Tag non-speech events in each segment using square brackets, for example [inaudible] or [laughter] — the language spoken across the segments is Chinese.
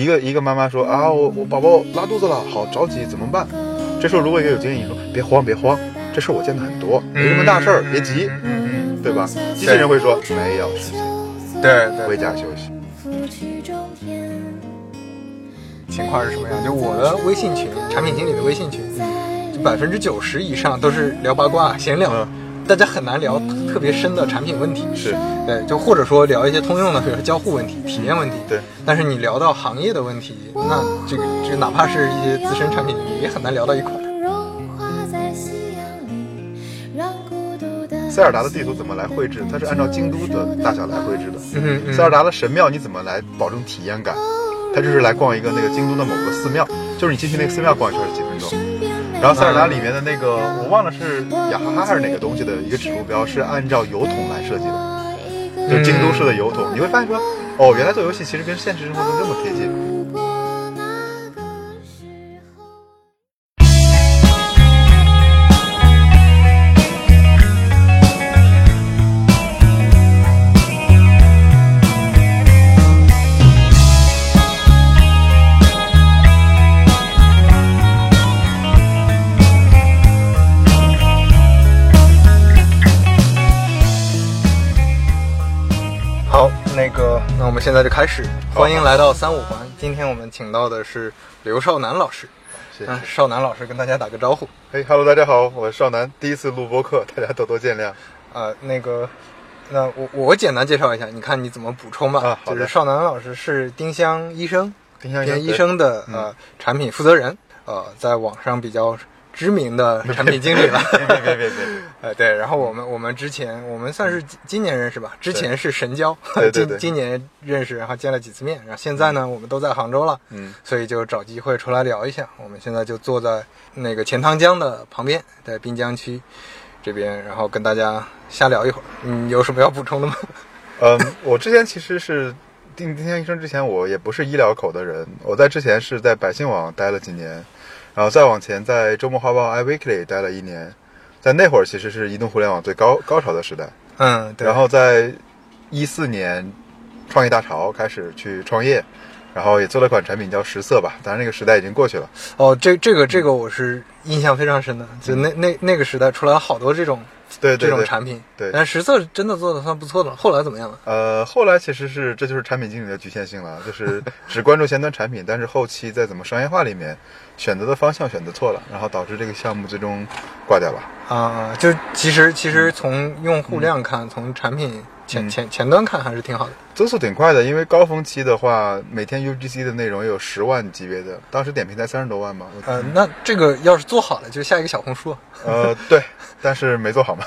一个一个妈妈说啊，我我宝宝拉肚子了，好着急，怎么办？这时候如果一个有经验，你说别慌别慌，这事儿我见的很多，没什么大事儿，别急，嗯嗯对吧？机器人会说没有，休息嗯，对对回家休息。情况是什么样？就我的微信群，产品经理的微信群，百分之九十以上都是聊八卦、闲聊，大家很难聊特别深的产品问题。是，对，就或者说聊一些通用的，比如说交互问题、体验问题。对。但是你聊到行业的问题，那这个这个哪怕是一些资深产品经理，也很难聊到一块儿。融化在夕阳里，让孤独的塞尔达的地图怎么来绘制？它是按照京都的大小来绘制的。嗯哦塞尔达的神庙你怎么来保证体验感？它就是来逛一个那个京都的某个寺庙，就是你进去那个寺庙逛一圈是几分钟。身边没然后塞尔达里面的那个我忘了是雅哈哈还是哪个东西的一个指路标是按照油桶来设计的，我一个嗯就是京都式的油桶。你会发现说，哦，原来做游戏其实跟现实生活中这么贴近。路过那个时候。好，那个，那我们现在就开始，好欢迎来到三五环。今天我们请到的是刘少南老师，谢谢嗯，。少南老师跟大家打个招呼。嘿哈喽，大家好，我是少南，第一次录播客，大家多多见谅。啊，那个，那我我简单介绍一下，你看你怎么补充吧。啊好就的是邵楠老师是丁香医生，丁香医生嗯医生的呃产品负责人，呃，在网上比较知名的产品经理了。别 [laughs] 别别别别， [laughs] 呃，对，然后我们我们之前我们算是今今年认识吧，之前是神交，对对对今今年认识，然后见了几次面，然后现在呢，我们都在杭州了， [laughs] 嗯，所以就找机会出来聊一下。我们现在就坐在那个钱塘江的旁边，在滨江区这边，然后跟大家瞎聊一会儿。嗯，有什么要补充的 [laughs] 吗？嗯，我之前其实是定丁香医生之前，我也不是医疗口的人，我在之前是在百姓网待了几年，然后再往前在周末画报 iWeekly 待了一年，在那会儿其实是移动互联网最高高潮的时代，嗯，对。然后在一四年创业大潮开始去创业。然后也做了款产品叫十色吧，当然那个时代已经过去了。哦，这这个这个我是印象非常深的，就那那那个时代出来了好多这种对对这种对，产品，对但实测真的做的算不错的。后来怎么样了？呃，后来其实是这就是产品经理的局限性了，就是 [laughs] 只关注前端产品，但是后期在怎么商业化里面选择的方向选择错了，然后导致这个项目最终挂掉了。啊、就其实其实从用户量看，从产品前、前前端看还是挺好的。增速挺快的，因为高峰期的话，每天 UGC 的内容有十万级别的，当时点评才三十多万嘛。我呃，那这个要是做好了，就下一个小红书。啊呃，对，但是没做好嘛。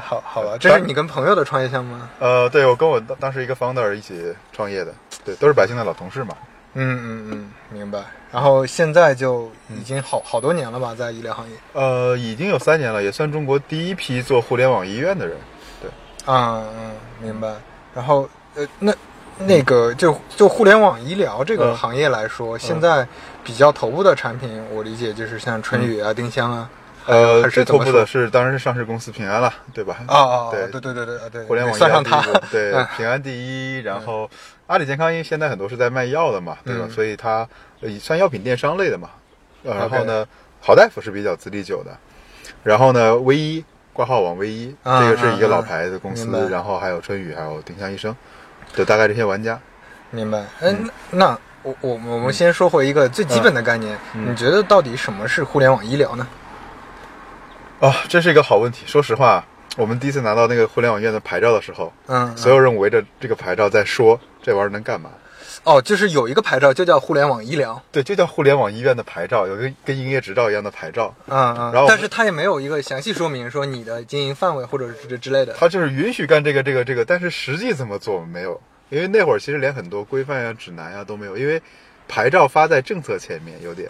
好好吧，这是你跟朋友的创业项目吗？呃，对我跟我当当时一个 founder 一起创业的，对，都是百姓的老同事嘛。嗯嗯嗯，明白。然后现在就已经好好多年了嗯吧，在医疗行业呃，已经有三年了，也算中国第一批做互联网医院的人。啊、嗯，明白。然后呃，那那个就就互联网医疗这个嗯行业来说，现在比较头部的产品，我理解就是像春雨嗯啊、丁香啊，呃，还最是怎头么部说的是当然是上市公司平安了，对吧？哦哦，哦嗯对对对对对对，互联网医疗算上它第一个对嗯平安第一，然后阿里健康因为现在很多是在卖药的嘛，对吧？嗯所以它呃算药品电商类的嘛。呃 OK 然后呢，好大夫是比较资历久的，然后呢，唯一挂号网唯一啊这个是一个老牌的公司明白，然后还有春雨，还有丁香医生，就大概这些玩家。明白。嗯，那我我我们先说回一个最基本的概念，嗯你觉得到底什么是互联网医疗呢？啊，这是一个好问题。说实话，我们第一次拿到那个互联网医院的牌照的时候，嗯，所有人围着这个牌照在说这玩意儿能干嘛。哦，就是有一个牌照就叫互联网医疗，对，就叫互联网医院的牌照，有一个跟营业执照一样的牌照，嗯嗯，然后但是它也没有一个详细说明说你的经营范围或者是之之类的。它就是允许干这个这个这个，但是实际怎么做没有，因为那会儿其实连很多规范呀、指南啊呀都没有，因为牌照发在政策前面有点。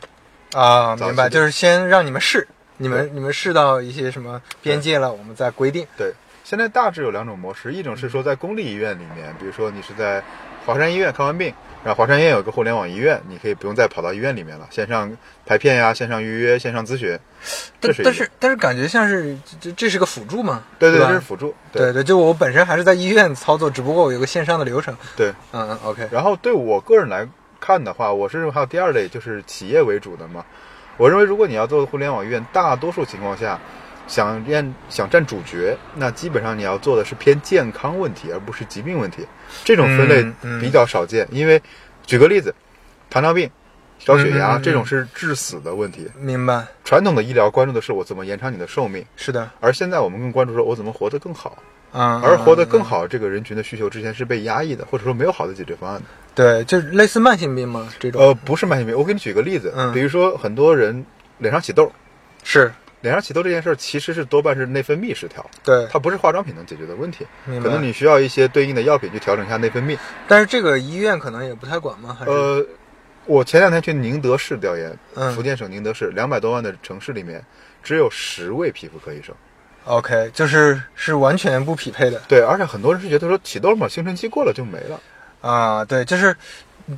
啊，早明白，期的就是先让你们试，你们你们试到一些什么边界了，我们再规定。对，现在大致有两种模式，一种是说在公立医院里面，比如说你是在华山医院看完病，然后华山医院有个互联网医院，你可以不用再跑到医院里面了，线上排片呀、啊线上预约、线上咨询，这但是一但种是但是感觉像是这这这是个辅助嘛？对对，吧这是辅助。对对，就我本身还是在医院操作，只不过我有个线上的流程。对，嗯嗯，OK，然后对我个人来看的话，我是认为还有第二类，就是企业为主的嘛。我认为，如果你要做互联网医院，大多数情况下，想占想占主角，那基本上你要做的是偏健康问题，而不是疾病问题。这种分类嗯嗯比较少见，因为举个例子，糖尿病、高血嗯压、嗯嗯这种是致死的问题。明白，传统的医疗关注的是我怎么延长你的寿命，是的，而现在我们更关注说我怎么活得更好。嗯，而活得嗯更好这个人群的需求之前是被压抑的，或者说没有好的解决方案的。对，就是类似慢性病嘛，这种、呃，不是慢性病，我给你举个例子，嗯比如说很多人脸上起痘，是脸上起痘这件事儿其实是多半是内分泌失调，对，它不是化妆品能解决的问题，明可能白。你需要一些对应的药品去调整一下内分泌。但是这个医院可能也不太管嘛，还是、呃，我前两天去宁德市调研，嗯福建省宁德市两百多万的城市里面，只有十位皮肤科医生。 OK，就是是完全不匹配的对，而且很多人是觉得说起痘嘛，青春期过了就没了。啊，对，就是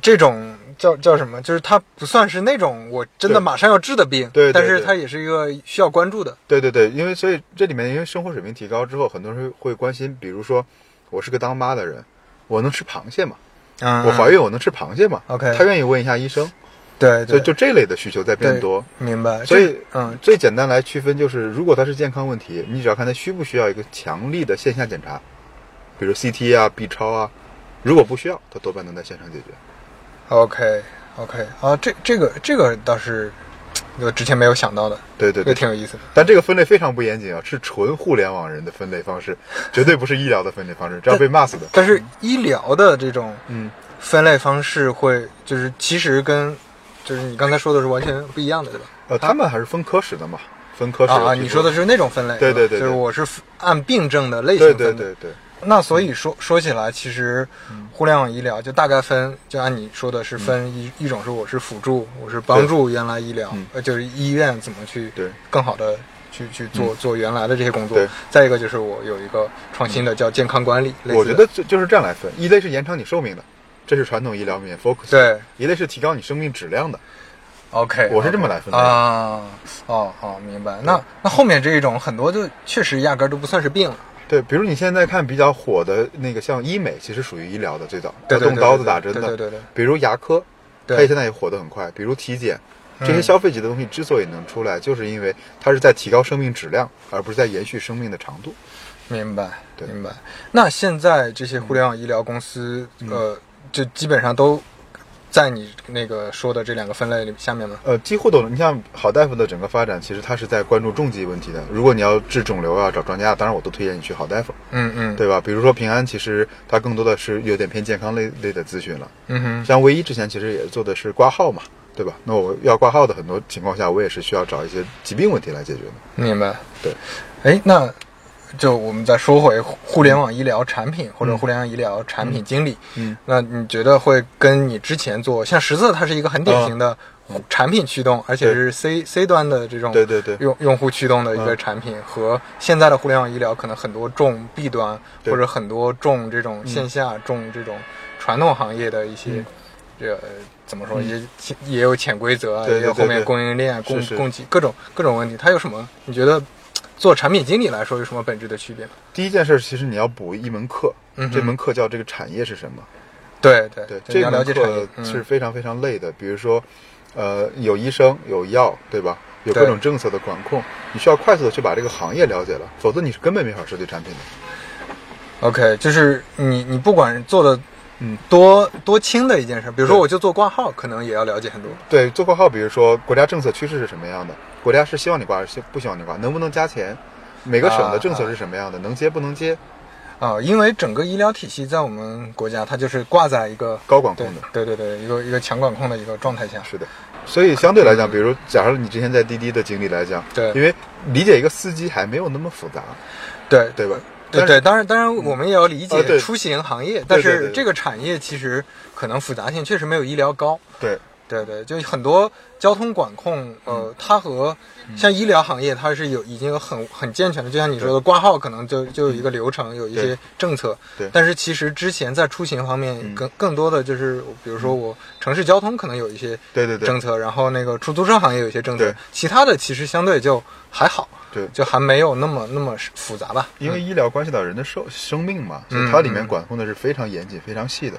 这种叫叫什么，就是它不算是那种我真的对马上要治的病，对对但是对它也是一个需要关注的，对对对，因为所以这里面因为生活水平提高之后，很多人会会关心，比如说我是个当妈的人，我能吃螃蟹吗？嗯，我怀孕，孕我能吃螃蟹吗嗯 OK 他愿意问一下医生，对所对，以就这类的需求在变对多。明白，所以这嗯最简单来区分就是，如果它是健康问题，你只要看它需不需要一个强力的线下检查，比如 CT 啊、B 超啊，如果不需要，它多半能在线上解决。 ，OK OK，啊，这这个这个倒是我之前没有想到的，对对这个对，挺有意思的，但这个分类非常不严谨啊，是纯互联网人的分类方式，绝对不是医疗的分类方式，这要被骂死的。但是医疗的这种嗯，分类方式会就是其实跟就是你刚才说的是完全不一样的，对吧？呃，他们还是分科室的嘛，分科室啊啊，去你说的是那种分类，对吧对对对就是我是按病症的类型对分对的。对对，那所以说说起来，其实嗯互联网医疗就大概分，就按你说的是分一一种是我是辅助，我是帮助原来医疗嗯，呃，就是医院怎么去对嗯更好的。去去做做原来的这些工作对，再一个就是我有一个创新的叫健康管理，类我似觉的得就就是这样来分，一类是延长你寿命的，这是传统医疗里面 focus；对一类是提高你生命质量的， ，OK，我是这么来分的。啊，哦哦，明白。那那后面这一种很多就确实压根儿都不算是病了，对，比如你现在看比较火的那个，像医美，其实属于医疗的最早，对要对动对刀对子打针的，对对对对比如牙科，它对也现在也火得很快，比如体检。这些嗯消费级的东西之所以能出来，就是因为它是在提高生命质量，而不是在延续生命的长度。明白，对明白。那现在这些互联网医疗公司，嗯呃，就基本上都在你那个说的这两个分类里下面吗？呃，几乎都能。你像好大夫的整个发展，其实它是在关注重疾问题的。如果你要治肿瘤啊，找专家，当然我都推荐你去好大夫，嗯嗯，，对吧？比如说平安，其实它更多的是有点偏健康类类的咨询了。嗯哼，像卫医之前其实也做的是挂号嘛，对吧？那我要挂号的很多情况下，我也是需要找一些疾病问题来解决的。明白。对，哎，那就我们再说回互互联网医疗产品或者互联网医疗产品经理，嗯嗯那你觉得会跟你之前做像实测，它是一个很典型的产品驱动，而且是 C C 端的这种啊对对对用用户驱动的一个嗯产品，和现在的互联网医疗可能很多重 B 端对或者很多重这种线下重这种传统行业的一些嗯这呃怎么说也也有潜规则啊，对对也有对后面对供应链啊是供是供给各种各种问题，它有什么？你觉得做产品经理来说有什么本质的区别吗？第一件事，其实你要补一门课，嗯哼这门课叫这个产业是什么。对对对，就你这要了门解产课业嗯是非常非常累的。比如说，呃，有医生，有药，对吧？有各对种政策的管控，你需要快速的去把这个行业了解了，否则你是根本没法设计产品的。 OK，就是你你不管做的嗯多多轻的一件事，比如说对我就做挂号，可能也要了解很多。对，做括号，比如说国家政策趋势是什么样的，国家是希望你挂还是不希望你挂，能不能加钱，每个省啊的政策是什么样的，能接不能接，啊、因为整个医疗体系在我们国家，它就是挂在一个高管控对的。对对对一个一个强管控的一个状态下。是的，所以相对来讲，比如假如你之前在滴滴的经历来讲，对因为理解一个司机还没有那么复杂，对对吧？但对是对，当然当然我们也要理啊解对出行行业，但对对是对这个产业其实可能复杂性确实没有医疗高。对对对，就很多交通管控，嗯呃，它和像医疗行业，它是有已经有很很健全的，就像你说的挂号，可能就就有一个流程，有一些嗯对政策。对嗯但是其实之前在出行方面，更更多的就是，比如说我城市交通可能有一些对对对政策，然后那个出租车行业有一些政策对，其他的其实相对就还好，对，就还没有那么那么复杂吧。因为医疗关系到人的寿生命嘛，嗯所以它里面管控的是非常严谨、非常细的。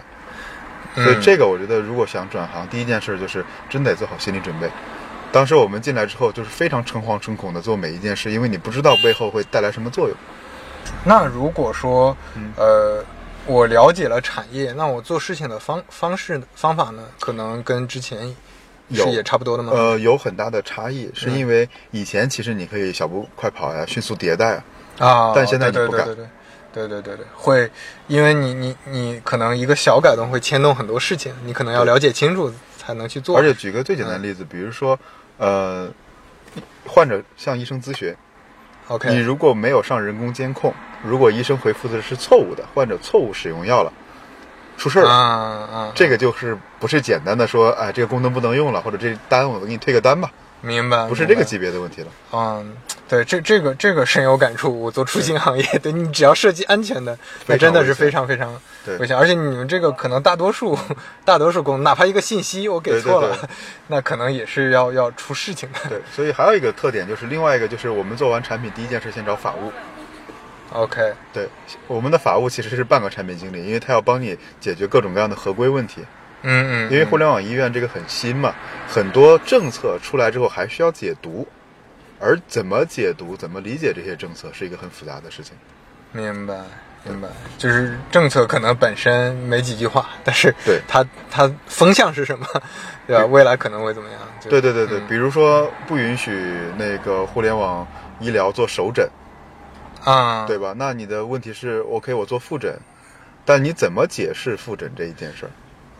所以嗯这个我觉得，如果想转行，第一件事就是真得做好心理准备。当时我们进来之后，就是非常诚惶诚恐的做每一件事，因为你不知道背后会带来什么作用。嗯那如果说嗯，呃，我了解了产业，那我做事情的方方式方法呢，可能跟之前是有也差不多的吗？呃，有很大的差异，嗯是因为以前其实你可以小步快跑呀，迅速迭代啊，啊，但现在对你不对敢对对对对对对，会，因为你你你可能一个小改动会牵动很多事情，你可能要了解清楚才能去做。而且举个最简单嗯的例子，比如说，呃，患者向医生咨询， ，OK，你如果没有上人工监控，如果医生回复的是错误的，患者错误使用药了，出事儿啊了。啊，这个就是不是简单的说，哎，这个功能不能用了，或者这单我给你退个单吧，明白，不是这个明白级别的问题了。嗯，对，这这个这个深有感触。我做出行行业，对你只要涉及安全的，那非常真的危是非险常非常对嗯危险。而且你们这个可能大多数 [laughs] 大多数功能，哪怕一个信息我给对对错了，对 [laughs] 那可能也是要要出事情的。对，所以还有一个特点就是，另外一个就是我们做完产品第一件事先找法务。 OK，对，我们的法务其实是半个产品经理，因为他要帮你解决各种各样的合规问题。嗯嗯，因为互联联网医院这个很新嘛，很多政策出来之后还需要解读，而怎么解读、怎么理解这些政策是一个很复杂的事情。明白明白，就是政策可能本身没几句话，但是对它它风向是什么，对吧？未来可能会怎么样？就对对对对，嗯比如说不允许那个互联网医疗做首诊，啊，对吧？那你的问题是，OK，我做复诊，但你怎么解释复诊这一件事儿？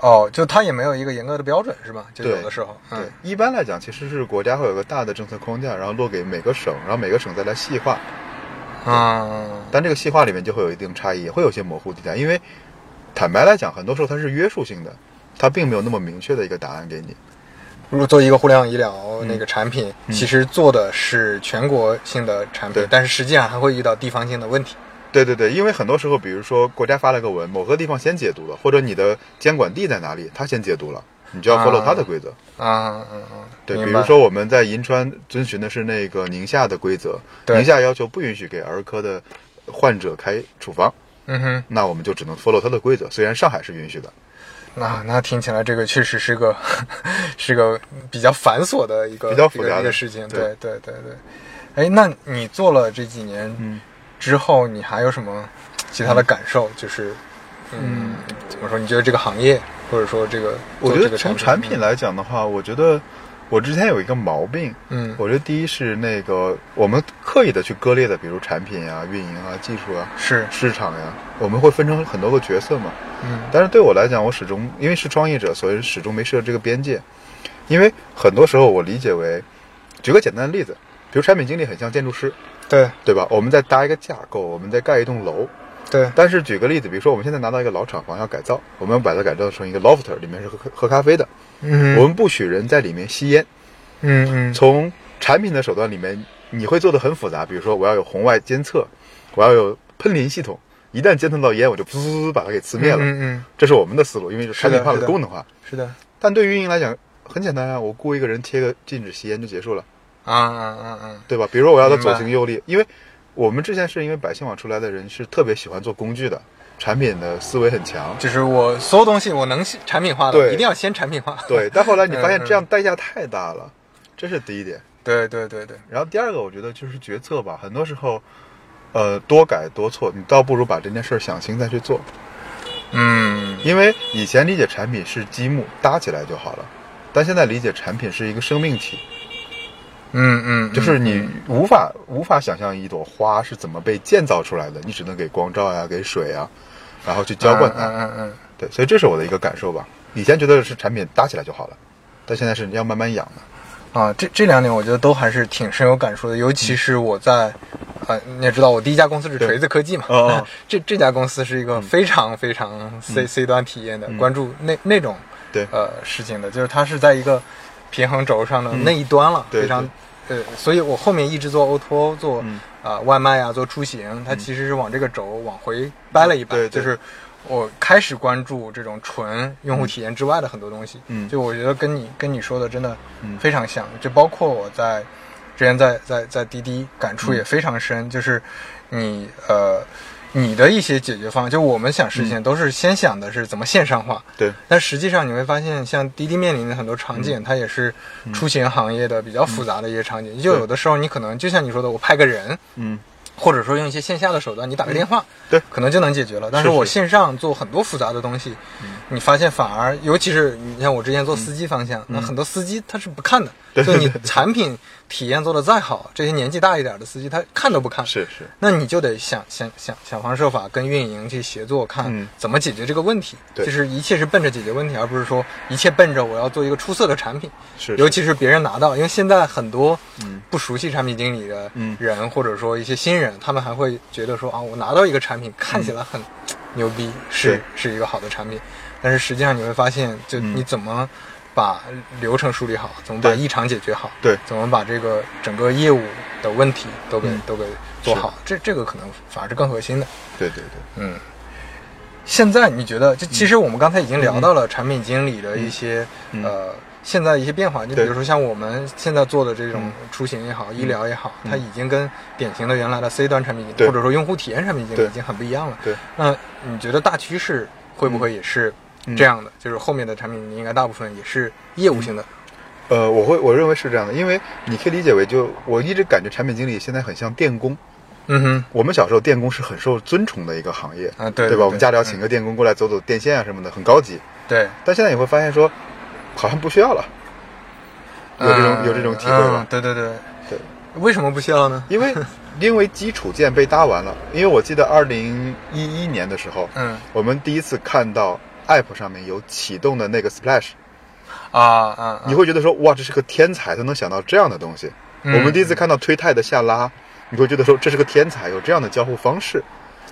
哦，就它也没有一个严格的标准是吧？就有对的时候，嗯对，一般来讲，其实是国家会有个大的政策框架，然后落给每个省，然后每个省再来细化。嗯。但这个细化里面就会有一定差异，也会有些模糊地带，因为坦白来讲，很多时候它是约束性的，它并没有那么明确的一个答案给你。如果做一个互联网医疗嗯那个产品，其实做的是全国性的产品对，但是实际上还会遇到地方性的问题。对对对，因为很多时候，比如说国家发了个文，某个地方先解读了，或者你的监管地在哪里，他先解读了，你就要 follow 啊他的规则。啊，嗯嗯，对，明比白如，说我们在银川遵循的是那个宁夏的规则，对宁夏要求不允许给儿科的患者开处方，嗯哼，那我们就只能 follow 它的规则。虽然上海是允许的，那那听起来这个确实是个 [laughs] 是个比较繁琐的一个比较复杂一个的一个事情。对对对对对，哎，那你做了这几年嗯之后，你还有什么其他的感受？就是，嗯，怎么说？你觉得这个行业，或者说这个，我做觉这得个从产产品，来讲的话，我觉得我之前有一个毛病，嗯我觉得第一是那个我们刻意的去割裂的，比如产品啊、运营啊、技术啊、是，市场呀、我们会分成很多个角色嘛。嗯但是对我来讲，我始终因为是创业者，所以始终没设这个边界。因为很多时候我理解为，举个简单的例子，比如产品经理很像建筑师，对对吧？我们在搭一个架构，我们在盖一栋楼。对，但是举个例子，比如说我们现在拿到一个老厂房要改造，我们要把它改造成一个 loft，里面是喝喝咖啡的，嗯我们不许人在里面吸烟。嗯嗯，从产品的手段里面，你会做的很复杂，比如说我要有红外监测，我要有喷淋系统，一旦监测到烟，我就噗噗噗噗把它给呲灭了。嗯嗯，这是我们的思路，因为是产品化是的和功能化。是的，但对于运营来讲，很简单啊，我雇一个人贴个禁止吸烟就结束了，啊啊啊啊，对吧？比如说我要他左明行白右立，因为我们之前是因为百姓网出来的人是特别喜欢做工具的，产品的思维很强。就是我所有东西我能产品化的，对一定要先产品化。 [laughs] 对，但后来你发现嗯嗯这样代价太大了，这是第一点。对对对对，然后第二个，我觉得就是决策吧，很多时候，呃，多改多错，你倒不如把这件事儿想清再去做。嗯因为以前理解产品是积木搭起来就好了，但现在理解产品是一个生命体，嗯嗯，就是你无法无法想象一朵花是怎么被建造出来的，你只能给光照呀、给水啊，然后去浇灌它。嗯嗯嗯，对，所以这是我的一个感受吧。以前觉得是产品搭起来就好了，但现在是你要慢慢养的。啊，这这两点我觉得都还是挺深有感触的，尤其是我在，呃，你也知道我第一家公司是锤子科技嘛，嗯对哦哦 [laughs] 嗯这这家公司是一个非常非常 C、C 端体验的，关注那那种对呃事情的，就是它是在一个平衡轴上的那一端了，嗯对非常呃，所以我后面一直做 O to O 做啊、嗯呃外卖啊，做出行，它其实是往这个轴往回掰了一掰，对对就是。我开始关注这种纯用户体验之外的很多东西，嗯就我觉得跟你跟你说的真的嗯非常像，就包括我在嗯之前在在在滴滴感触也非常深，就是你呃你的一些解决方案，就我们想事情都是先想的是怎么线上化，嗯对，嗯但实际上你会发现，像滴滴面临的很多场景，它也是出行行业的比较复杂的一些场景。就有的时候你可能就像你说的，我派个人，嗯，或者说用一些线下的手段，你打个电话，对可能就能解决了。但是嗯我线上做很多复杂的东西，你发现反而，尤其是你像我之前做司机方嗯向，那很多司机他是不看的，就你产品体验做的再好，这些年纪大一点的司机他看都不看，是是，那你就得想想想想方设法跟运营去协作，看嗯怎么解决这个问题。对就是一切是奔着解决问题，而不是说一切奔着我要做一个出色的产品。是尤其是别人拿到，因为现在很多嗯不熟悉产品经理的嗯人，或者说一些新人，他们还会觉得说啊，我拿到一个产品看起来很嗯牛逼，是对是一个好的产品，但是实际上你会发现，就你怎么把流程梳理好，怎么把嗯对异常解决好，对怎么把这个整个业务的问题都给、嗯都给做好，这这个可能反而是更核心的。对对对，嗯，现在你觉得，就其实我们刚才已经聊到了产品经理的一些、嗯呃现在一些变化，就比对嗯如说像我们现在做的这种出行也好、医疗也好，它已经跟典型的原来的 C 端产品经理对或者说用户体验产品经对理已经很不一样了。对，那你觉得大趋势会不会也是嗯这样的？就是后面的产品应该大部分也是业务性的。呃，我会我认为是这样的，因为你可以理解为就我一直感觉产品经理现在很像电工，嗯哼，我们小时候电工是很受尊崇的一个行业啊对对吧？我们对家里要请个电工过来走走电线啊什么的，很高级。对，但现在你会发现说，好像不需要了，有这种、嗯有这种体会吧嗯？对对对，对，为什么不需要呢？ [laughs] 因为因为基础件被搭完了。因为我记得二零一一年的时候，嗯我们第一次看到 App 上面有启动的那个 Splash，啊啊，你会觉得说哇，这是个天才，他能想到这样的东西。嗯我们第一次看到推泰的下拉，你会觉得说这是个天才，有这样的交互方式。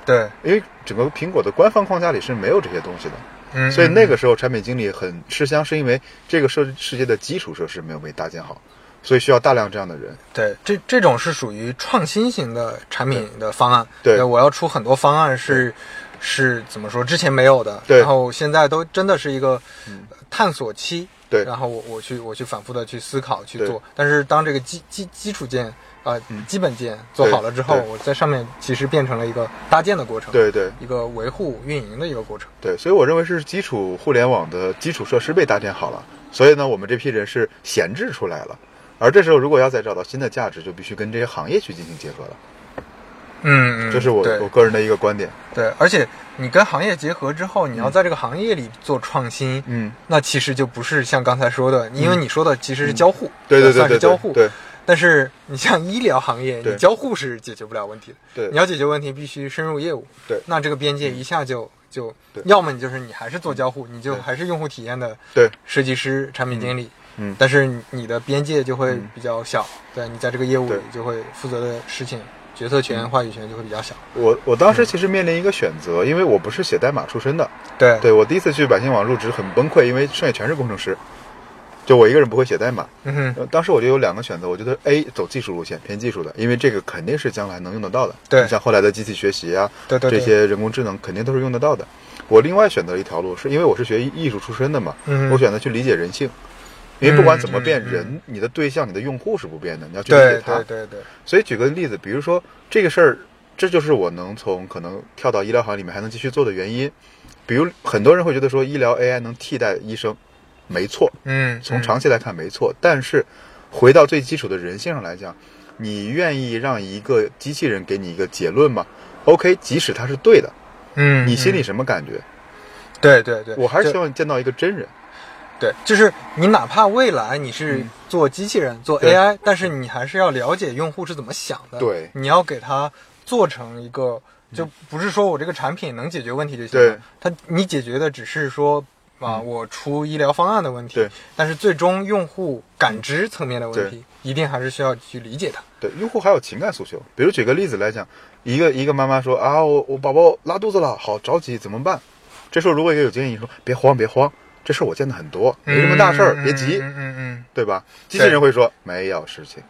对，因为整个苹果的官方框架里是没有这些东西的，嗯，所以那嗯个时候产品经理很吃香，是因为这个设世界的基础设施没有被搭建好，所以需要大量这样的人。对，这这种是属于创新型的产品的方案。对我要出很多方案是是怎么说之前没有的，对嗯然后现在都真的是一个呃探索期。对然后我我去我去反复的去思考去对嗯做，但是当这个基基基础件啊、呃基本件做好了之后，对对我在上面其实变成了一个搭建的过程，，对对一个维护运营的一个过程。对，所以我认为是基础互联网的基础设施被搭建好了，所以呢，我们这批人是闲置出来了。而这时候，如果要再找到新的价值，就必须跟这些行业去进行结合了。嗯，嗯这是我对我个人的一个观点。对，而且你跟行业结合之后，你要在这个行业里做创新，嗯，那其实就不是像刚才说的，因为你说的其实是交互，嗯对对对算是对对交互。对但是你像医疗行业，对你交互是解决不了问题的。对你要解决问题，必须深入业务。对嗯那这个边界一下就就对，嗯要么你就是你还是做交互，你就还是用户体验的对设计师、产品经理。嗯但是你的边界就会比较小，对你在这个业务里对嗯就会负责的事情、决策权、话语权就会比较小。我我当时其实面临一个选择，因为我不是写代码出身的，对对我第一次去百姓网入职很崩溃，因为剩下全是工程师，就我一个人不会写代码。嗯哼，呃当时我就有两个选择，我觉得 A 走技术路线，偏技术的，因为这个肯定是将来能用得到的。对你像后来的机器学习啊，对对对这些人工智能肯定都是用得到的。我另外选择了一条路，是因为我是学艺术出身的嘛，嗯我选择去理解人性，因为不管怎么变，嗯嗯嗯人你的对象、你的用户是不变的，你要去理对解他。对对对，所以举个例子，比如说这个事儿，这就是我能从可能跳到医疗行业里面还能继续做的原因。比如很多人会觉得说医疗 AI 能替代医生，没错，嗯，从嗯长期来看没错。但是回到最基础的人性上来讲，你愿意让一个机器人给你一个结论吗？OK，即使它是对的，嗯，你心嗯里什么感觉？对对对，我还是就希望见到一个真人。对，就是你哪怕未来你是做机器人、做嗯对 AI，但是你还是要了解用户是怎么想的。对嗯你要给他做成一个，就不是说我这个产品能解决问题就行了对。嗯它你解决的只是说啊，我出医疗方案的问题。对。但是最终用户感知层面的问题，一定还是需要去理解它。对，用户还有情感诉求。比如举个例子来讲，一个一个妈妈说啊，我我宝宝拉肚子了，好着急，怎么办？这时候如果一个有经验，你说别慌别慌，这事儿我见的很多，没什么大事儿，嗯别急，嗯嗯嗯，对吧？机器人会说没有事情，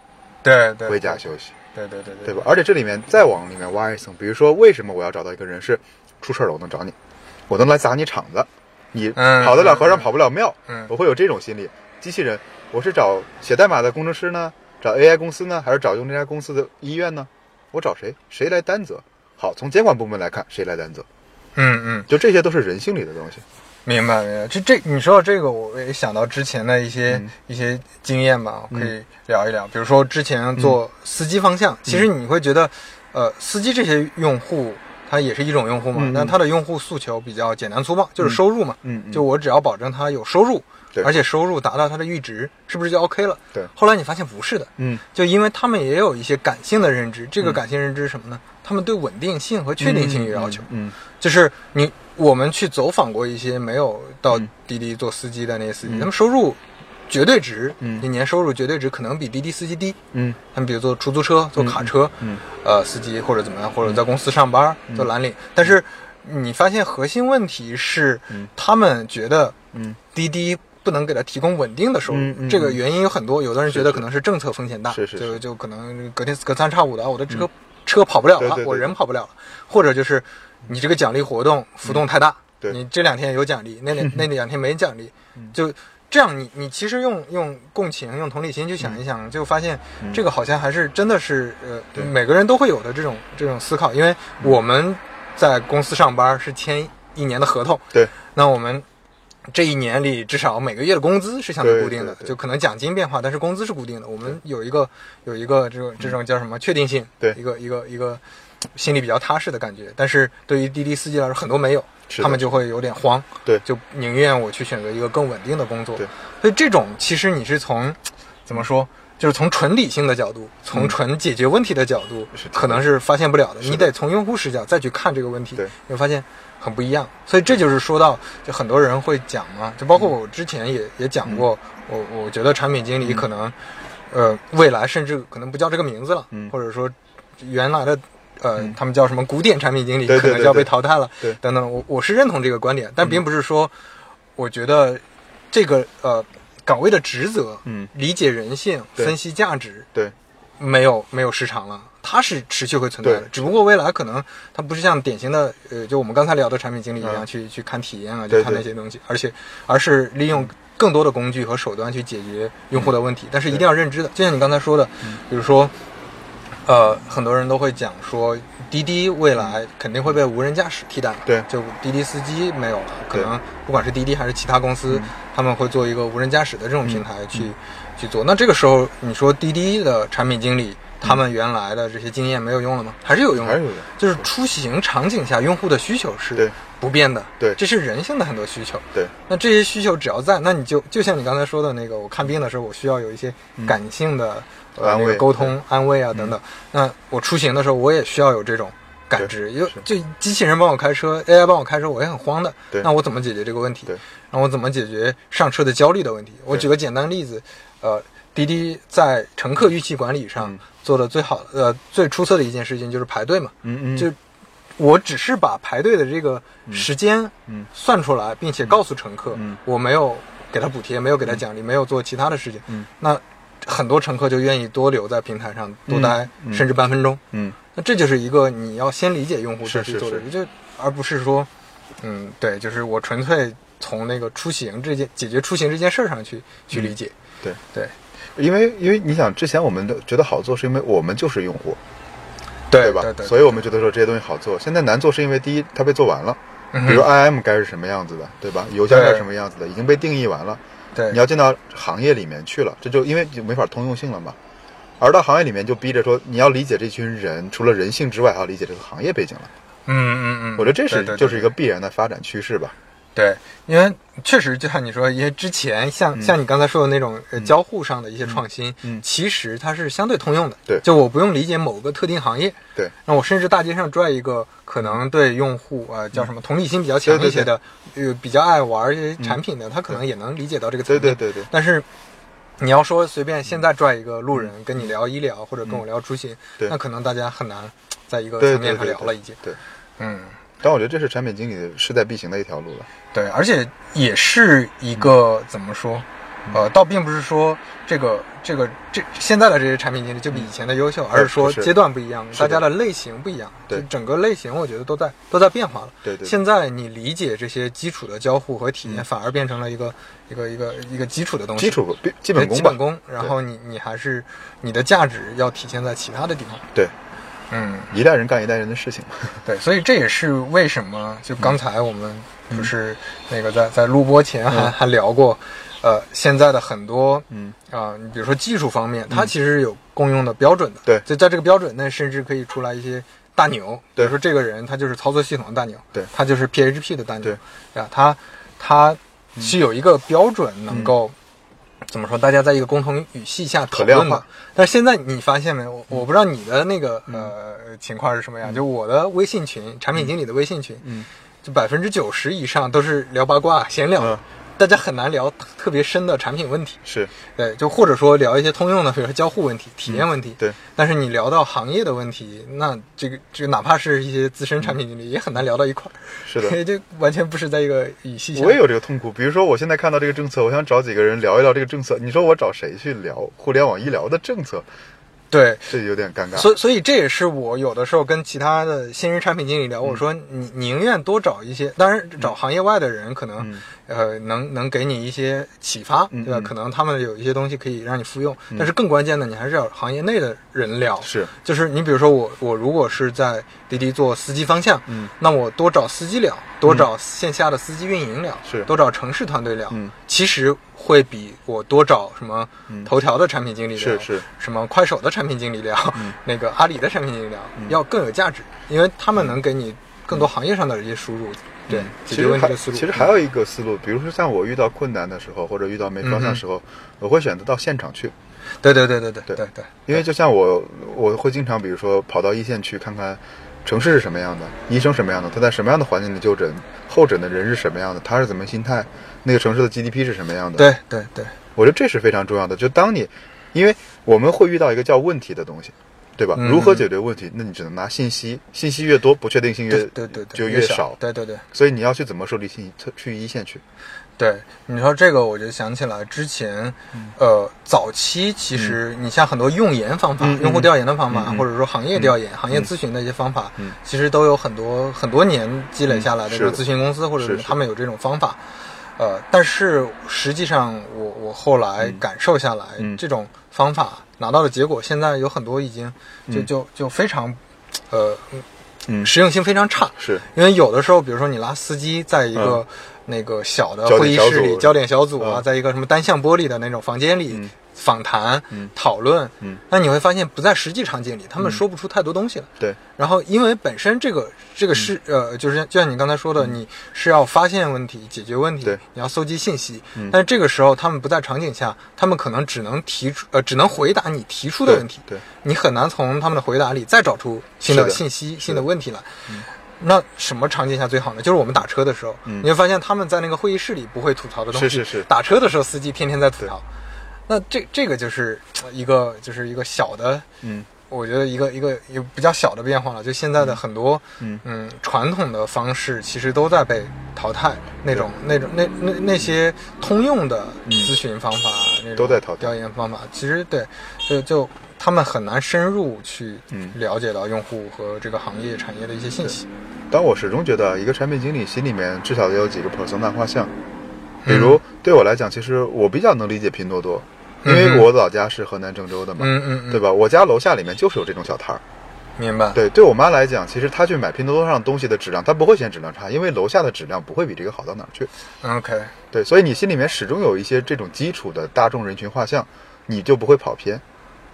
对对，回家休息，对。对对对对吧？？而且这里面再往里面挖一层，比如说为什么我要找到一个人是出事儿了我能找你，我能来砸你场子，你嗯跑得了和尚嗯跑不了庙，嗯我会有这种心理。机器人，我是找写代码的工程师呢，找 AI 公司呢，还是找用这家公司的医院呢？我找谁？谁来担责？好，从监管部门来看，谁来担责？嗯嗯，就这些都是人性里的东西。明白明白。这这你说到这个，我也想到之前的一些、嗯一些经验吧，我可以聊一聊。比如说之嗯前做司机方向，其实你会觉得，呃，司机这些用户。他也是一种用户嘛，嗯嗯但他的用户诉求比较简单粗暴，就是收入嘛，嗯嗯就我只要保证他有收入，对而且收入达到他的阈值，是不是就 OK 了？对后来你发现不是的，嗯，就因为他们也有一些感性的认知，这个感性认知是什么呢？他们对稳定性和确定性有要求。嗯就是你我们去走访过一些没有到嗯滴滴做司机的那些司机，嗯他们收入绝对值，嗯一年收入绝对值可能比滴滴司机低。嗯他们比如做出租车、做卡车，嗯呃，司机或者怎么样，或者在公司上班、做蓝领，但是你发现核心问题是，嗯他们觉得嗯滴滴不能给他提供稳定的收入，嗯嗯这个原因有很多。有的人觉是得是可能是政策风险大，是是就是就可能隔天隔三差五的，啊我的车、车跑不了对了，对对我对人跑不了了，或者就是你这个奖励活动浮动太大，嗯对你这两天有奖励，[laughs] 那两那两天没奖励，就。这样你，你其实用用共情、用同理心去想一想，就发现这个好像还是真的是呃，对每个人都会有的这种这种思考。因为我们在公司上班是签一年的合同，对，那我们这一年里至少每个月的工资是相对对固定的，对对就可能奖金变化，但是工资是固定的。我们有一个有一个这种这种叫什么确定性，对一个一个一个心里比较踏实的感觉。但是对于滴滴司机来说，很多没有，是的他们就会有点慌，对就宁愿我去选择一个更稳定的工作。对所以这种其实你是从怎么说？就是从纯理性的角度，从纯解决问题的角度，嗯是的可能是发现不了的的。你得从用户视角再去看这个问题，对你会发现很不一样。所以这就是说到，就很多人会讲嘛，就嗯包括我之前也、也讲过，我我觉得产品经嗯理可能，呃，未来甚至可能不叫这个名字了，嗯或者说原来的。呃，他们叫什么古典产品经理，对对可能对就要被对淘汰了，对嗯等等。我我是认同这个观点，但并不是说，我觉得这个呃岗位的职责，嗯理解人性、对分析价值，对没有没有时长了，它是持续会存在的对。只不过未来可能它不是像典型的呃，就我们刚才聊的产品经理一样、嗯去去看体验啊，对去看那些东西，而且而是利用更多的工具和手段去解决用户的嗯问题，但是一定要认知的。就像你刚才说的，比如说。呃，很多人都会讲说，滴滴未来肯定会被无人驾驶替代嘛。对就滴滴司机没有了，可对嗯能不管是滴滴还是其他公司，他们会做一个无人驾驶的这种平台去、去做。那这个时候，你说滴滴的产品经理，他们原来的这些经验没有用了吗？还是有用嗯的，还是有用就是出行场景下，用户的需求是对不变的，对这是人性的很多需求。对那这些需求只要在，那你就就像你刚才说的那个，我看病的时候，我需要有一些感性的、呃嗯安慰嗯那个沟通、安慰啊等等。那我出行的时候，我也需要有这种感知，因为就机器人帮我开车，AI 帮我开车，我也很慌的。对那我怎么解决这个问题对？那我怎么解决上车的焦虑的问题？我举个简单例子，呃，滴滴在乘客预期管理上嗯做的最好、呃最出色的一件事情就是排队嘛，嗯嗯，就我只是把排队的这个时间嗯算出来，并且告诉乘客，嗯我没有给他补贴，没有给他奖励，没有做其他的事情，嗯那很多乘客就愿意多留在平台上多待、嗯甚至半分钟。嗯那这就是一个你要先理解用户是再去是做的，是就而不是说，嗯，对，就是我纯粹从那个出行这件解决出行这件事儿上去嗯去理解。对，对因为因为你想，之前我们都觉得好做，是因为我们就是用户，对吧？对对，所以我们觉得说这些东西好做。现在难做是因为第一，它被做完了，嗯比如 IM 该是什么样子的，对吧？邮箱该是什么样子的，已经被定义完了。对你要进到行业里面去了，这就因为就没法通用性了嘛。而到行业里面就逼着说，你要理解这群人，除了人性之外，还要理解这个行业背景了。嗯嗯嗯，我觉得这对是对对就是一个必然的发展趋势吧。对，因为确实就像你说，因为之前像、像你刚才说的那种呃交互上的一些创新，嗯其实它是相对通用的。对就我不用理解某个特定行业，对，那我甚至大街上拽一个可能对用户啊、呃叫什么同理心比较嗯强一些的，呃比较爱玩一些产品的，他可能也能理解到这个层对嗯面。对对对，但是你要说随便现在拽一个路人跟你聊医疗或者跟我聊出行，嗯对那可能大家很难在一个对层对面上对聊了对已经。对。嗯。但我觉得这是产品经理势在必行的一条路了。对，而且也是一嗯个、怎么说？呃，倒并不是说这个这个这现在的这些产品经理就比以前的优秀，而是说嗯是阶段不一样，是大的家的类型不一样，对就整个类型我觉得都在都在变化了。对对对现在你理解这些基础的交互和体验，反而变成了一个一个一个一个基础的东西，基础基对本基功本吧，功。然后你你还是你的价值要体现在其他的地方。对，嗯，一代人干一代人的事情嘛。对，所以这也是为什么就刚才我们不是那个在在录播前还、还聊过，呃，现在的很多嗯啊、你比如说技术方面，它其实有共用的标准的，对就在这个标准内，甚至可以出来一些大牛，比对如说这个人他就是操作系统的大牛，对他就是 PHP 的大牛，对嗯对啊，他他是有一个标准能够、怎么说，大家在一个共同语系下讨可论量的化。嗯但是现在你发现没？我我不知道你的那个、呃情况是什么样，就我的微信群，产品经理的微信群，嗯就百分之九十以上都是聊八卦闲聊的。嗯大家很难聊特特别深的产品问题，是对，就或者说聊一些通用的，比如说交互问题、体验问题。嗯对，但是你聊到行业的问题，那这个这个哪怕是一些资深产品经理，也很难聊到一块儿。，嗯是的 [laughs] 这完全不是在一个语系下。我也有这个痛苦。比如说，我现在看到这个政策，我想找几个人聊一聊这个政策。你说我找谁去聊互联网医疗的政策？对，这有点尴尬。嗯所以所以这也是我有的时候跟其他的新人产品经理聊，嗯我说你宁愿多找一些，当然找行业外的人，可能、呃能能给你一些启发，嗯对吧？嗯可能他们有一些东西可以让你复用，但是更关键的，你还是要行业内的人聊。是，就是你比如说我，我如果是在滴滴做司机方向，嗯，那我多找司机聊，多找线下的司机运营聊，是多找城市团队聊，嗯，其实会比我多找什么嗯头条的产品经理聊，是是嗯什么快手的产品经理聊，那个阿里的产品经理聊，要更有价值，因为他们能给你更多行业上的一些输入，对解其决实问题还的思路。其实还有一个思路，比如说像我遇到困难的时候，或者遇到没方向的时嗯候，我会选择到现场去。对对对对对对对对，因为就像我，我会经常比如说跑到一线去看看城市是什么样的，医生什么样的，他在什么样的环境里就诊，候诊的人是什么样的，他是怎么心态，那个城市的 GDP 是什么样的。，对对对，我觉得这是非常重要的。就当你，因为我们会遇到一个叫问题的东西。对吧？嗯如何解决问题？那你只能拿信息，信息越多，不确定性越对对对对，就越越对对对。所以你要去怎么树立信息，特去一线去。对，你说这个我就想起来之前，嗯呃，早期其实你像很多用研方法、嗯嗯用户调研的方法，嗯嗯嗯或者说行业调研、行业咨询的一些方法，其实都有很多很多年积累下来的，嗯这种是的咨询公司或者什么是是他们有这种方法。呃，但是实际上我，我后来感受下来，嗯这种方法拿到的结果，现在有很多已经就、嗯就就非常，呃，嗯实用性非常差。是因为有的时候，比如说你拉司机在一个、那个小的会议室里，焦嗯焦点点小组啊，嗯在一个什么单向玻璃的那种房间里、嗯访谈、嗯讨论，嗯那你会发现不在实际场景里，他们说不出太多东西来。对，然后，因为本身这个这个是、嗯呃，就是就像你刚才说的，你是要发现问题、解决问题对，你要搜集信息。嗯但是这个时候他们不在场景下，他们可能只能提出呃，只能回答你提出的问题，对，你很难从他们的回答里再找出新的是的信息、新的问题来。那什么场景下最好呢？就是我们打车的时候，嗯你会发现他们在那个会议室里不会吐槽的东西，是是是打车的时候司机天天在吐槽。那这这个就是呃一个就是一个小的嗯我觉得一个一个也比较小的变化了，就现在的很多嗯传统的方式其实都在被淘汰，那种那种那那那些通用的咨询方法，那种嗯都在淘汰调研方法，其实对，就就他们很难深入去嗯了解到用户和这个行业产业的一些信息。但我始终觉得，一个产品经理心里面至少得有几个 persona 画像。比嗯如对我来讲，其实我比较能理解拼多多，因为我老家是河南郑州的嘛，嗯嗯嗯，对吧？我家楼下里面就是有这种小摊儿。明白。对，对我妈来讲，其实她去买拼多多上东西的质量，她不会嫌质量差，因为楼下的质量不会比这个好到哪儿去。 OK，对，所以你心里面始终有一些这种基础的大众人群画像，你就不会跑偏。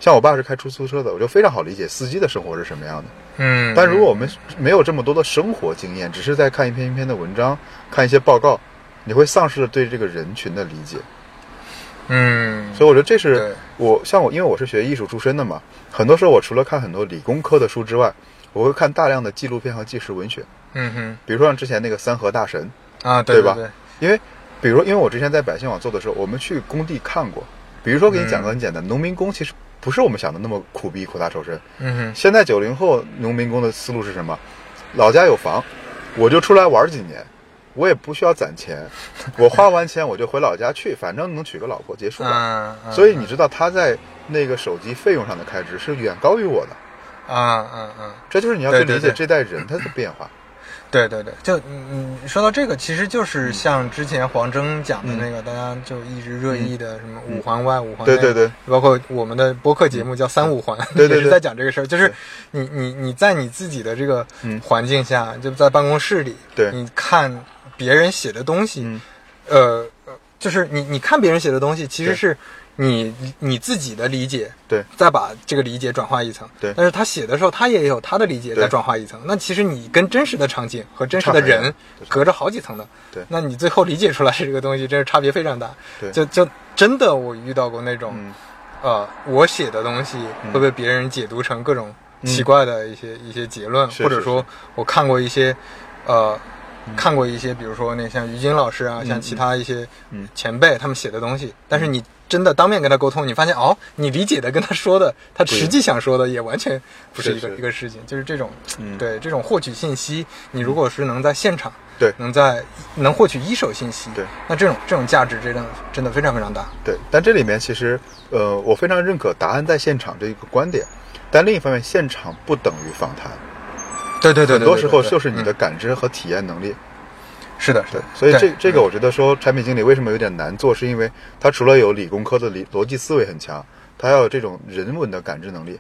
像我爸是开出租车的，我就非常好理解司机的生活是什么样的。嗯，但如果我们没有这么多的生活经验，只是在看一篇一篇的文章，看一些报告，你会丧失了对这个人群的理解。嗯，所以我觉得这是对我像我，因为我是学艺术出身的嘛，很多时候我除了看很多理工科的书之外，我会看大量的纪录片和纪实文学，嗯哼比如说像之前那个三河大神，啊，对吧对对，因为比如说因为我之前在百姓网做的时候，我们去工地看过，比如说给你嗯讲个很简单，农民工其实不是我们想的那么苦逼苦大仇深，嗯哼现在九零后农民工的思路是什么？老家有房，我就出来玩几年，我也不需要攒钱，我花完钱我就回老家去，反正能娶个老婆结束了。嗯，嗯所以你知道他在那个手机费用上的开支是远高于我的，啊啊啊。这就是你要去对对理解对这代人他的变化。对对对，就嗯嗯，说到这个，其实就是像之前黄峥讲的那个，大家就一直热议的什么五环外、五环内，对对对，包括我们的播客节目叫三五环，对对也是对在讲这个事儿，就是你你你在你自己的这个嗯环境下，就在办公室里，对你看别人写的东西嗯，呃，呃就是你你看别人写的东西，其实对是你你自己的理解，对再把这个理解转化一层。对但是他写的时候，他也有他的理解对再转化一层。那其实你跟真实的场景和真实的差很人远对隔着好几层的。对那你最后理解出来这个东西，真是差别非常大。对就就真的我遇到过那种，嗯呃，我写的东西会被别人解读成各种奇怪的一些、一些结论，嗯是或者是嗯说我看过一些，呃。看过一些，比如说那像于晶老师啊，像其他一些嗯前辈他们写的东西，但是你真的当面跟他沟通，你发现哦，你理解的跟他说的，他一实样际想说的也完全不是一个是是一个事情，就是这种，嗯对这种获取信息，你如果是能在现场，对能在能获取一手信息，对，那这种这种价值真的真的非常非常大，对，但这里面其实，呃，我非常认可“答案在现场”这一个观点，但另一方面，现场不等于访谈，对对对，很多时候就是你嗯的感知和体验能力。是的，是对的，，所以这对嗯这个我觉得说产品经理为什么有点难做，是因为他除了有理工科的理逻辑思维很强，他要有这种人文的感知能力。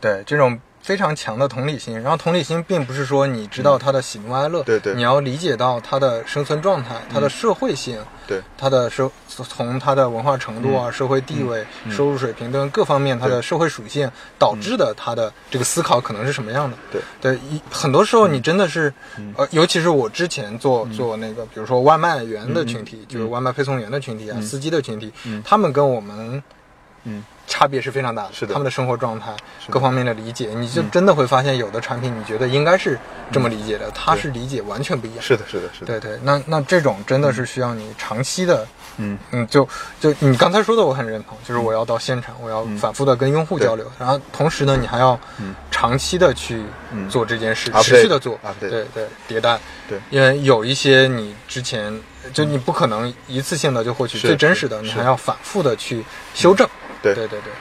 对这种非常强的同理心。然后同理心并不是说你知道他的喜怒哀乐，嗯对对你要理解到他的生存状态、他的社会性、对他的社从他的文化程度啊、嗯社会地位、收入水平等各方面，他的社会属性导致的他的这个思考可能是什么样的。对嗯对，一很多时候你真的是，呃，尤其是我之前做做那个，比如说外卖员的群嗯体，就是外卖配送员的群体啊，司机的群体，他们跟我们嗯，差别是非常大的，是的他们的生活状态的嗯各方面的理解，你就真的会发现，有的产品你觉得应该是这么理解的，它是理解完全不一样。是的，是的，是的。对对，那那这种真的是需要你长期的，嗯嗯，就就你刚才说的，我很认同，就是我要到现场，我要嗯反复的跟用户交流，然后同时呢，你还要长期的去嗯做这件事， Update，持续的做， update 对对，迭代，对嗯因为有一些你之前就你不可能一次性的就获取是最真实的，是你是还要反复的去修正，对对对对，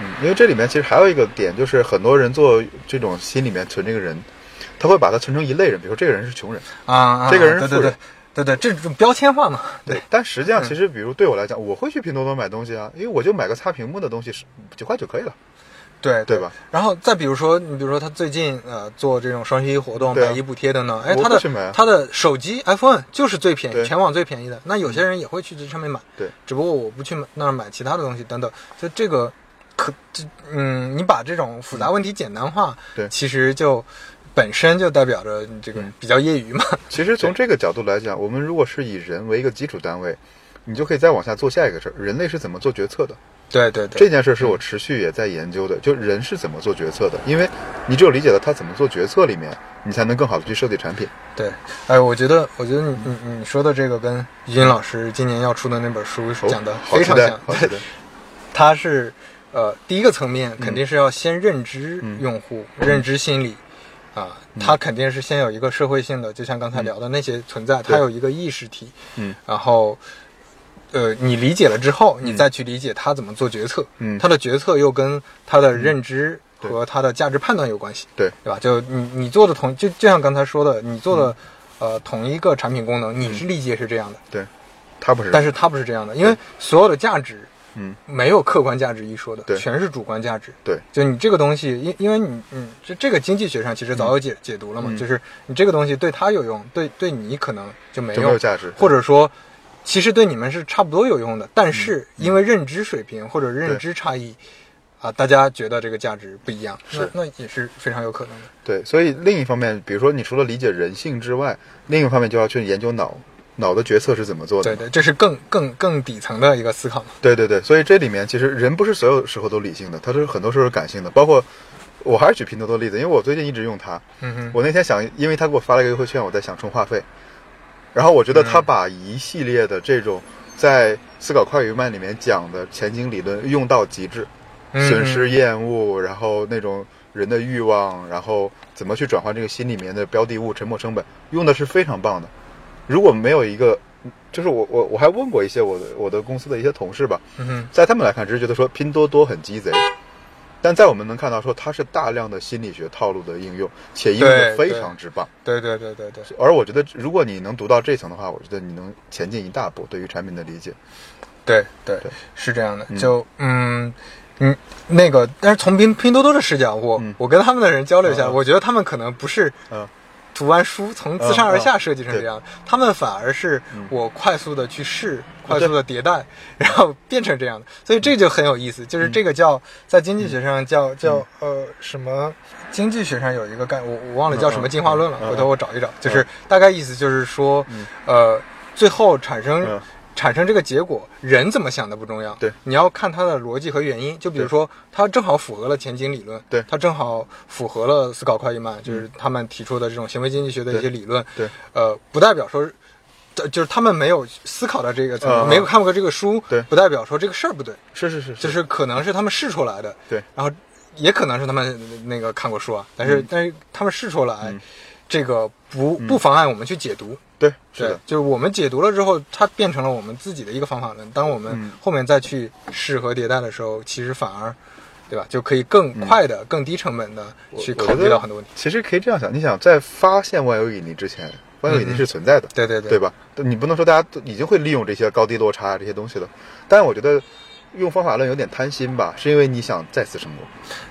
嗯，因为这里面其实还有一个点，就是很多人做这种心里面存这个人，他会把他存成一类人，比如说这个人是穷人，啊啊，这个人是对对富对人对对，这种标签化嘛，对， [laughs] 但实嗯际上其实比如对我来讲，我会去拼多多买东西啊，因为我就买个擦屏幕的东西，十九块就可以了，对对吧？然后再比如说，你比如说他最近呃做这种双十一活动、对啊百亿补贴等等，哎，我他不去买的啊他的手机 iPhone 就是最便宜，对全网最便宜的。那有些人也会去这上面买，对，只不过我不去买那儿买其他的东西等等。就这个可这嗯，你把这种复杂问题简单化，对嗯其实就本身就代表着你这个比较业余嘛。 [laughs] 其实从这个角度来讲，我们如果是以人为一个基础单位，你就可以再往下做下一个事儿：人类是怎么做决策的？对对嗯这对，件事是我持续也在研究的，就人是怎么做决策的。因为你只有理解了他怎么做决策里面，你才能更好的去设计产品。对，哎，我觉得我觉得你你你说的这个跟于军老师今年要出的那本书哦讲的好期非常待像，，好 [laughs] 期待。它是呃第一个层面肯定是要先认知用户、嗯认知心理啊，它肯定是先有一个社会性的，就像刚才聊的那些存在，它有一个意识体，嗯，然后。呃，你理解了之后，你再去理解他怎么做决策，嗯他的决策又跟他的认知和他的价值判断有关系，对对吧？就你你做的同就就像刚才说的，你嗯做的、呃同一个产品功能，你是理解是这样的，对，他不是，但是它不是这样的，因为所有的价值嗯，没有客观价值一说的，对全是主观价值。对，就你这个东西，因因为你，嗯，这这个经济学上其实早嗯有解、解读了嘛，就是你这个东西对他有用，对对你可能就没就用，没有价值嗯或者说其实对你们是差不多有用的，但是因为认知水平或者认对知差异，啊，大家觉得这个价值不一样，是那那也是非常有可能的。对。所以另一方面，比如说你除了理解人性之外，另一方面就要去研究脑脑的决策是怎么做的对。对，这是更更更底层的一个思考嘛。对对对，所以这里面其实人不是所有时候都理性的，他是很多时候是感性的。包括我还是举拼多多例子，因为我最近一直用它。嗯哼，我那天想，因为他给我发了一个优惠券，我在想充话费。然后我觉得他把一系列的这种在《思考快与慢》里面讲的前景理论用到极致，嗯损失、厌恶，然后那种人的欲望，然后怎么去转换这个心里面的标的物、沉没成本，用的是非常棒的。如果没有一个，就是我我我还问过一些我的我的公司的一些同事吧，嗯哼，在他们来看，只是觉得说拼多多很鸡贼，但在我们能看到说它是大量的心理学套路的应用，且应用的非常之棒。对对对对对，而我觉得，如果你能读到这层的话，我觉得你能前进一大步，对于产品的理解。对对对，是这样的。就嗯嗯，那个，但是从拼拼多多的视角，我嗯我跟他们的人交流一下，嗯嗯我觉得他们可能不是嗯读完书从自上而下设计成嗯嗯嗯这样，他们反而是我快速的去试，快速的迭代，然后变成这样的。所以这就很有意思，嗯就是这个叫在经济学上叫叫呃什么？经济学上有一个概，我我忘了叫什么嗯嗯进化论了，嗯嗯回头我找一找。就是大概意思就是说，呃，最后产生嗯产生这个结果，人怎么想的不重要，对你要看它的逻辑和原因。就比如说，它正好符合了前景理论，对嗯它正好符合了思考快意慢，就是他们提出的这种行为经济学的一些理论，对，呃，不代表说。呃就是他们没有思考到这个层面，嗯嗯没有看过这个书，对不代表说这个事儿不对，是是是，就是可能是他们试出来的，对然后也可能是他们那个看过书啊，但嗯是、但是他们试出来，这个不不妨碍我们去解读，对嗯是对的，，就是我们解读了之后，它变成了我们自己的一个方法论。当我们嗯后面再去试和迭代的时候，其实反而，对吧，就可以更快的、更低成本的去嗯我考觉虑得到很多问题。其实可以这样想，你想在发现万有引力之前，万有引力是存在的，对对对吧？你不能说大家都已经会利用这些高低落差这些东西了，但我觉得用方法论有点贪心吧，是因为你想再次成功，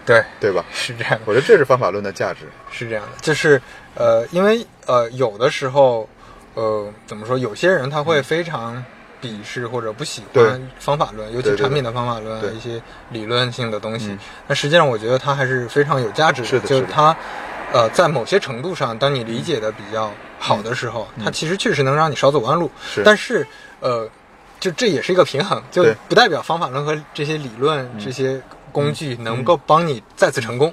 对，对吧？是这样的，我觉得这是方法论的价值。是这样的，就是呃，因为呃，有的时候，呃，怎么说，有些人他会非常。鄙视或者不喜嗯对欢方法论，尤对其对产品的方法论啊，对一些理论性的东西嗯。但实际上，我觉得它还是非常有价值是的就是的它，呃，在某些程度上，当你理解的比较好的时候，它其实确实能让你少走弯路。嗯是但是，呃，就这也是一个平衡，就对嗯不代表方法论和这些理论、这些工具能够帮你再次成功。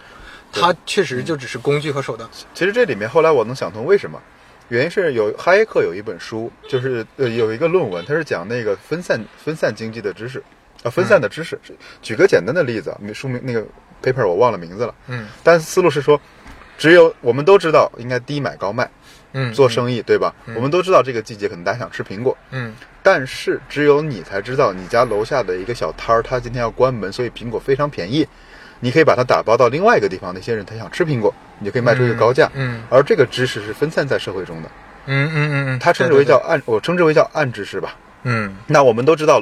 它确嗯实就只是工具和手段。其实这里面后来我能想通为什么，原因是有哈耶克有一本书，就是呃有一个论文，它是讲那个分散分散经济的知识，啊、分散的知识。嗯举个简单的例子啊，书名那个 paper 我忘了名字了，嗯但思路是说，只有我们都知道应该低买高卖嗯，做生意，对吧？我们都知道这个季节可能大家想吃苹果，嗯但是只有你才知道，你家楼下的一个小摊儿，它今天要关门，所以苹果非常便宜。你可以把它打包到另外一个地方，那些人他想吃苹果，你就可以卖出一个高价。嗯而这个知识是分散在社会中的，嗯嗯嗯嗯，它称之对为对叫暗，我称之为叫暗知识吧。对嗯那我们都知道，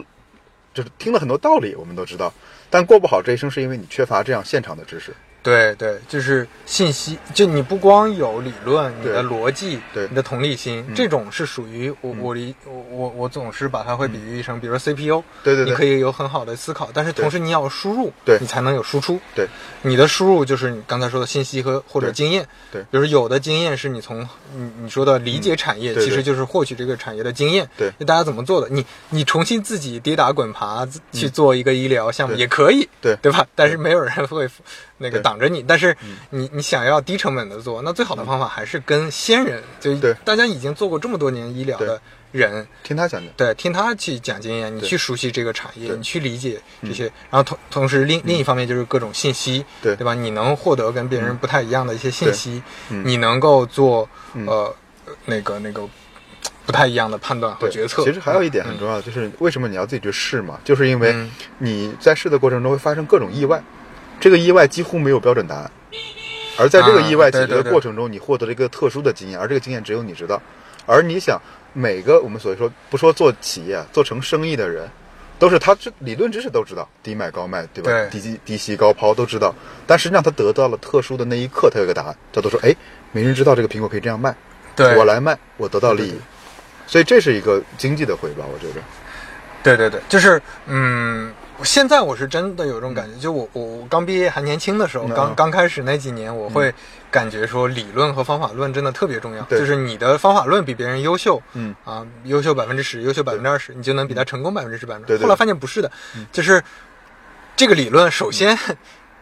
就是听了很多道理，我们都知道，但过不好这一生是因为你缺乏这样现场的知识。对对，就是信息，就你不光有理论，你对的逻辑，对你的同理心，这种是属于我我理我我我总是把它会比喻成，比如说 CPU，对对对你可以有很好的思考，但是同时你要有输入，对你才能有输出，对，你的输入就是你刚才说的信息和或者对经验，对比如有的经验是你从你你说的理解产业，嗯对对其实就是获取这个产业的经验，对就大家怎么做的，你你重新自己跌打滚爬自去做一个医疗项目对也可以，对对吧？但是没有人会那个对嗯挡着你，但是你你想要低成本的做，那最好的方法还是跟先人，就对大家已经做过这么多年医疗的人，听他讲讲，对，听他去讲经验，你对去熟悉这个产业，对嗯你去理解这些，然后同同时另另一方面就是各种信息，对对吧？你能获得跟别人不太一样的一些信息，嗯你能够做呃那个那个不太一样的判断和对决策。其实还有一点很重要的，就是为什么你要自己去试嘛？就是因为嗯你在试的过程中会发生各种意外，这个意外几乎没有标准答案。而在这个意外啊对解决对的对过程中，你获得了一个特殊的经验，而这个经验只有你知道。而你想，每个我们所说不说做企业、做成生意的人，都是他知理论知识都知道，低买高卖，对吧？对低吸低吸高抛都知道，但实际上他得到了特殊的那一刻，他有一个答案，叫做说，哎，没人知道这个苹果可以这样卖，对我来卖，我得到利益对对，所以这是一个经济的回报，我觉得。对对对，就是嗯，现在我是真的有这种感觉，就我我我刚毕业还年轻的时候，嗯刚刚开始那几年，我会感觉说理论和方法论真的特别重要，对就是你的方法论比别人优秀，嗯啊，优秀百分之十，优秀百分之二十，你就能比他成功百分之十百分之。对对嗯后来发现不是的，就是这个理论首先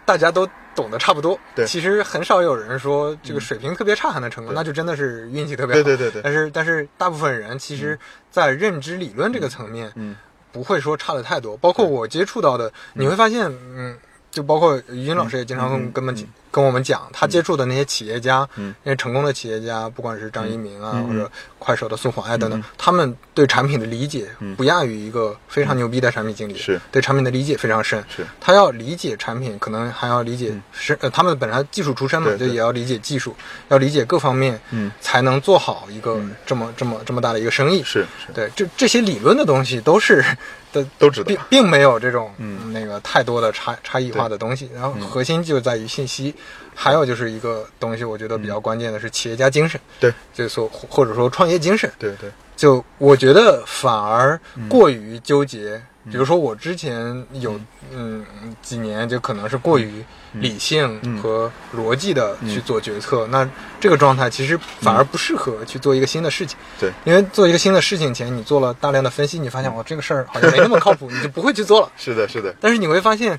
大家都。懂得差不多，对嗯其实很少有人说这个水平特别差还能成功，对那就真的是运气特别嗯好。对对对对但是但是大部分人其实，在认知理论这个层面，嗯不会说差的嗯太多。包括我接触到的，你会发现，嗯，就包括于军老师也经常跟嗯跟我们嗯跟我们讲，他接触的那些企业家，嗯那些成功的企业家，不管是张一鸣啊，嗯嗯嗯或者快手的宋黄爱等等，他们对产品的理解不亚于一个非常牛逼的产品经理，是对产品的理解非常深，是嗯他要理解产品，可能还要理解是、呃他们本来技术出身嘛，对对就也要理解技术，要理解各方面，嗯才能做好一个这么、这么这么大的一个生意，是是，对，这这些理论的东西都是的， [laughs] 都知道并并没有这种嗯那个太多的差差异化的东西。然后核心就在于信息，还有就是一个东西，我觉得比较关键的是企业家精神，嗯对就是说或或者说创业精神。对对，就我觉得反而过于纠结，比如说我之前有嗯几年就可能是过于理性和逻辑的去做决策，那这个状态其实反而不适合去做一个新的事情。对因为做一个新的事情前，你做了大量的分析，你发现哦这个事儿好像没那么靠谱，你就不会去做了。是的是的，但是你会发现，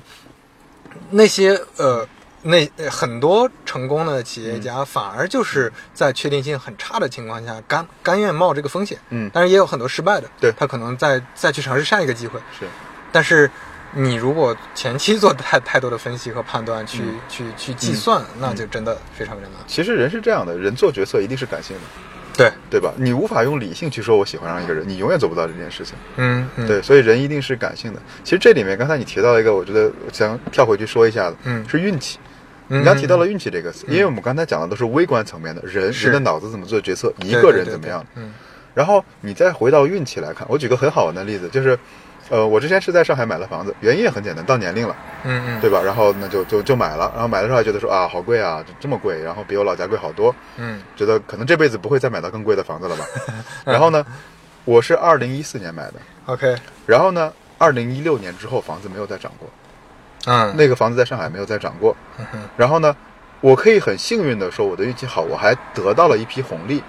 那些呃，那呃很多成功的企业嗯家反而就是在确定性很差的情况下，甘甘愿冒这个风险。嗯但是也有很多失败的，对他可能再再去尝试下一个机会。是但是你如果前期做太太多的分析和判断，去、嗯去去计算，那就真的非常非常难。其实人是这样的，人做决策一定是感性的，对，对吧？你无法用理性去说我喜欢上一个人，你永远做不到这件事情。嗯，嗯，对，所以人一定是感性的。其实这里面刚才你提到一个，我觉得我想跳回去说一下的，嗯是运气。嗯你刚提到了运气这个词，因为我们刚才讲的都是微观层面的，人是人的脑子怎么做决策，一对个对人对怎么对样。嗯然后你再回到运气来看，我举个很好玩的例子，就是，呃，我之前是在上海买了房子，原因也很简单，到年龄了，嗯嗯，对吧？然后那就就就买了，然后买的时候还觉得说啊，好贵啊，这这么贵，然后比我老家贵好多，嗯觉得可能这辈子不会再买到更贵的房子 [laughs] 了吧。然后呢，我是二零一四年买的， ，OK，然后呢，二零一六年之后房子没有再涨过，嗯，那个房子在上海没有再涨过。嗯嗯然后呢，我可以很幸运的说我的运气好，我还得到了一批红利，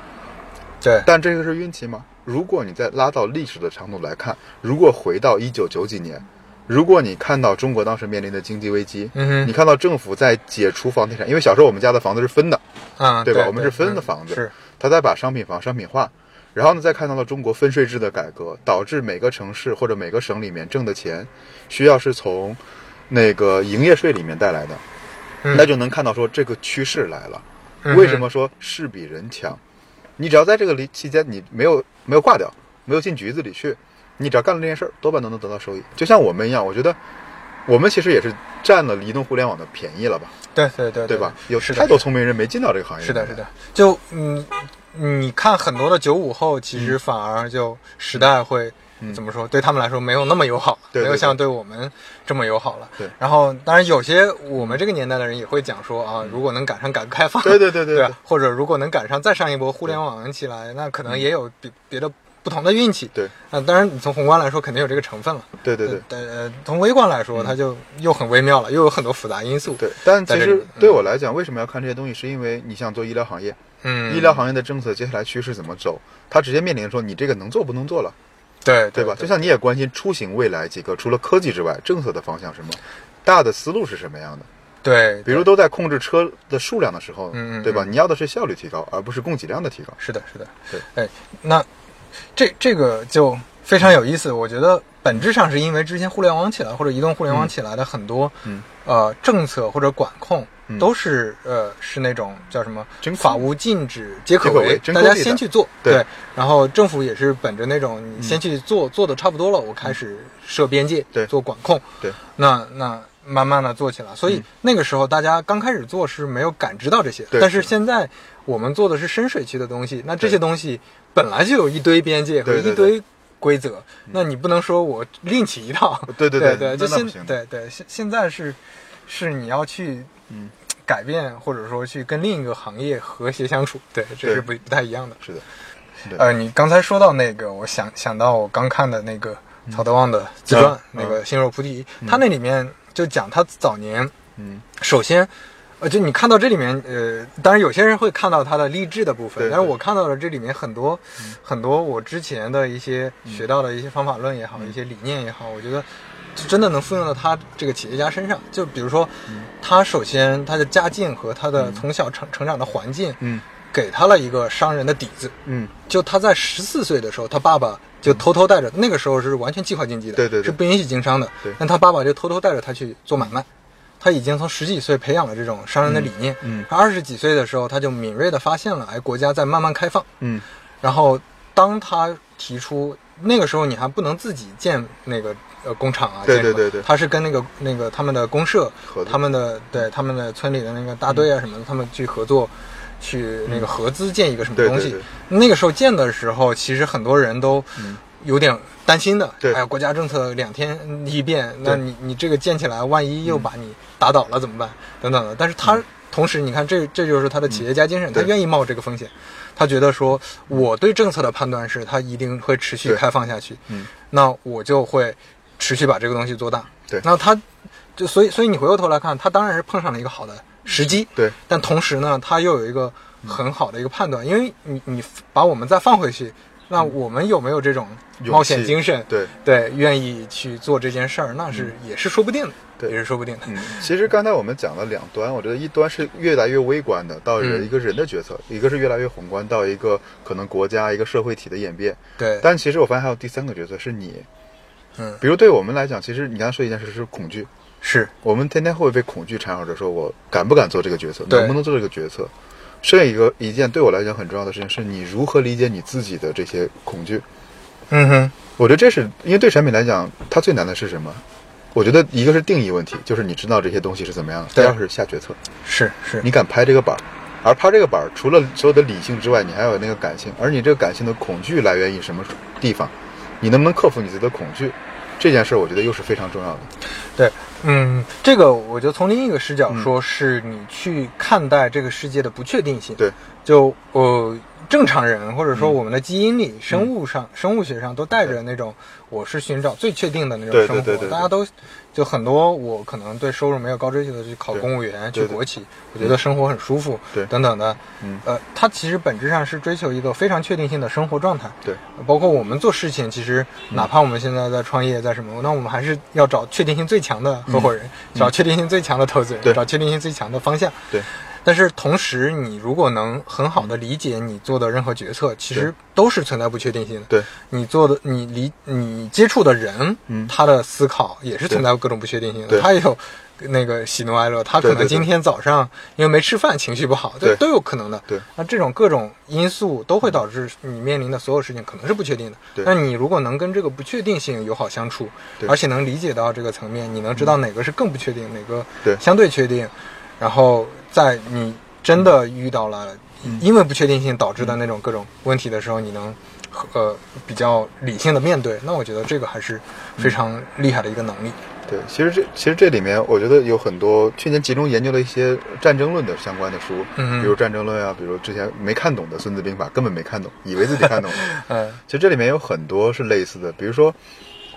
对，但这个是运气吗？如果你再拉到历史的长度来看，如果回到一九九几年，如果你看到中国当时面临的经济危机，嗯你哼，看到政府在解除房地产，因为小时候我们家的房子是分的，啊，对对吧我们是分的嗯房子是，他在把商品房商品化，然后呢，再看到了中国分税制的改革，导致每个城市或者每个省里面挣的钱，需要是从那个营业税里面带来的，嗯那就能看到说这个趋势来了。嗯为什么说势比人强？你只要在这个里期间你没有没有挂掉，没有进局子里去，你只要干了这件事儿，多半都能得到收益。就像我们一样，我觉得我们其实也是占了移动互联网的便宜了吧，对对啊对对吧？有是的太多聪明人没进到这个行业，是的，是的，，就嗯，你看很多的九五后，其嗯实反而就时代会、怎么说，对他们来说没有那么友好，对对没有对像对我们这么友好了。对然后当然有些我们这个年代的人也会讲说啊，如果能赶上改革开放，嗯对对对 [laughs] 对吧对嗯或者如果能赶上再上一波互联网起来，那可能也有别别的不同的运气。对啊，当然你从宏观来说肯定有这个成分了。对对对。嗯呃呃，从微观来说，它就又很微妙了，又有很多复杂因素。对，但在其这实里对我来讲，为什么要看这些东西？是因为你想做医疗行业，嗯，医疗行业的政策接下来趋势怎么走，它直接面临说你这个能做不能做了，对对吧？就像你也关心出行未来几个除了科技之外，政策的方向是什么，大的思路是什么样的？对，比如都在控制车的数量的时候嗯嗯，对吧？你要的是效率提高，而不是供给量的提高。是的，是的，对哎，那这这个就非常有意思。我觉得本质上是因为之前互联网起来或者移动互联网起来的很多、嗯呃政策或者管控。嗯都是呃，是那种叫什么真“空法无禁止皆可皆可为为”，真大空家地带先去做，对嗯然后政府也是本着那种你先去做，做的差不多了，我开始设边界，对做管控，对，那那慢慢的做起来。所以那个时候大家刚开始做是没有感知到这些，嗯对但是是的现在我们做的是深水区的东西，那这些东西本来就有一堆边界和对对嗯一堆规则，那你不能说我另起一套，对对对对那就那不现行对对现现在是是你要去嗯改变或者说去跟另一个行业和谐相处，对，这对是不不太一样的。是的，对呃，你刚才说到那个，我想想到我刚看的那个曹德旺的自传，嗯那个《心若菩提》，他那里面就讲他早年，嗯，首先，呃，就你看到这里面，呃，当然有些人会看到他的励志的部分，对但是对嗯我看到了这里面很多、很多我之前的一些学到的一些方法论也嗯好，一些理念也好，我觉得就真的能复用到他这个企业家身上。就比如说，嗯他首先他的家境和他的从小成成长的环境，嗯，给他了一个商人的底子，嗯，就他在十四岁的时候，他爸爸就偷偷带着，那个时候是完全计划经济的，对对对是不允许经商的。对但他爸爸就偷偷带着他去做买卖，他已经从十几岁培养了这种商人的理念。嗯嗯他二十几岁的时候，他就敏锐地发现了，哎，国家在慢慢开放。嗯然后当他提出那个时候，你还不能自己建那个呃工厂啊，对建什么对对对他是跟那个那个他们的公社合作他们的对他们的村里的那个大队啊什么的，他们去合作，去那个合资建一个什么嗯对东西。对嗯那个时候建的时候，其实很多人都有点担心的。对哎呀，国家政策两天一变，那你你这个建起来，万一又把你打倒了怎么办？等等的。但是他、同时，你看这这就是他的企业家精神，他嗯对愿意冒这个风险。他觉得说，我对政策的判断是，它一定会持续对开放下去。嗯，那我就会持续把这个东西做大。对那他就所以所以你回过头来看，他当然是碰上了一个好的时机，对，但同时呢，他又有一个很好的一个判断，因为你你把我们再放回去，那我们有没有这种勇气冒险精神？对。对，嗯愿意去做这件事儿，那是也是说不定的，对也是说不定的。嗯，其实刚才我们讲了两端，我觉得一端是越来越微观的，到嗯一个人的决策；一个是越来越宏观，到一个可能国家、一个社会体的演变。对，但其实我发现还有第三个角色是你，嗯比如对我们来讲，其实你刚才说一件事是恐惧，是我们天天会被恐惧缠绕着，说我敢不敢做这个决策，对能不能做这个决策。剩下一个一件对我来讲很重要的事情，是你如何理解你自己的这些恐惧。嗯哼，我觉得这是因为对产品来讲，它最难的是什么？我觉得一个是定义问题，就是你知道这些东西是怎么样的；第对二是下决策，是是，你敢拍这个板儿。而拍这个板儿，除了所有的理性之外，你还有那个感性，而你这个感性的恐惧来源于什么地方？你能不能克服你自己的恐惧？这件事儿，我觉得又是非常重要的。对，嗯，这个我觉得从另一个视角嗯说，是你去看待这个世界的不确定性。对，嗯就呃，正常人或者说我们的基因里、生物上、生物学上都带着那种我是寻找最确定的那种对对生活，对对对大家都就很多我可能对收入没有高追求的去考对公务员、对对去国企，我觉得生活很舒服，对等等的，嗯呃，它其实本质上是追求一个非常确定性的生活状态。对，包括我们做事情，其实哪怕我们现在在创业，在什么，那我们还是要找确定性最强的合伙人，找确定性最强的投资嗯对人，找确定性最强的方向。对，但是同时，你如果能很好的理解你做的任何决策，其实都是存在不确定性的。对，你做的，你理你接触的人，嗯他的思考也是存在各种不确定性对的，他也有。那个喜怒哀乐，他可对对能对今天早上因为没吃饭，情绪不好，对都有可能的。对，那这种各种因素都会导致你面临的所有事情可能是不确定的。对那你如果能跟这个不确定性友好相处对，嗯而且能理解到这个层面，你能知道哪个是更不确定，哪个对相对确定，然后在你真的嗯遇到了因为不确定性导致的那种各种问题的时候，你能呃比较理性的面对。那我觉得这个还嗯是非常厉害的一个能力。对，其实这其实这里面，我觉得有很多去年集中研究了一些战争论的相关的书，嗯哼比如《战争论》啊，比如之前没看懂的《孙子兵法》，根本没看懂，以为自己看懂 [laughs] 了。嗯，其实这里面有很多是类似的，比如说，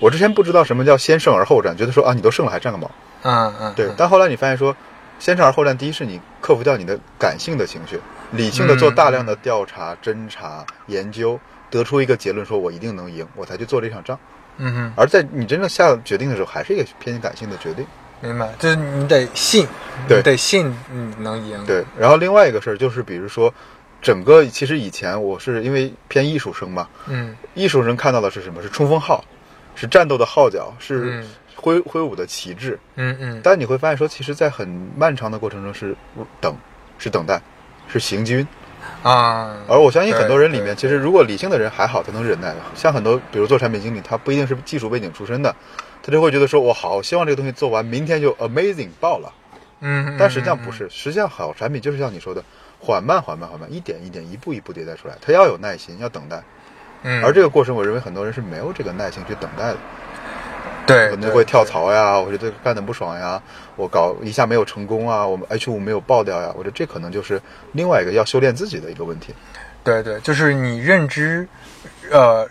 我之前不知道什么叫先胜而后战，觉得说啊，你都胜了还战个毛？嗯嗯，对嗯，但后来你发现说，先胜而后战，第一是你克服掉你的感性的情绪，理性的做嗯大量的调查、侦查、研究，得出一个结论，说我一定能赢，我才去做这场仗。嗯哼，而在你真正下决定的时候，还是一个偏感性的决定。明白，就是你得信，对你得信你能赢。对，然后另外一个事儿就是，比如说，整个其实以前我是因为偏艺术生嘛，嗯，艺术生看到的是什么？是冲锋号，是战斗的号角，是嗯挥挥舞的旗帜。嗯嗯但你会发现说，其实，在很漫长的过程中是等，是等待，是行军。啊，而我相信很多人里面，对其实如果理性的人还好，他能忍耐。像很多，比如做产品经理，他不一定是技术背景出身的，他就会觉得说，我好希望这个东西做完，明天就 amazing 爆了。嗯，嗯但实际上不，是，实际上好产品就是像你说的，缓慢、缓慢、缓慢，一点一点、一步一步迭代出来。它要有耐心，要等待。嗯，而这个过程，我认为很多人是没有这个耐心去等待的，对可能哎对会跳槽呀，我觉得干的不爽呀，我搞一下没有成功啊，我们 H 五没有爆掉呀，我觉得这可能就是另外一个要修炼自己的一个问题。对对，就是你认知，呃，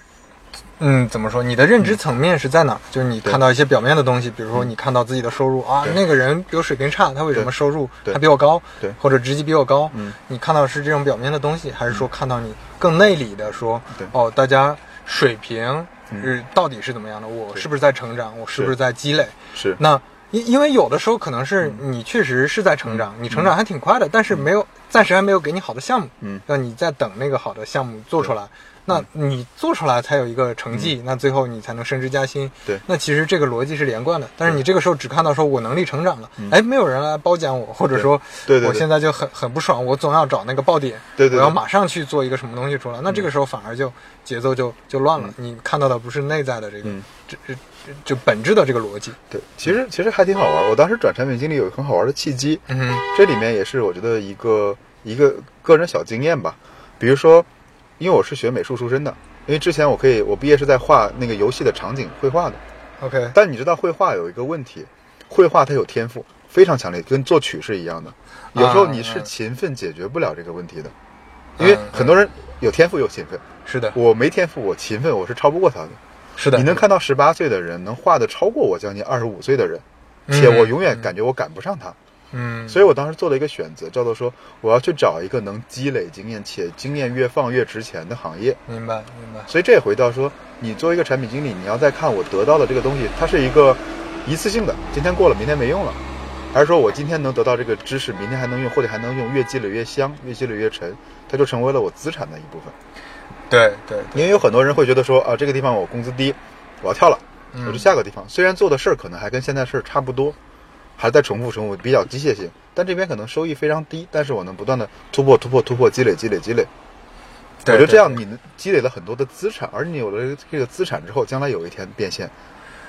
嗯，怎么说？你的认知层面是在哪儿？就是你看到一些表面的东西，比如说你看到自己的收入啊嗯对，那个人比我水平差，他为什么收入对他比我高，对或者职级比我高嗯？你看到是这种表面的东西，还是说看到你更内里的说对，哦，大家水平嗯是到底是怎么样的？我是不是在成长？我是不是在积累？是，那因因为有的时候可能是嗯你确实是在成长，你成长还挺快的，但是没有暂时还没有给你好的项目，嗯，那你在等那个好的项目做出来，那你做出来才有一个成绩，那最后你才能升职加薪。嗯对那其实这个逻辑是连贯的。但是你这个时候只看到说我能力成长了，哎，没有人来褒奖我，或者说嗯对对对我现在就很很不爽，我总要找那个爆点，对对对嗯我要马上去做一个什么东西出来。那这个时候反而就节奏就就乱了，你看到的不是内在的这个嗯这这这就本质的这个逻辑。对，其实其实还挺好玩。我当时转产品经理有一个很好玩的契机，嗯哼这里面也是我觉得一个一个个人小经验吧。比如说，因为我是学美术出身的，因为之前我可以我毕业是在画那个游戏的场景绘画的， ，OK，但你知道绘画有一个问题，绘画它有天赋，非常强烈，跟作曲是一样的。有时候你是勤奋解决不了这个问题的，因为很多人有天赋有勤奋，是的，我没天赋我勤奋我是超不过他的。是的，你能看到十八岁的人能画的超过我将近二十五岁的人，嗯且我永远感觉我赶不上他。嗯，所以我当时做了一个选择，叫做说我要去找一个能积累经验且经验越放越值钱的行业。明白明白，所以这也回到说，你作为一个产品经理，你要再看我得到的这个东西，它是一个一次性的，今天过了，明天没用了，还是说我今天能得到这个知识，明天还能用，或者还能用，越积累越香，越积累越沉，它就成为了我资产的一部分。对对因为有很多人会觉得说啊，这个地方我工资低，我要跳了，嗯我就下个地方。虽然做的事儿可能还跟现在事儿差不多，还在重复重复，比较机械性，但这边可能收益非常低，但是我能不断的突破突破突破，积累积累积累。对我觉得这样对你能积累了很多的资产，而你有了这个资产之后，将来有一天变现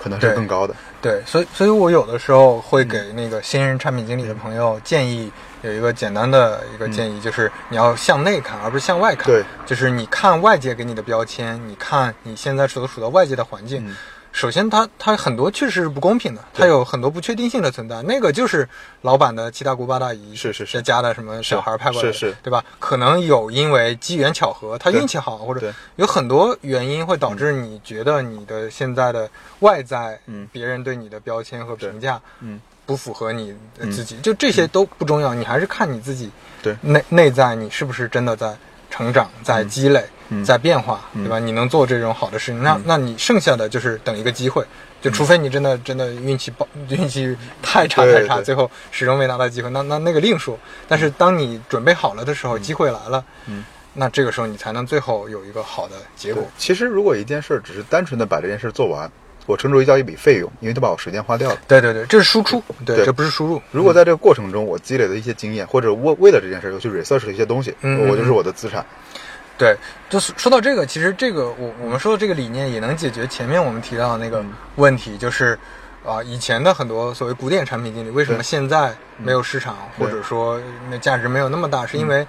可能是对更高的。对，所以所以我有的时候嗯会给那个新人产品经理的朋友建议，有一个简单的一个建议，就是你要向内看，而不是向外看。嗯对，就是你看外界给你的标签，你看你现在所处的外界的环境。嗯首先它，它很多确实是不公平的，它有很多不确定性的存在。那个就是老板的七大姑八大姨，是是是再加的什么小孩派过来的，是是对吧？可能有因为机缘巧合，他对运气好，或对者有很多原因会导致你觉得你的现在的外在，嗯别人对你的标签和评价，嗯，不符合你呃自己，就这些都不重要，你还是看你自己对内内在你是不是真的在成长、在积累、嗯在变化，对吧？你能做这种好的事情，那那你剩下的就是等一个机会，嗯就除非你真的真的运气爆、运气太差对太差，对最后始终没拿到机会，那那那个另说。但是当你准备好了的时候，机会来了，嗯那这个时候你才能最后有一个好的结对果。其实如果一件事儿只是单纯的把这件事儿做完，我称之为叫一笔费用，因为它把我时间花掉了。对对对，这是输出，对，对这不是输入。如果在这个过程中，我积累的一些经验，或者为为了这件事儿又去 research 了一些东西，嗯嗯我就是我的资产。对，就是说到这个，其实这个我我们说的这个理念也能解决前面我们提到的那嗯个问题，就是啊、以前的很多所谓古典产品经理为什么对嗯现在没有市场，对嗯或者说那价值没有那么大，是因为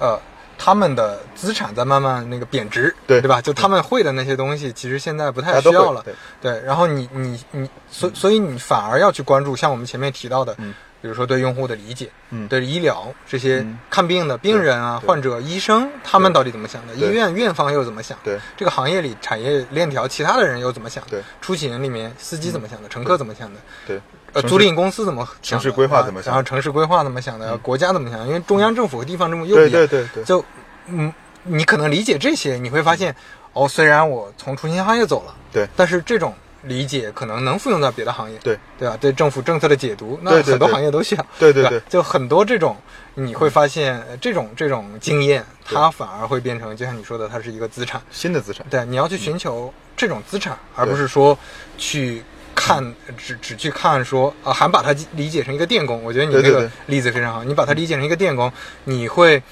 呃他们的资产在慢慢那个贬值，对对吧？就他们会的那些东西，其实现在不大太家都需会要了对，对。然后你你你，所所以你反而要去关注像我们前面提到的，嗯比如说对用户的理解，嗯对医疗这些嗯看病的病人啊、对患者、医生，他们到底怎么想的？对医院院方又怎么想？对，这个行业里产业链条，其他的人又怎么想？对，出行里面司机怎么想的？乘客怎么想的？对，呃，城市租赁公司怎么想城的？啊市规划怎么想的嗯然后城市规划怎么想的？国家怎么想的？因为中央政府和地方政府又不一对样，对对对，就嗯，你可能理解这些，你会发现，哦，虽然我从出行行业走了，对但是这种理解可能能复用到别的行业，对对吧？对政府政策的解读，那对对很多对行业都需要，对对吧对就很多这种，你会发现呃这种这种经验，它反而会变成，就像你说的，它是一个资产，新的资产。对，你要去寻嗯求这种资产，而不对是说去看只只去看说啊，还把它理解成一个电工。我觉得你对那对个对嗯例子非常好，你把它理解成一个电工，你会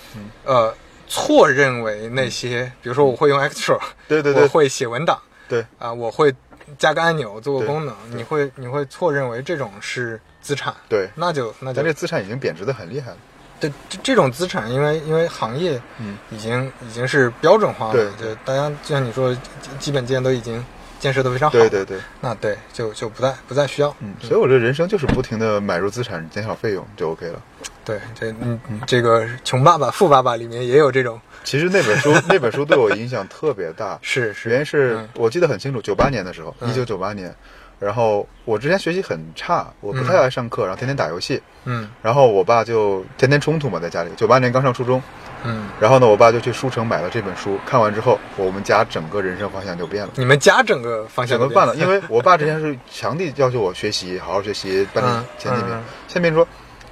呃错认为那些，比如说我会用 Extra，嗯对对我对会写文档对啊，我会加个按钮做对个功能，你会你会错认为这种是资产，对，那就那就咱这资产已经贬值的很厉害了。对这这种资产，因为因为行业嗯已经已经是标准化了，对就大家就像你说，基基本件都已经建设的非常啊好，对对对，那对就就不再不再需要，嗯，所以我觉得人生就是不停的买入资产，减少费用就 OK [laughs] 了。对这嗯这个《穷爸爸富爸爸》里面也有这种，其实那本书 [laughs] 那本书对我影响特别大，是原因是，是嗯我记得很清楚，九八年的时候，嗯一九九八年，然后我之前学习很差，我不太爱上课，然后天天打游戏，嗯然后我爸就天天冲突嘛，在家里。九八年刚上初中，嗯，然后呢，我爸就去书城买了这本书，看完之后，我们家整个人生方向就变了。你们家 [laughs] 整个方向整都个办了，变因为我爸之前是强力要求我学习，好好学习，班里嗯前几名嗯。下面说，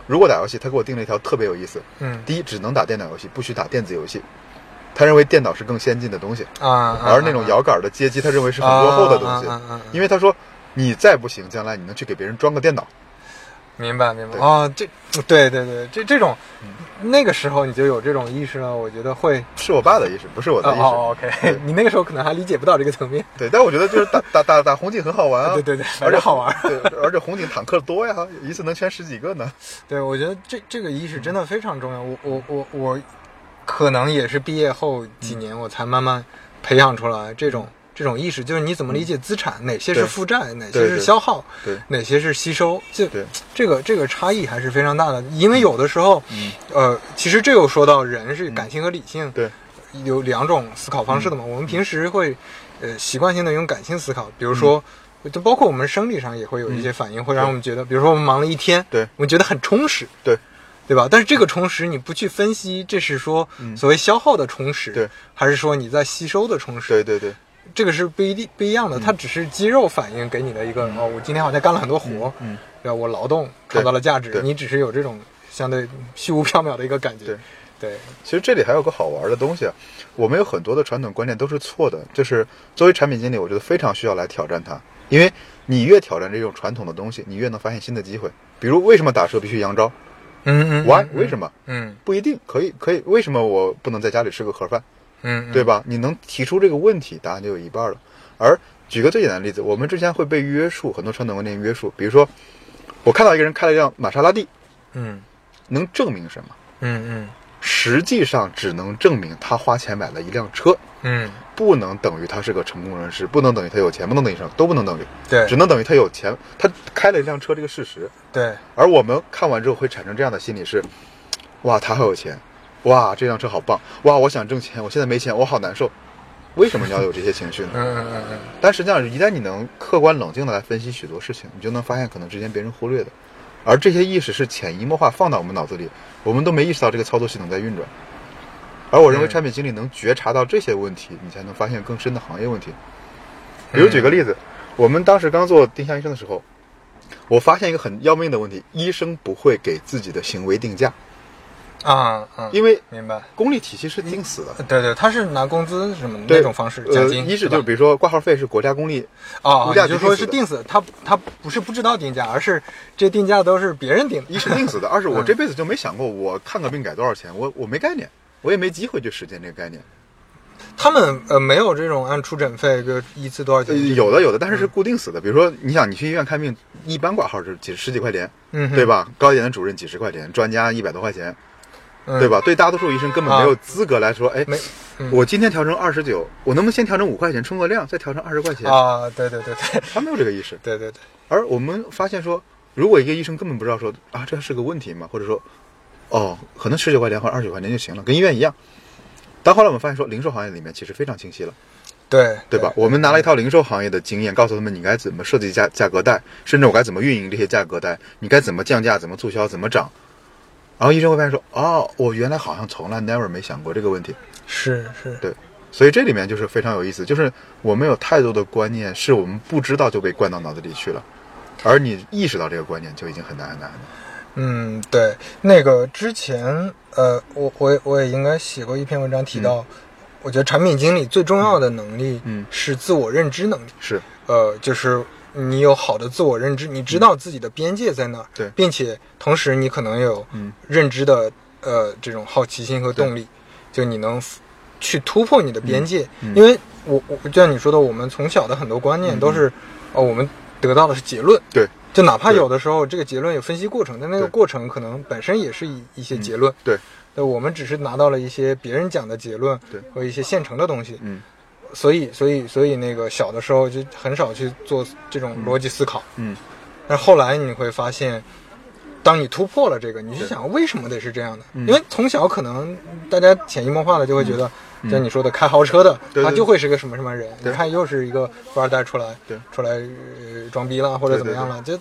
如果打游戏，他给我定了一条特别有意思：嗯第一，只能打电脑游戏，不许打电子游戏；他认为电脑是更先进的东西，啊，而那种摇杆的街机，他认为是很落后的东西啊啊啊啊啊，因为他说你再不行，将来你能去给别人装个电脑。明白明白对嗯啊，这对对对，这这种那个时候你就有这种意识了，我觉得会是我爸的意识，不是我的哦意识。哦，OK，你 [laughs] 那个时候可能还理解不到这个层面， [laughs] 对，但我觉得就是打打打打红警很好玩啊，对对对 [laughs] 而反且正好玩。对，而且红警坦克多呀，一次能圈十几个呢。对我觉得这这个意识真的非常重要，我我我我可能也是毕业后几年我才慢慢培养出来这种这种意识，就是你怎么理解资产，哪些对是负债，哪些嗯对是对消耗，对哪些是吸收，这对这个这个差异还是非常大的，因为有的时候，呃，其实这又说到人是感性和理性，嗯对，嗯有两种思考方式的嘛。我们平时会呃习惯性的用感性思考，比如说，嗯就包括我们生理上也会有一些反应，会让我们觉得，比如说我们忙了一天，对我们觉得很充实，对对吧？但是这个充实，你不去分析，这是说所谓消耗的充实，嗯对，还是说你在吸收的充实？对嗯对对，这个是不一定不一样的，它只是肌肉反应给你的一个、哦，我今天好像干了很多活，嗯嗯嗯对吧？我劳动创造了价值对，对你只是有这种相对虚无缥缈的一个感觉，对对，其实这里还有个好玩的东西啊，我们有很多的传统观念都是错的，就是作为产品经理，我觉得非常需要来挑战它，因为你越挑战这种传统的东西，你越能发现新的机会。比如为什么打车必须扬招嗯嗯？Why？为什么？嗯不一定可以，可以为什么我不能在家里吃个盒饭？嗯，对吧？你能提出这个问题，答案就有一半了。而举个最简单的例子，我们之前会被约束，很多传统观念约束，比如说，我看到一个人开了一辆玛莎拉蒂，嗯能证明什么？嗯实际上只能证明他花钱买了一辆车，嗯嗯，不能等于他是个成功人士，不能等于他有钱，不能等于什么，都不能等于，对，只能等于他有钱，他开了一辆车这个事实。对而我们看完之后会产生这样的心理是：哇，他好有钱，哇，这辆车好棒，哇，我想挣钱，我现在没钱，我好难受。为什么你要有这些情绪呢？嗯嗯嗯嗯，但实际上，一旦你能客观冷静的来分析许多事情，你就能发现可能之前别人忽略的，而这些意识是潜移默化放到我们脑子里，我们都没意识到这个操作系统在运转。而我认为嗯产品经理能觉察到这些问题，你才能发现更深的行业问题。比如举个例嗯子，我们当时刚做定向医生的时候，我发现一个很要命的问题：医生不会给自己的行为定价，啊啊，因为明白。公立体系是定死的。对对，他是拿工资什么对嗯那种方式，奖呃，金。一是吧就是比如说挂号费是国家公立哦，物价你就是说定死是的定死，他他不是不知道定价，而是这定价都是别人定的。一是定 [laughs] 死的，二是我嗯这辈子就没想过我看个病改多少钱，我我没概念，我也没机会去实践这个概念。他们呃没有这种按出诊费，比如一次多少呃钱？有的有的，但是嗯是固定死的。比如说，你想你去医院看病，一般挂号是几十几块钱，嗯哼对吧？高一点的主任几十块钱，专家一百多块钱，嗯对？吧？对大多数医生根本没有啊资格来说，哎，没嗯我今天调成二十九，我能不能先调成五块钱，冲个量，再调成二十块钱？啊，对对对对他没有这个意识。对对对，而我们发现说，如果一个医生根本不知道说啊这是个问题嘛，或者说哦可能十九块钱或者二十九块钱就行了，跟医院一样。但后来我们发现说，零售行业里面其实非常清晰了，对对吧？？我们拿了一套零售行业的经验，告诉他们你该怎么设计价价格带，甚至我该怎么运营这些价格带，你该怎么降价、怎么促销、怎么涨。然后医生会发现说，哦，我原来好像从来 never 没想过这个问题。是是，对，所以这里面就是非常有意思，就是我们有太多的观念是我们不知道就被灌到脑子里去了，而你意识到这个观念就已经很难很难了。嗯，对，那个之前呃，我我也我也应该写过一篇文章提到，我觉得产品经理最重要的能力嗯嗯嗯是自我认知能力，是呃，就是你有好的自我认知，你知道自己的边界在哪儿，嗯对并且同时你可能有嗯认知的呃这种好奇心和动力，就你能 f- 去突破你的边界，嗯嗯嗯因为我我就像你说的，我们从小的很多观念都是，呃，我们得到的是结论，对就哪怕对有的时候这个结论有分析过程，但那个对嗯过程可能本身也是一一些结论，对，对，我们只是拿到了一些别人讲的结论对和一些现成的东西，嗯所以，所以，所以那个小的时候就很少去做这种逻辑思考，嗯但是后来你会发现，当你突破了这个，你去对嗯想为什么得是这样的？因为从小可能大家潜移默化的就会觉得，像你说的开豪车的，嗯对对他对就会是个什么什么人。你对看，又是一个富二代出来对，出来、呃装逼了或者对怎么对样了，就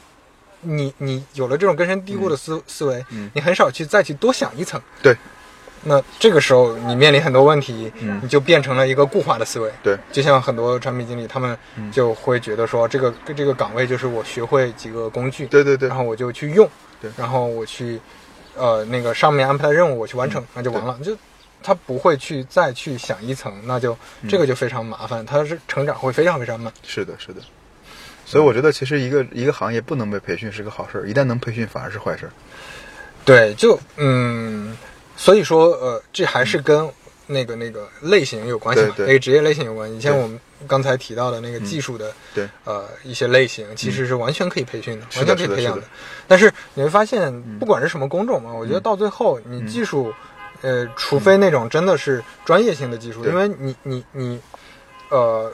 你你有了这种根深蒂固的思、思维嗯，你很少去再去多想一层。对那这个时候你面临很多问题，嗯你就变成了一个固化的思维。对就像很多产品经理，他们就会觉得说，这个这个岗位就是我学会几个工具，对对对然后我就去用，对嗯然后我去，呃，那个上面安排的任务我去完成，那就完了，就他不会去再去想一层，那就嗯这个就非常麻烦，他是成长会非常非常慢。是的，是的。所以我觉得，其实一个一个行业不能被培训是个好事儿，一旦能培训反而是坏事儿。对，就嗯，所以说呃，这还是跟那个那个类型有关系嘛，对对那个职业类型有关系。以前对嗯我们刚才提到的那个技术的、对，嗯呃一些类型，其实是完全可以培训的，是完的全可以培养是的是的嗯但是你会发现，不管是什么工种嘛，我觉得到最后你技术，呃，除非那种真的是专业性的技术，嗯对因为你你你，呃。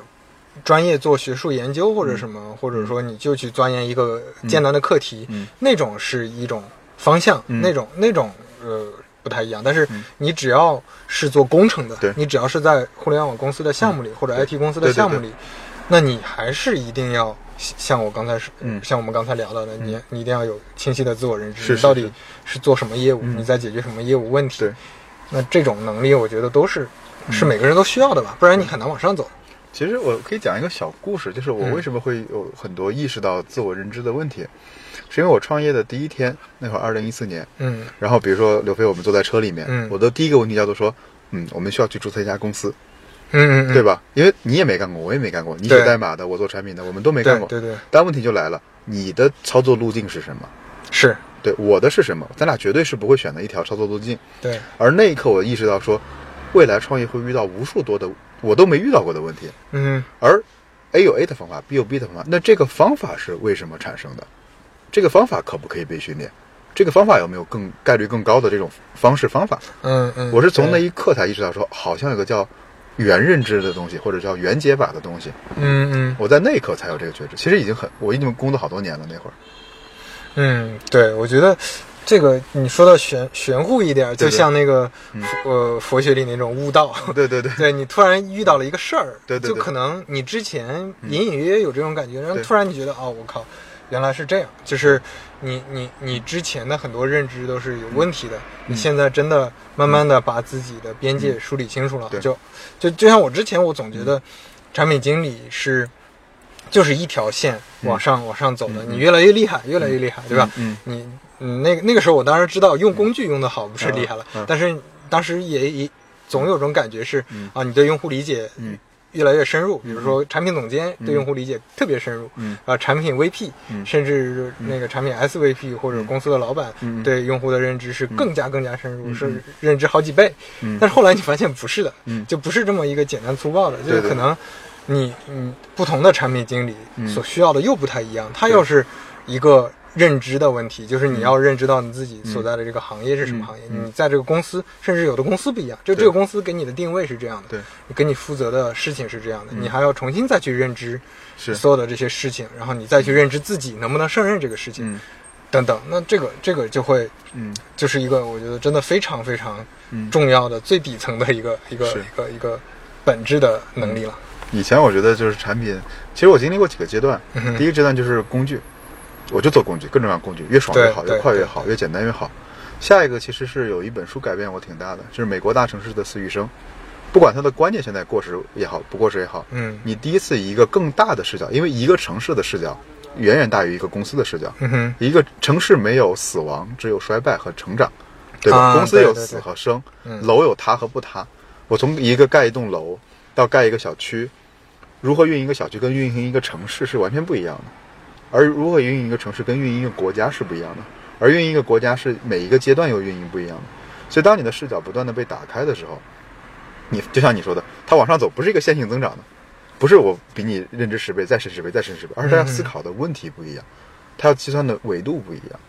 专业做学术研究或嗯者什么，或者说你就去钻研一个艰难的课题，嗯那种是一种方向，嗯那种那种呃不太一样。但是你只要是做工程的，对嗯你只要是在互联网公司的项目里、或者 IT 公司对对的项目对里，那你还是一定要像像我刚才是，嗯像我们刚才聊到的，你你一定要有清晰的自我认知，是你是到是底是做什么业务，嗯你在解决什么业务问题对。嗯那这种能力，我觉得都是是每个人都需要的吧，不然你很难往上走。其实我可以讲一个小故事，就是嗯我为什么会有很多意识到自我认知的问题，是因为我创业的第一天，那会儿二零一四年，嗯然后比如说刘飞，我们坐在车里面，嗯我的第一个问题叫做说，嗯，我们需要去注册一家公司，嗯嗯，对吧？吧？因为你也没干过，我也没干过，你对写代码的，我做产品的，我们都没干对过。对对，但问题就来了，你的操作路径是什么？是，对，我的是什么？咱俩绝对是不会选择一条操作路径。对而那一刻，我意识到说，未来创业会遇到无数多的我都没遇到过的问题。嗯而 A 有 A 的方法，B 有 B 的方法，那这个方法是为什么产生的？这个方法可不可以被训练？这个方法有没有更概率更高的这种方式方法？嗯嗯，我是从那对一刻才意识到说，好像有个叫原认知的东西，或者叫原解法的东西。嗯嗯我在那一刻才有这个觉知。其实已经很，我已经工作好多年了那会儿。嗯，对，我觉得这个你说到玄玄乎一点儿，就对对嗯像那个佛呃佛学里那种悟道，对对对，对你突然遇到了一个事儿，对对对就可能你之前隐隐约约有这种感觉，然后对突然你觉得哦，我靠，原来是这样，就是你你你之前的很多认知都是有嗯问题的，你现在真的慢慢的把自己的边界梳理清楚了，嗯对嗯就就就像我之前我总觉得产品经理是。就是一条线往上、往上走的，你越来越厉害，越来越厉害，对吧？嗯你嗯，那个那个时候我当然知道用工具用的好不是嗯厉害了，嗯但是当时也也总有种感觉是、嗯啊，你对用户理解嗯越来越深入，比如说产品总监对用户理解特别深入，嗯啊，产品 VP，、嗯甚至那个产品 SVP 或者公司的老板、嗯嗯对用户的认知是更加更加深入，嗯是认知好几倍。嗯但是后来你发现不是的，嗯就不是这么一个简单粗暴的，就对是对可能你嗯不同的产品经理嗯所需要的又不太一样，他又是一个。认知的问题，嗯就是你要认知到你自己所在的这个行业是什么行业，你在这个公司，甚至有的公司不一样，就这对个公司给你的定位是这样的，对，嗯给你负责的事情是这样的，你还要重新再去认知是所有的这些事情，然后你再去认知自己能不能胜任这个事情，嗯等等。那这个这个就会嗯，就是一个我觉得真的非常非常嗯重要的、最底层的一个一个是一个一个本质的能力了。以前我觉得就是产品，其实我经历过几个阶段。嗯哼第一个阶段就是工具，我就做工具，各种各样的工具，越爽对越好，对越快越对好，越简单越好。下一个其实是有一本书改变我挺大的，就是美国大城市的死与生。不管它的观念现在过时也好，不过时也好，嗯你第一次以一个更大的视角，因为一个城市的视角远远大于一个公司的视角。嗯哼，一个城市没有死亡，只有衰败和成长，对吧？啊公司对有对死对和生，嗯楼有塌和不塌。我从一个盖一栋楼到盖一个小区，如何运营一个小区跟运营一个城市是完全不一样的，而如何运营一个城市跟运营一个国家是不一样的，而运营一个国家是每一个阶段又运营不一样的。所以，当你的视角不断的被打开的时候，你就像你说的，它往上走不是一个线性增长的，不是我比你认知十倍，再是十倍，再是十倍，而是它要思考的问题不一样，它要计算的维度不一样。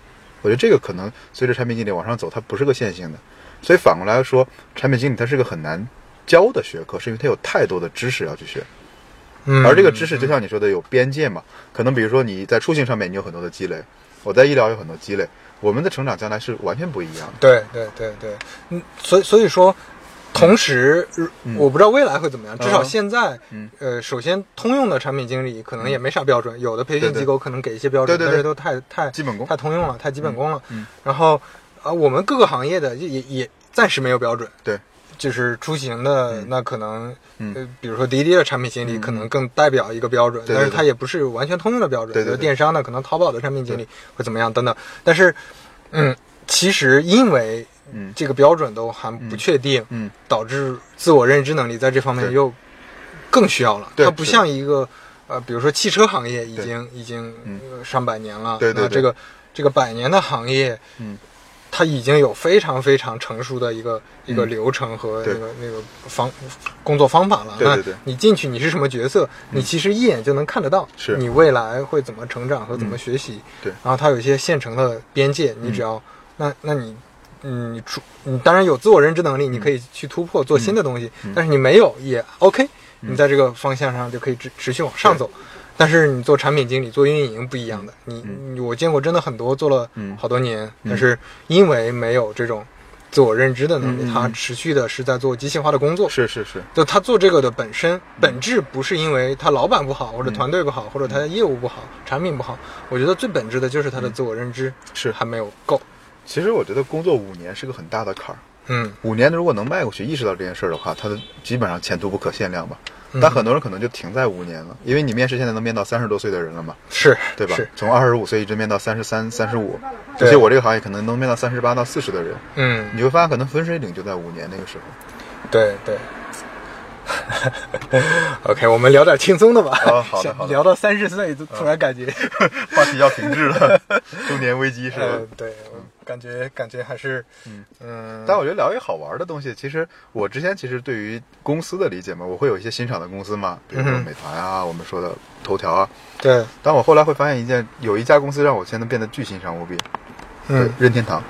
我觉得这个可能随着产品经理往上走，它不是个线性的，所以反过来说，产品经理它是个很难教的学科，是因为它有太多的知识要去学，嗯而这个知识就像你说的有边界嘛，可能比如说你在出行上面你有很多的积累，我在医疗有很多积累，我们的成长将来是完全不一样的。对对对对，嗯，所以所以说，同时、我不知道未来会怎么样，至少现在，嗯呃，首先通用的产品经理可能也没啥标准，有的培对训对机构可能给一些标准，对对对但是都太太基本功太通用了，太基本功了。嗯嗯然后啊、呃我们各个行业的也也也暂时没有标准，对，就是出行的、嗯那可能，嗯呃，比如说滴滴的产品经理嗯可能更代表一个标准，对对但是它对也不是完全通用的标准。对对比如对电商的可能淘宝的产品经理会怎么样等等，但是，嗯，其实因为嗯这个标准都还不确定，嗯，导致自我认知能力在这方面是又更需要了。对它不是像一个呃，比如说汽车行业已对经已经、嗯呃上百年了，对对那对这个这个百年的行业，嗯，它已经有非常非常成熟的一个、一个嗯流程和那对个那个方工作方法了。对对对嗯那你进去你是什么角色，你其实一眼就能看得到，是嗯你未来会怎么成长和怎么学习。对然后它有一些现成的边界，你嗯只要、那那你。嗯，你出你当然有自我认知能嗯力，你可以去突破做新的东西，但是你没有也 OK，你嗯在这个方向上就可以持持续往上走。但是你做产品经理、做运营不一样的，你、你我见过真的很多做了嗯好多年，但是因为没有这种自我认知的能力，嗯嗯嗯他持续的是在做机械化的工作。是是是，就他做这个的本嗯身本质不是因为他老板不好，或者团队不好，或者他嗯的业务不好、产品不好。我觉得最本质的就是他的自我认知是还没有够。其实我觉得工作五年是个很大的坎儿。嗯，五年如果能迈过去，意识到这件事儿的话，他的基本上前途不可限量吧。嗯但很多人可能就停在五年了，因为你面试现在能面到三十多岁的人了嘛，是，对吧？是，从二十五岁一直面到三十三、三十五，对而且我这个行业可能能面到三十八到四十的人，嗯，你会发现可能分水岭就在五年那个时 [laughs] 候。对对。OK，我们聊点轻松的吧。啊好的 [laughs] 想好的嗯聊到三十岁，突然感觉，话题要停滞了，中年危 [laughs] 机是吧？呃，对，我感觉感觉还是，嗯，但我觉得聊一好玩的东西，其实我之前其实对于公司的理解嘛，我会有一些欣赏的公司嘛，比如说嗯哼美团啊，我们说的头条啊。对，但我后来会发现一件，有一家公司让我现在变得巨欣赏无比，嗯任天堂。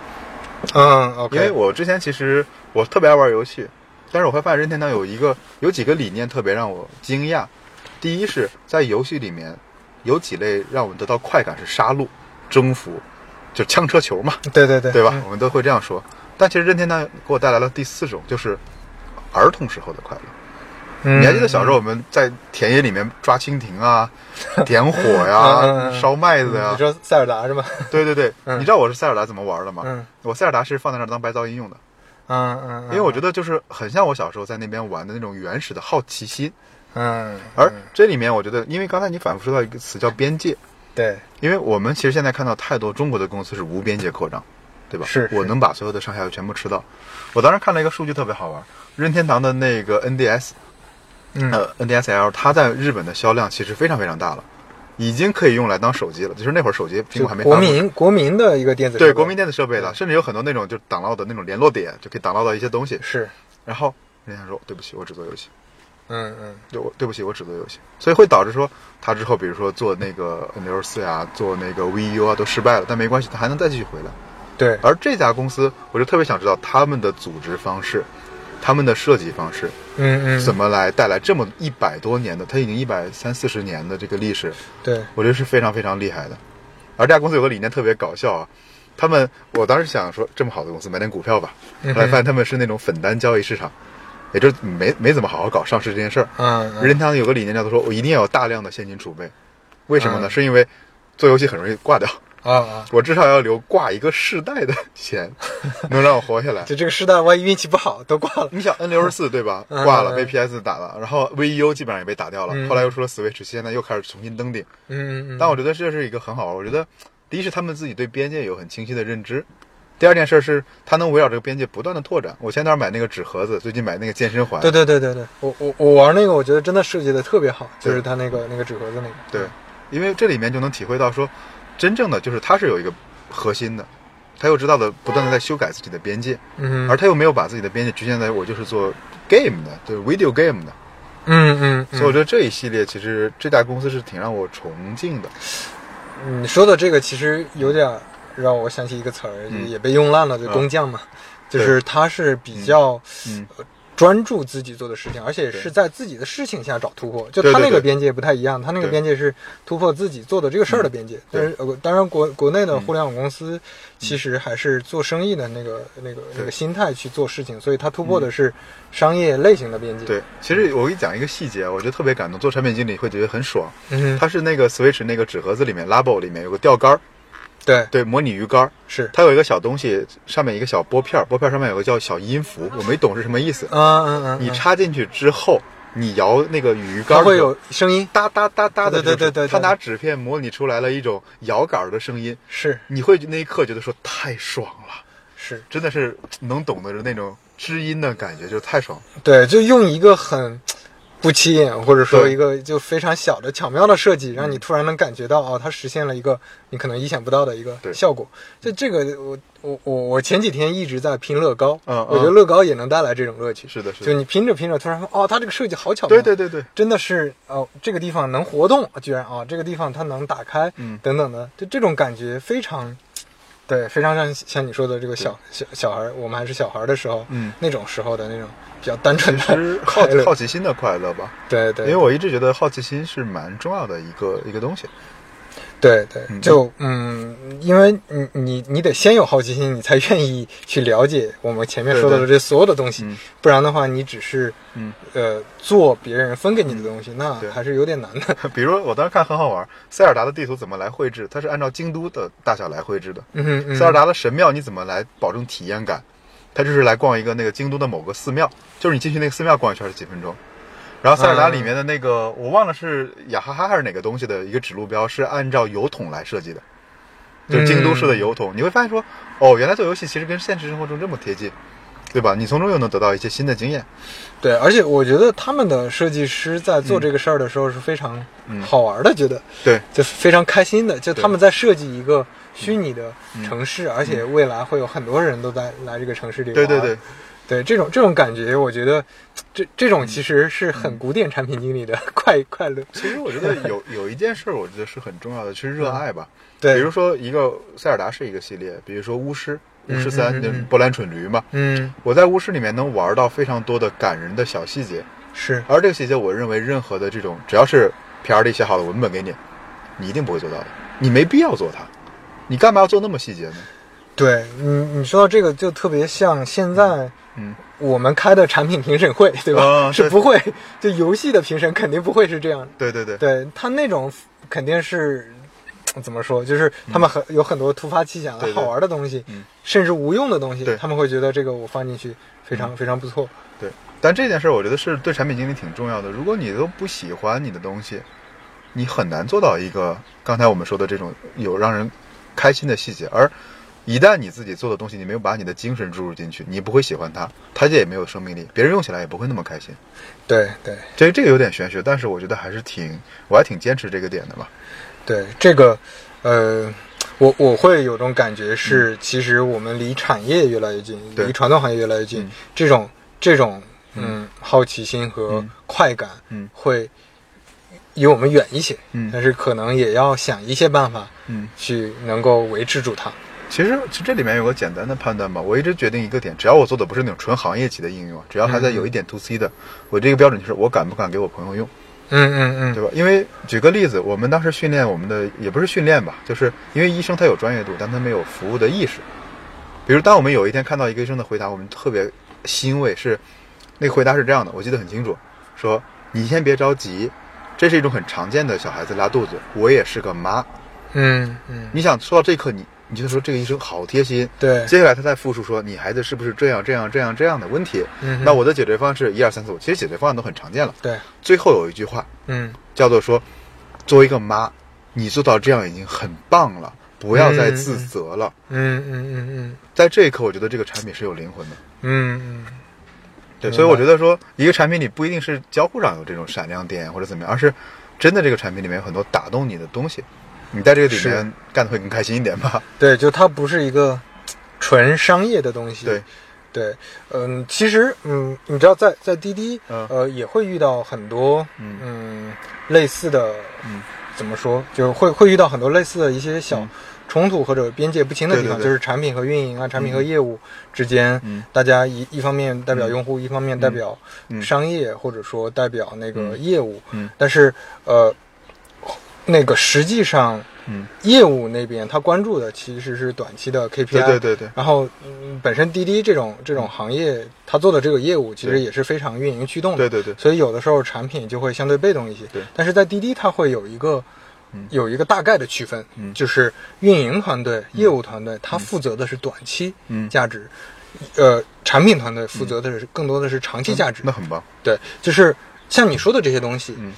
嗯，OK，因为我之前其实我特别爱玩游戏，但是我会发现任天堂有一个有几个理念特别让我惊讶。第一是在游戏里面有几类让我得到快感是杀戮、征服，就枪车球嘛，对对对，对吧？我们都会这样说。但其实任天堂给我带来了第四种，就是儿童时候的快乐。嗯？你还记得小时候我们在田野里面抓蜻蜓 [laughs] 啊、点火嗯嗯呀、嗯烧麦子你呀？说塞尔达是吧？ [laughs] 对对对，嗯你知道我是塞尔达怎么玩的吗？嗯我塞尔达是放在那儿当白噪音用的，嗯嗯，因为我觉得，得就是很像我小时候在那边玩的那种原始的好奇心。嗯，而这里面，我觉得，因为刚才你反复说到一个词叫边界，对，因为我们其实现在看到太多中国的公司是无边界扩张，对吧？是我是能把所有的上下游全部吃到。我当时看了一个数据特别好玩，任天堂的那个 NDS，嗯呃，NDSL，它在日本的销量其实非常非常大了，已经可以用来当手机了。就是那会儿手机苹就果还没发国布民国民的一个电子设对备国民电子设备了，甚至有很多那种就是挡到的那种联络点，就可以挡到到一些东西。是，然后人家说对不起，我只做游戏。嗯嗯对我对不起，我只做游戏，所以会导致说他之后，比如说做那个 N 六四呀，做那个 VU 啊，都失败了，但没关系，他还能再继续回来。对，而这家公司，我就特别想知道他们的组织方式，他们的设计方式，嗯嗯，怎么来带来这么一百多年的，它已经一百三四十年的这个历史，对，我觉得是非常非常厉害的。而这家公司有个理念特别搞笑啊，他们我当时想说这么好的公司买点股票吧，嗯后来发现他们是那种粉单交易市场，也就是没没怎么好好搞上市这件事儿。嗯任嗯天堂有个理念叫做说，我一定要有大量的现金储备，为什么呢？嗯是因为做游戏很容易挂掉，啊啊，我至少要留挂一个世代的 [laughs] 钱，能让我活下来。就这个时代，万一运气不好都挂了，你想 N 六十四对吧？嗯挂了，嗯被 PS 打了，然后 VU 基本上也被打掉了，嗯后来又出了 Switch，现在又开始重新登顶。嗯嗯但我觉得这是一个很好玩。我觉得第一是他们自己对边界有很清晰的认知，第二件事是他能围绕这个边界不断的拓展。我前段买那个纸盒子，最近买那个健身环，对对对对对，我我我玩那个，我觉得真的设计的特别好，就对是它那个那个纸盒子那个，对，因为这里面就能体会到说，真正的就是他是有一个核心的，他又知道的不断的在修改自己的边界，嗯，而他又没有把自己的边界局限在我就是做 game 的，就是 video game 的，嗯嗯，嗯所以我觉得这一系列其实这家公司是挺让我崇敬的。嗯你说的这个其实有点儿让我想起一个词儿，嗯也被用烂了，就工匠嘛，就是他是比较嗯，专注自己做的事情，而且是在自己的事情下找突破。就他对对那个对边界不太一样，他那个对嗯边界是突破自己做的这个事儿的边界。但是呃当然国国内的互联网公司其实还是做生意的那个那个那个对心态去做事情，所以他突破的是商业类型的边界。对，其实我给你讲一个细节，啊我觉得特别感动，做产品经理会觉得很爽。嗯，它是那个 Switch 那个纸盒子里面 Labo 里面有个钓竿儿，对，对，模拟鱼竿儿。是，它有一个小东西，上面一个小拨片儿，拨片儿上面有个叫小音符，我没懂是什么意思。嗯嗯嗯，你嗯插进去之后，你摇那个鱼竿它儿的时候，会有声音，哒哒哒哒的这种声对对音，对对对他拿纸片模拟出来了一种摇杆儿的声音，是你会那一刻觉得说太爽了，是真的是能懂得那种知音的感觉，就太爽。对，就用一个很不起眼，或者说对一个就非常小的巧妙的设计，让你突然能感觉到哦，它实现了一个你可能意想不到的一个对效果。就这个，我我我我前几天一直在拼乐高，嗯嗯我觉得乐高也能带来这种乐趣。是的，是就的，你拼着拼着，突然发现哦，它这个设计好巧妙，对对对对，真的是哦，这个地方能活动，居然啊、哦，这个地方它能打开，嗯等等的，就这种感觉非常，对，非常像像你说的这个小小小孩儿，我们还是小孩儿的时候，嗯那种时候的那种比较单纯其实 [laughs] 的好快乐，好奇心的快乐吧，对对，因为我一直觉得好奇心是蛮重要的一个一个东西。对对，嗯就嗯，因为你你你得先有好奇心，你才愿意去了解我们前面说到的对这所有的东西，嗯不然的话，你只是嗯，呃做别人分给你的东西，那对还是有点难 [laughs] 的。比如我当时看很好玩，塞尔达的地图怎么来绘制？它是按照京都的大小来绘制的。嗯嗯，塞尔达的神庙你怎么来保证体验感？它就是来逛一个那个京都的某个寺庙，就是你进去那个寺庙逛一圈是几分钟。然后塞尔达里面的那个、我忘了是雅哈哈还是哪个东西的一个指路标是按照油桶来设计的，就是京都式的油桶。你会发现说，哦，原来做游戏其实跟现实生活中这么贴近，对吧？你从中又能得到一些新的经验。对，而且我觉得他们的设计师在嗯做这个事儿的时候是非常好玩的，觉得对，就非常开心的，就他们在设计一个嗯虚拟的城市，而且未来会有很多人都在来这个城市里玩。对对 [laughs] 对，对，这种这种感觉，我觉得这这种其实是很古典产品经理的 [laughs] 快快乐。嗯其实我觉得有有一件事，我觉得是很重要的，去热爱吧。对，比如说一个塞尔达是一个系列，比如说巫师，巫师嗯嗯三嗯就是嗯波兰蠢驴嘛。嗯，我在巫师里面能玩到非常多的感人的小细节，是而这个细节，我认为任何的这种只要是 PR 里写好的文本给你，你一定不会做到的，你没必要做它，你干嘛要做那么细节呢？对你你说到这个就特别像现在嗯，我们开的产品评审会，对吧？啊是对不会，就游戏的评审肯定不会是这样的。对对对，对他那种肯定是怎么说，就是他们很、有很多突发奇想啊对对好玩的东西，嗯甚至无用的东西对，嗯他们会觉得这个我放进去非常、非常不错。对，但这件事儿我觉得是对产品经理挺重要的。如果你都不喜欢你的东西，你很难做到一个刚才我们说的这种有让人开心的细节。而一旦你自己做的东西，你没有把你的精神注入进去，你不会喜欢它，它也没有生命力，别人用起来也不会那么开心。对对这这个有点玄学，但是我觉得还是挺，我还挺坚持这个点的吧。对，这个呃，我我会有种感觉是，其实我们离产业越来越近，嗯对离传统行业越来越近，嗯这种这种嗯好奇心和嗯快感，嗯会。离我们远一些，嗯但是可能也要想一些办法，嗯，去能够维持住它。其实其实这里面有个简单的判断吧，我一直决定一个点，只要我做的不是那种纯行业级的应用，啊只要还在有一点 to C 的，我这个标准就是我敢不敢给我朋友用。嗯嗯嗯，对吧？因为举个例子，我们当时训练我们的也不是训练吧，就是因为医生他有专业度，但他没有服务的意识。比如，当我们有一天看到一个医生的回答，我们特别欣慰是，那个回答是这样的，我记得很清楚，说你先别着急，这是一种很常见的小孩子拉肚子，我也是个妈。嗯嗯，你想说到这一刻，你你就说这个医生好贴心。对，接下来他再复述说你孩子是不是这样这样这样这样的问题，嗯哼那我的解决方案是一二三四五，其实解决方案都很常见了。对，最后有一句话，嗯，叫做说，作为一个妈，你做到这样已经很棒了，不要再自责了。嗯嗯嗯在这一刻，我觉得这个产品是有灵魂的。嗯嗯对，明所白以我觉得说，一个产品里不一定是交互上有这种闪亮点或者怎么样，而是真的这个产品里面有很多打动你的东西，你在这个里面干的会更开心一点吧？嗯，对，就它不是一个纯商业的东西。对，对，嗯，其实，嗯，你知道在，在滴滴，嗯呃，也会遇到很多，嗯类似的，嗯，怎么说，就是会会遇到很多类似的一些小嗯冲突或者边界不清的地方，对对对就是产品和运营啊，产品和业务之间，嗯大家一一方面代表用户，一方面代表嗯商业，或者说代表那个嗯业务，嗯但是，呃，那个实际上。嗯，业务那边他关注的其实是短期的 KPI，对对对对，然后，嗯，本身滴滴这种这种行业，它做的这个业务其实对也是非常运营驱动对的。对对所以有的时候产品就会相对被动一些。对但是在滴滴，它会有一个、有一个大概的区分，嗯就是运营团队、业务团队，它负责的是短期嗯价值，呃，产品团队负责的嗯是更多的是长期价值。那很棒。对，就是像你说的这些东西，嗯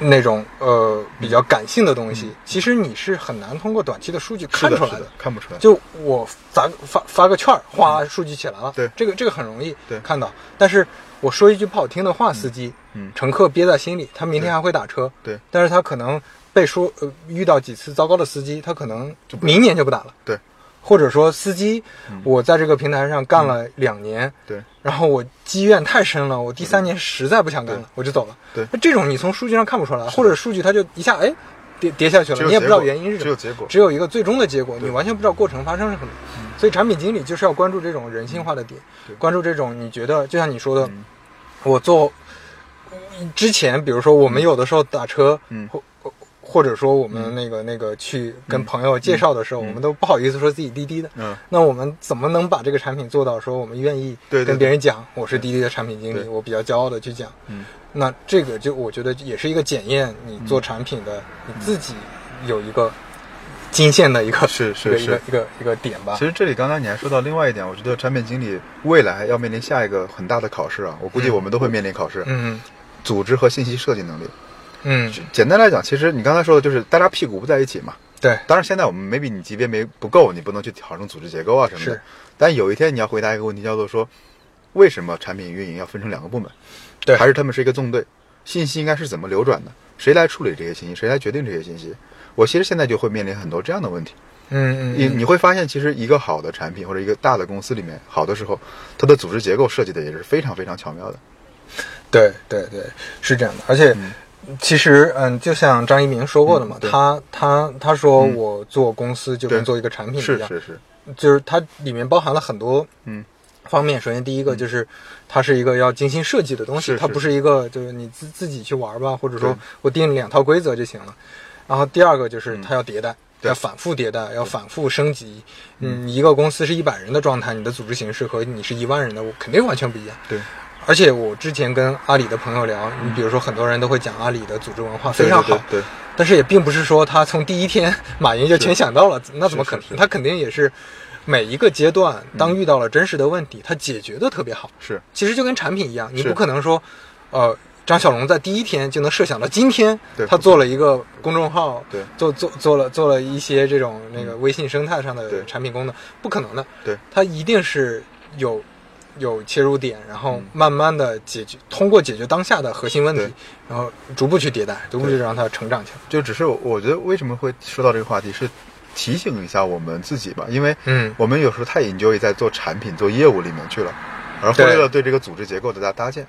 那种呃比较感性的东西，其实你是很难通过短期的数据看是出的，来是的，看不出来。就我咱发发个券儿，哗，数据起来了。对这个这个很容易对看到。但是我说一句不好听的话，司机，嗯乘客憋在心里，他明天还会打车。对但是他可能被说呃遇到几次糟糕的司机，他可能明年就不打了。对或者说司机，嗯我在这个平台上干了两年，对，然后我积怨太深了，我第三年实在不想干了对，我就走了。对那这种你从数据上看不出来，或者数据它就一下哎跌跌下去了，只有你也不结知道果原因是什么，只有结果嗯只有一个最终的结果，你完全不知道过程发生了什么。所以产品经理就是要关注这种人性化的点对，嗯关注这种你觉得就像你说的，我做之前，比如说我们有的时候打车，嗯或或或者说我们那个那个去跟朋友介绍的时候，我们都不好意思说自己滴滴的，嗯，那我们怎么能把这个产品做到说我们愿意对对跟对别人讲我是滴滴的产品经理，对我比较骄傲的去讲。嗯，那这个就我觉得也是一个检验你做产品的、嗯你自己有一个金线的一个是是一个是一个一个一个点吧其。实这里刚才你还说到另外一点，我觉得产品经理未来要面临下一个很大的考试啊，我估计我们都会面临考试，嗯组织和信息设计能力。嗯，简单来讲，其实你刚才说的就是大家屁股不在一起嘛。对，当然，现在我们 maybe 你级别没不够，你不能去讨论组织结构啊什么的是。但有一天你要回答一个问题，叫做说，为什么产品运营要分成两个部门？对还是他们是一个纵队？信息应该是怎么流转的？谁来处理这些信息？谁来决定这些信息？我其实现在就会面临很多这样的问题。嗯你嗯你会发现，其实一个好的产品或者一个大的公司里面，好的时候，它的组织结构设计的也是非常非常巧妙的。对对对，是这样的。而且，其实，嗯，就像张一鸣说过的嘛，嗯对嗯他他他说我做公司就跟对做一个产品一是样，是是，就是它里面包含了很多嗯方面。首先，第一个就是它是一个要精心设计的东西，是它是不是一个就是你自自己去玩吧，或者说对我定两套规则就行了。然后第二个就是它要迭代。嗯对要反复迭代，要反复升级。嗯，一个公司是一百人的状态，你的组织形式和你是一万人的，我肯定完全不一样。对，而且我之前跟阿里的朋友聊，你比如说很多人都会讲阿里的组织文化非常好，嗯对对对但是也并不是说他从第一天马云就全想到了，那怎么可能？是是他肯定也是每一个阶段，当遇到了真实的问题，他解决的特别好。是其实就跟产品一样，你是不可能说，呃，张小龙在第一天就能设想到今天对他做了一个公众号，对嗯做做做了做了一些这种那个微信生态上的对产品功能，不可能的，对，他一定是有有切入点，然后慢慢的解决，通过解决当下的核心问题嗯对，然后逐步去迭代，逐步去让它成长起来。就只是我觉得为什么会说到这个话题，是提醒一下我们自己吧，因为嗯我们有时候太 enjoy 在做产品、做业务里面去了，而忽略了对这个组织结构的搭搭建。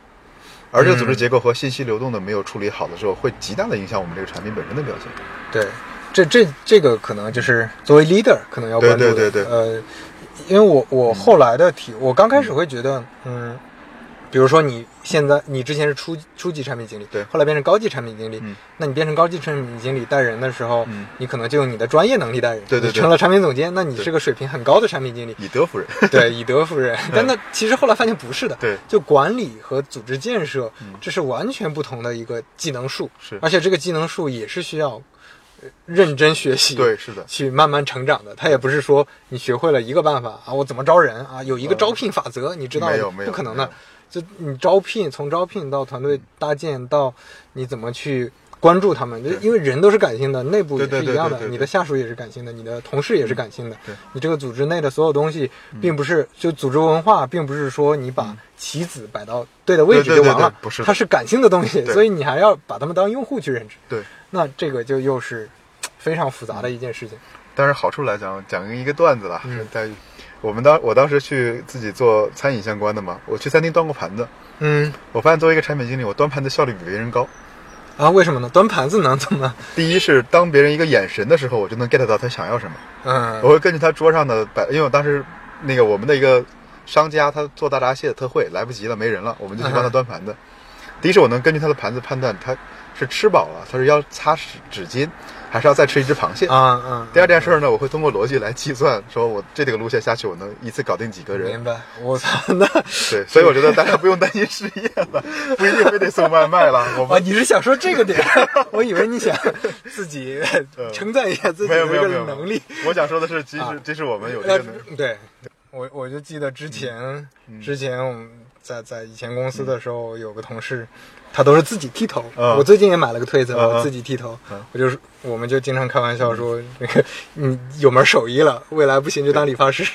而这个组织结构和信息流动的没有处理好的时候，会极大的影响我们这个产品本身的表现。对，这这这个可能就是作为 leader 可能要关注的，对对对嗯对呃，因为我我后来的体，我刚开始会觉得，嗯，比如说你现在你之前是初初级产品经理，对后来变成高级产品经理，嗯那你变成高级产品经理带人的时候，嗯你可能就用你的专业能力带人，对对你对成了产品总监，那你是个水平很高的产品经理，以德服人， [laughs] 对，以德服人。但那其实后来发现不是的，对嗯就管理和组织建设，这是完全不同的一个技能树，是而且这个技能树也是需要呃认真学习，对是的去慢慢成长的。它也不是说你学会了一个办法啊，我怎么招人啊，有一个招聘法则，你知道嗯没有没有不可能没的有。就你招聘，从招聘到团队搭建，到你怎么去关注他们，就因为人都是感性的，内部也对是对一对样对的，对你对的下属也是感性的，你的同事也是感性的对，嗯你这个组织内的所有东西，并不是就组织文化，并不是说你把棋子摆到对的位置对对就对完了对，不是的它是感性的东西，对所以你还要把他们当用户去认知，对。那这个就又是嘖非常嗯复杂的一件事情。但是好处来讲，讲一个段子啦，嗯是在于我们当我当时去自己做餐饮相关的嘛，我去餐厅端过盘子，嗯，我发现作为一个产品经理，我端盘子效率比别人高。啊，为什么呢？端盘子能怎么？第一是当别人一个眼神的时候，我就能 get 到他想要什么。嗯，我会根据他桌上的摆，因为我当时那个我们的一个商家他做大闸蟹特惠，来不及了，没人了，我们就去帮他端盘子。第一是我能根据他的盘子判断他是吃饱了，他是要擦纸纸巾，还是要再吃一只螃蟹。啊啊，第二件事呢，我会通过逻辑来计算，说我这个路线下去，我能一次搞定几个人明。白。我操， [laughs] 那对，所以我觉得大家不用担心失业了，不一定非得送外卖了。我啊，们你是想说这 [laughs] 个点？我以为你想自己称赞一下自己没的嗯有没这有个没有没有能力。我想说的是，即使啊即使我们有这呃个能力，对，我我嗯就记得之前、之前我们在在以前公司的时候，有个同事他都是自己剃头。嗯我最近也买了个推子，嗯嗯我自己剃头嗯，我就是我们就经常开玩笑说， [laughs] 那个你有门手艺了，未来不行就当理发师。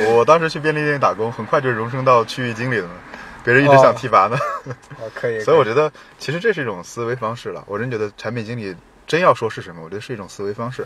嗯我当时去便利店打工，很快就荣升到区域经理了，别人一直想提拔呢。哦，可 [laughs] 以。 [laughs] 所以我可觉得，其实这是一种思维方式了。我真觉得产品经理真要说是什么，我觉得是一种思维方式。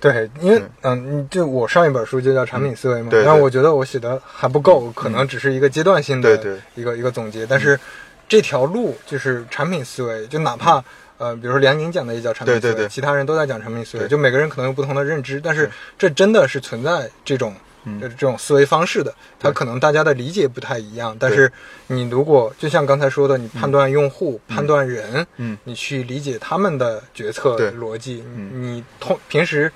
对，因为嗯，你就我上一本书就叫《产品思维》嗯嘛，对然后对嗯我觉得我写的还不够，可能只是一个阶段性的对对一个一个总结，但是这条路就是产品思维，就哪怕呃，比如说梁宁讲的也叫产品思维，对对对其他人都在讲产品思维，对就每个人可能有不同的认知，但是对这真的是存在这种。嗯呃这种思维方式的，它对可能大家的理解不太一样，但是你如果就像刚才说的，你判断用户、判断人，嗯你去理解他们的决策对逻辑，你嗯你通平时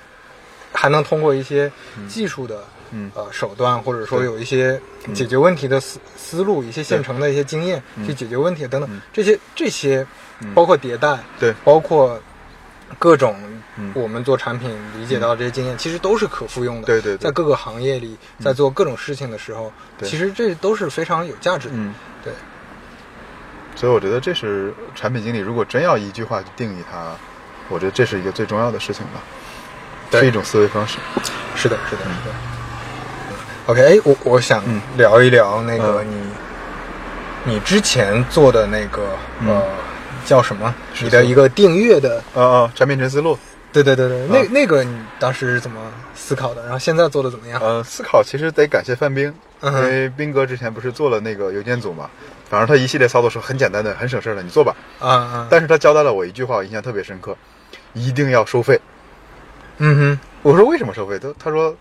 还能通过一些技术的、嗯呃手段，或者说对嗯有一些解决问题的思、思路，一些现成的一些经验去解决问题嗯等等，这些这些包括迭代，对包括各种嗯我们做产品理解到这些经验，其实都是可复用的。对对对嗯在各个行业里，在做各种事情的时候，对其实这都是非常有价值的。嗯，对，所以我觉得这是产品经理如果真要一句话去定义它，我觉得这是一个最重要的事情吧，对是一种思维方式。是的，嗯是的，是的。OK，哎，我我想聊一聊那个你，嗯你之前做的那个嗯呃叫什么？你的一个订阅的，啊啊，产品沉思录，对对对对，那那个你当时是怎么思考的？然后现在做的怎么样？呃，思考其实得感谢范冰，因嗯哼为斌哥之前不是做了那个邮件组嘛，反正他一系列操作是很简单的，很省事儿的，你做吧。啊啊，但是他交代了我一句话，我印象特别深刻，一定要收费。嗯我说为什么收费？他他说，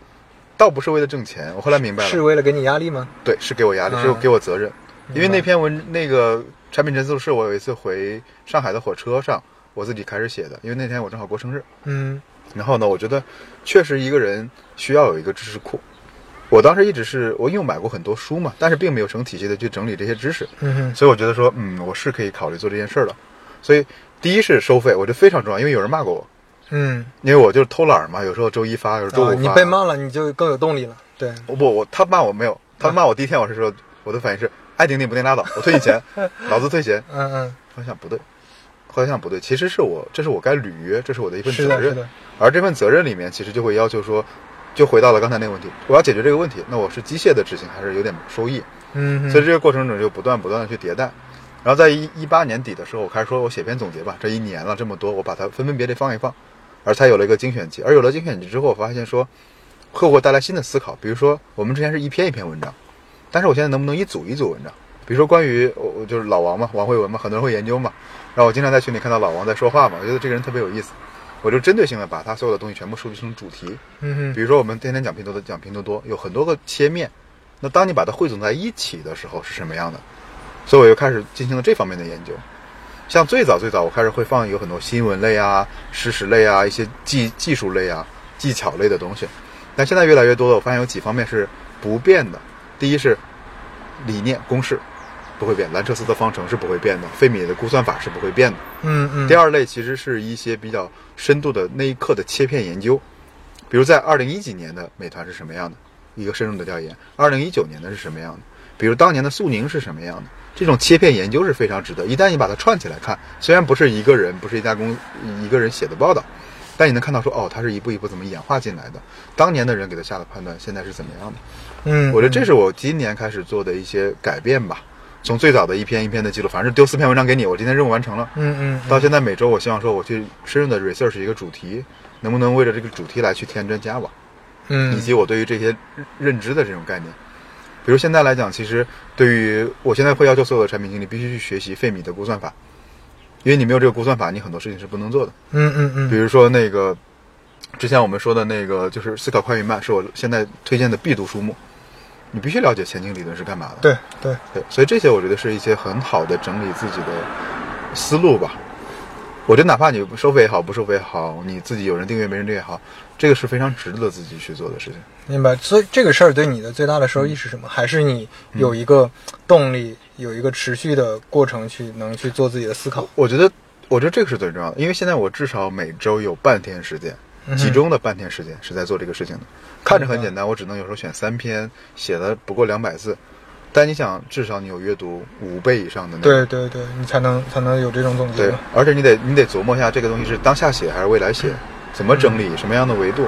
倒不是为了挣钱。我后来明白哼，了，是为了给你压力吗？对，是给我压力，嗯是给我责任。因为明白那篇文那个产品陈述是我有一次回上海的火车上，我自己开始写的。因为那天我正好过生日，嗯然后呢，我觉得确实一个人需要有一个知识库。我当时一直是我因为我买过很多书嘛，但是并没有成体系的去整理这些知识，嗯哼，所以我觉得说，嗯，我是可以考虑做这件事儿的。所以第一是收费，我觉得非常重要，因为有人骂过我，嗯，因为我就是偷懒儿嘛，有时候周一发，有时候周啊五发。你被骂了，你就更有动力了。对，我不，我他骂我没有，他骂我第一天我是说，我的反应是爱顶顶不顶拉倒，我退你钱，老子退钱。嗯我想不对，后来想不对，其实是我，这是我该履约，这是我的一嗯，份是责的，是任的。，而这份责任里面，其实就会要求说，就回到了刚才那个问题，我要解决这个问题，那我是机械的执行还是有点收益？嗯哼，所以这个过程中就不断不断的去迭代。然后在一一八年底的时候，我开始说我写篇总结吧，这一年了这么多，我把它分分别别放一放，而才有了一个精选集。而有了精选集之后，我发现说会给我带来新的思考。比如说，我们之前是一篇一篇文章，但是我现在能不能一组一组文章？比如说关于我我就是老王嘛，王慧文嘛，很多人会研究嘛。然后我经常在群里看到老王在说话嘛，我觉得这个人特别有意思，我就针对性的把他所有的东西全部收集成主题，嗯比哼，如说我们天天讲拼多多，讲拼多多有很多个切面，那当你把它汇总在一起的时候是什么样的？所以我又开始进行了这方面的研究。像最早最早，我开始会放有很多新闻类啊、知识类啊、一些技技术类啊、技巧类的东西，但现在越来越多的，我发现有几方面是不变的。第一是理念公式不会变，兰彻斯的方程是不会变的，费米的估算法是不会变的。嗯嗯，第二类其实是一些比较深度的那一刻的切片研究，比如在二零一几年的美团是什么样的一个深入的调研，二零一九年的是什么样的，比如当年的苏宁是什么样的，这种切片研究是非常值得。一旦你把它串起来看，虽然不是一个人，不是一家公一个人写的报道，但你能看到说哦，它是一步一步怎么演化进来的，当年的人给他下的判断，现在是怎么样的。嗯，我觉得这是我今年开始做的一些改变吧。从最早的一篇一篇的记录，反正丢四篇文章给你，我今天任务完成了。嗯嗯嗯到现在每周，我希望说我去深入的 research 一个主题，能不能为了这个主题来去添砖加瓦，嗯，以及我对于这些认认知的这种概念。比如现在来讲，其实对于我现在会要求所有的产品经理必须去学习费米的估算法，因为你没有这个估算法，你很多事情是不能做的。嗯嗯嗯，比如说那个之前我们说的那个，就是《思考快与慢》，是我现在推荐的必读书目。你必须了解前景理论是干嘛的。对对，对，所以这些我觉得是一些很好的整理自己的思路吧。我觉得哪怕你收费也好，不收费也好，你自己有人订阅没人订阅也好，这个是非常值得自己去做的事情。明白。所以这个事儿对你的最大的收益是什么？还是你嗯有一个动力，有一个持续的过程去能去做自己的思考？我觉得，我觉得这个是最重要的，因为现在我至少每周有半天时间，集中的半天时间是在做这个事情的。看着很简单，我只能有时候选三篇，写的不过两百字，但你想，至少你有阅读五倍以上的内容。对对对，你才能才能有这种总结对嘛。，而且你得你得琢磨一下这个东西是当下写还是未来写，怎么整理，什么样的维度。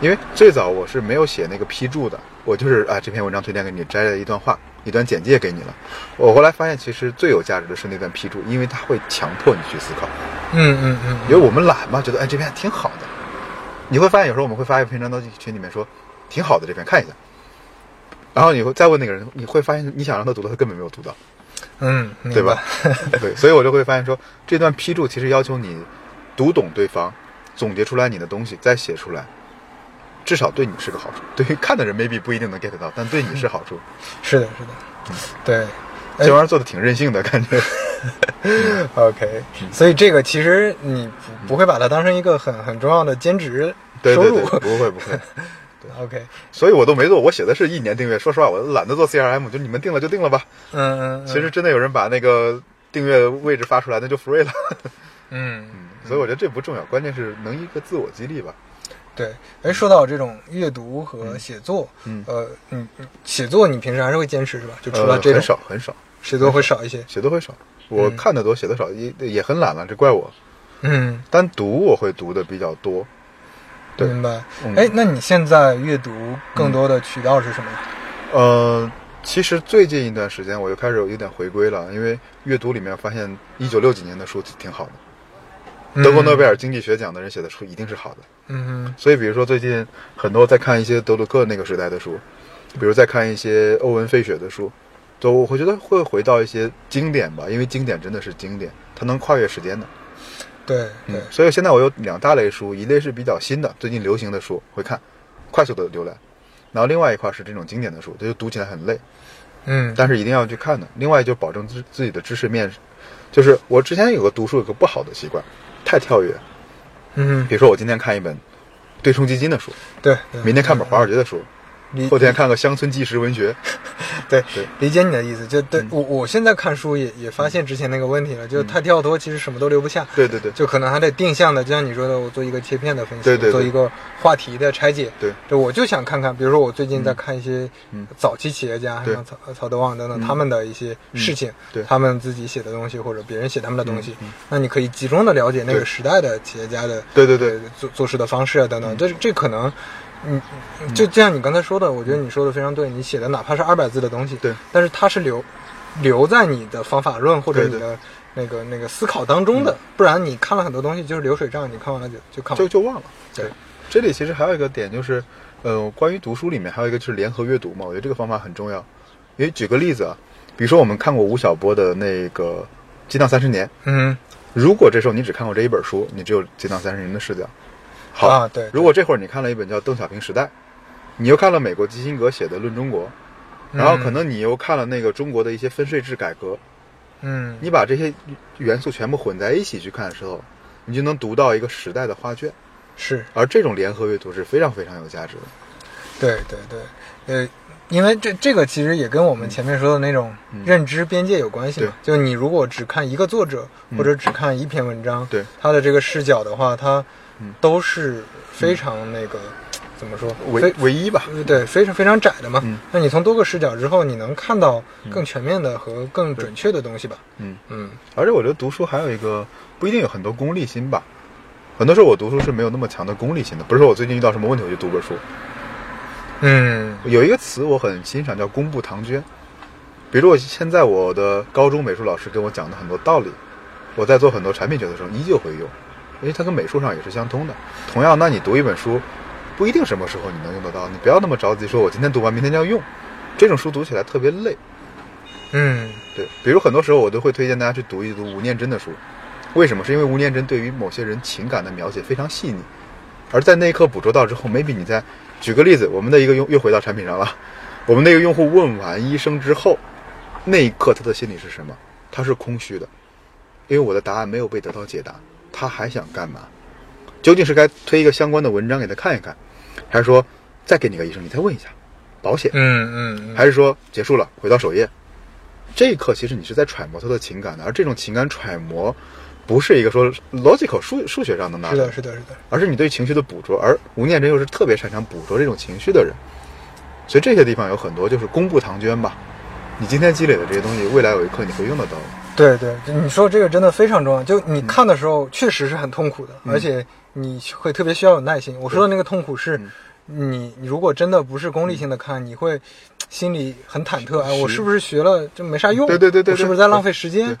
因为最早我是没有写那个批注的，我就是啊这篇文章推荐给你摘了一段话，一段简介给你了。我后来发现，其实最有价值的是那段批注，因为它会强迫你去思考。嗯嗯嗯，因为我们懒嘛，觉得哎这篇挺好的。你会发现有时候我们会发一篇文章到群里面说挺好的这篇看一下，然后你会再问那个人，你会发现你想让他读的他根本没有读到。嗯，明白对吧？？ [laughs] 对，所以我就会发现说，这段批注其实要求你读懂对方，总结出来你的东西，再写出来，至少对你是个好处。对于看的人，maybe 不一定能 get 到，但对你是好 [laughs] 处。是的，是的，嗯对。哎这玩意儿做的挺任性的感 [laughs] 觉。 OK，所以这个其实你不不会把它当成一个很很重要的兼职对收啊对入对，。不会不会。 OK，所以我都没做，我写的是一年订阅。说实话，我懒得做 CRM，就你们定了就定了吧。嗯嗯，嗯其实真的有人把那个订阅位置发出来，那就 free 了。嗯 [laughs] 所以我觉得这不重要，关键是能一个自我激励吧。对。哎，说到这种阅读和写作，嗯呃，你你写作你平时还是会坚持是吧？就除呃了这很种，少很少，写作会少一些。写的会少。我嗯看的多，写的少，也也很懒了，这怪我。嗯，单读我会读的比较多，对明白。嗯哎，那你现在阅读更多的渠道是什么呀？呃，其实最近一段时间我又开始有一点回归了，因为阅读里面发现一九六几年的书挺好的，德国诺贝尔。尔经济学奖的人写的书一定是好的。嗯嗯所以比如说最近很多在看一些德鲁克那个时代的书，比如在看一些欧文费雪的书，就我会觉得会回到一些经典吧，因为经典真的是经典，它能跨越时间的。对对嗯，，所以现在我有两大类书，一类是比较新的，最近流行的书会看，快速的浏览。然后另外一块是这种经典的书，这就读起来很累，嗯但是一定要去看的。另外就保证自自己的知识面，就是我之前有个读书有个不好的习惯，太跳跃。嗯比，如说我今天看一本对冲基金的书，对。明天看本华尔街的书，理后天看个乡村纪实文学。对对理解你的意思，就嗯对我我现在看书也也发现之前那个问题了，就太跳脱，其实什么都留不下。对对对就可能还得定向的，就像你说的，我做一个切片的分析，对对对做一个话题的拆解。对，就我就想看看，比如说我最近在看一些嗯早期企业家，对像曹曹德旺等等嗯他们的一些事情，对他们自己写的东西或者别人写他们的东西嗯嗯，那你可以集中的了解那个对时代的企业家的对对对呃做做事的方式啊等等，这这可能。嗯，就就像你刚才说的，我觉得你说的非常对。你写的哪怕是二百字的东西，对，但是它是留留在你的方法论或者对你对的那个那个思考当中的，不然你看了很多东西就是流水账，你看完了就就看完就了。就忘了。啊对，这里其实还有一个点就是，呃，关于读书里面还有一个就是联合阅读嘛，我觉得这个方法很重要。因为举个例子啊，比如说我们看过吴晓波的那个《激荡三十年》，嗯，如果这时候你只看过这一本书，你只有《激荡三十年》的视角。好，啊对对如果这会儿你看了一本叫《邓小平时代》，你又看了美国基辛格写的《论中国》，然后可能你又看了那个中国的一些分税制改革，嗯，你把这些元素全部混在一起去看的时候，你就能读到一个时代的画卷。是而这种联合阅读是非常非常有价值的。对对对，呃，因为这这个其实也跟我们前面说的那种嗯认知边界有关系嘛。就你如果只看一个作者、或者只看一篇文章，对他的这个视角的话，它嗯都是非常那个、怎么说唯非唯一吧，呃对，非常非常窄的嘛。嗯那你从多个视角之后，你能看到更全面的和更准确的东西吧？嗯，嗯而且我觉得读书还有一个不一定有很多功利心吧，很多时候我读书是没有那么强的功利心的，不是说我最近遇到什么问题我就读本书。嗯有一个词我很欣赏叫工部唐娟，比如我现在我的高中美术老师跟我讲的很多道理，我在做很多产品学的时候依旧会用，因为它跟美术上也是相通的。同样，那你读一本书，不一定什么时候你能用得到，你不要那么着急说我今天读完明天就要用，这种书读起来特别累。嗯对，比如很多时候我都会推荐大家去读一读吴念真的书，为什么？是因为吴念真对于某些人情感的描写非常细腻，而在那一刻捕捉到之后，maybe 你在举个例子，我们的一个用又回到产品上了， [laughs] 我们那个用户问完医生之后，那一刻他的心里是什么？他是空虚的，因为我的答案没有被得到解答，他还想干嘛？究竟是该推一个相关的文章给他看一看，还是说再给你个医生，你再问一下，保险？嗯嗯，还是说结束了，回到首页？这一刻其实你是在揣摩他的情感的，而这种情感揣摩，不是一个说 logical 数数学上能拿是来的，是的，是的，而是你对情绪的捕捉。而吴念真又是特别擅长捕捉这种情绪的人，所以这些地方有很多就是公布唐娟吧，你今天积累的这些东西，未来有一刻你会用得到。对对，你说这个真的非常重要。就你看的时候，确实是很痛苦的，而且你会特别需要有耐心。我说的那个痛苦是，你你如果真的不是功利性的看，你会心里很忐忑，哎，我是不是学了就没啥用？对对对对我是不是对在浪费时对间？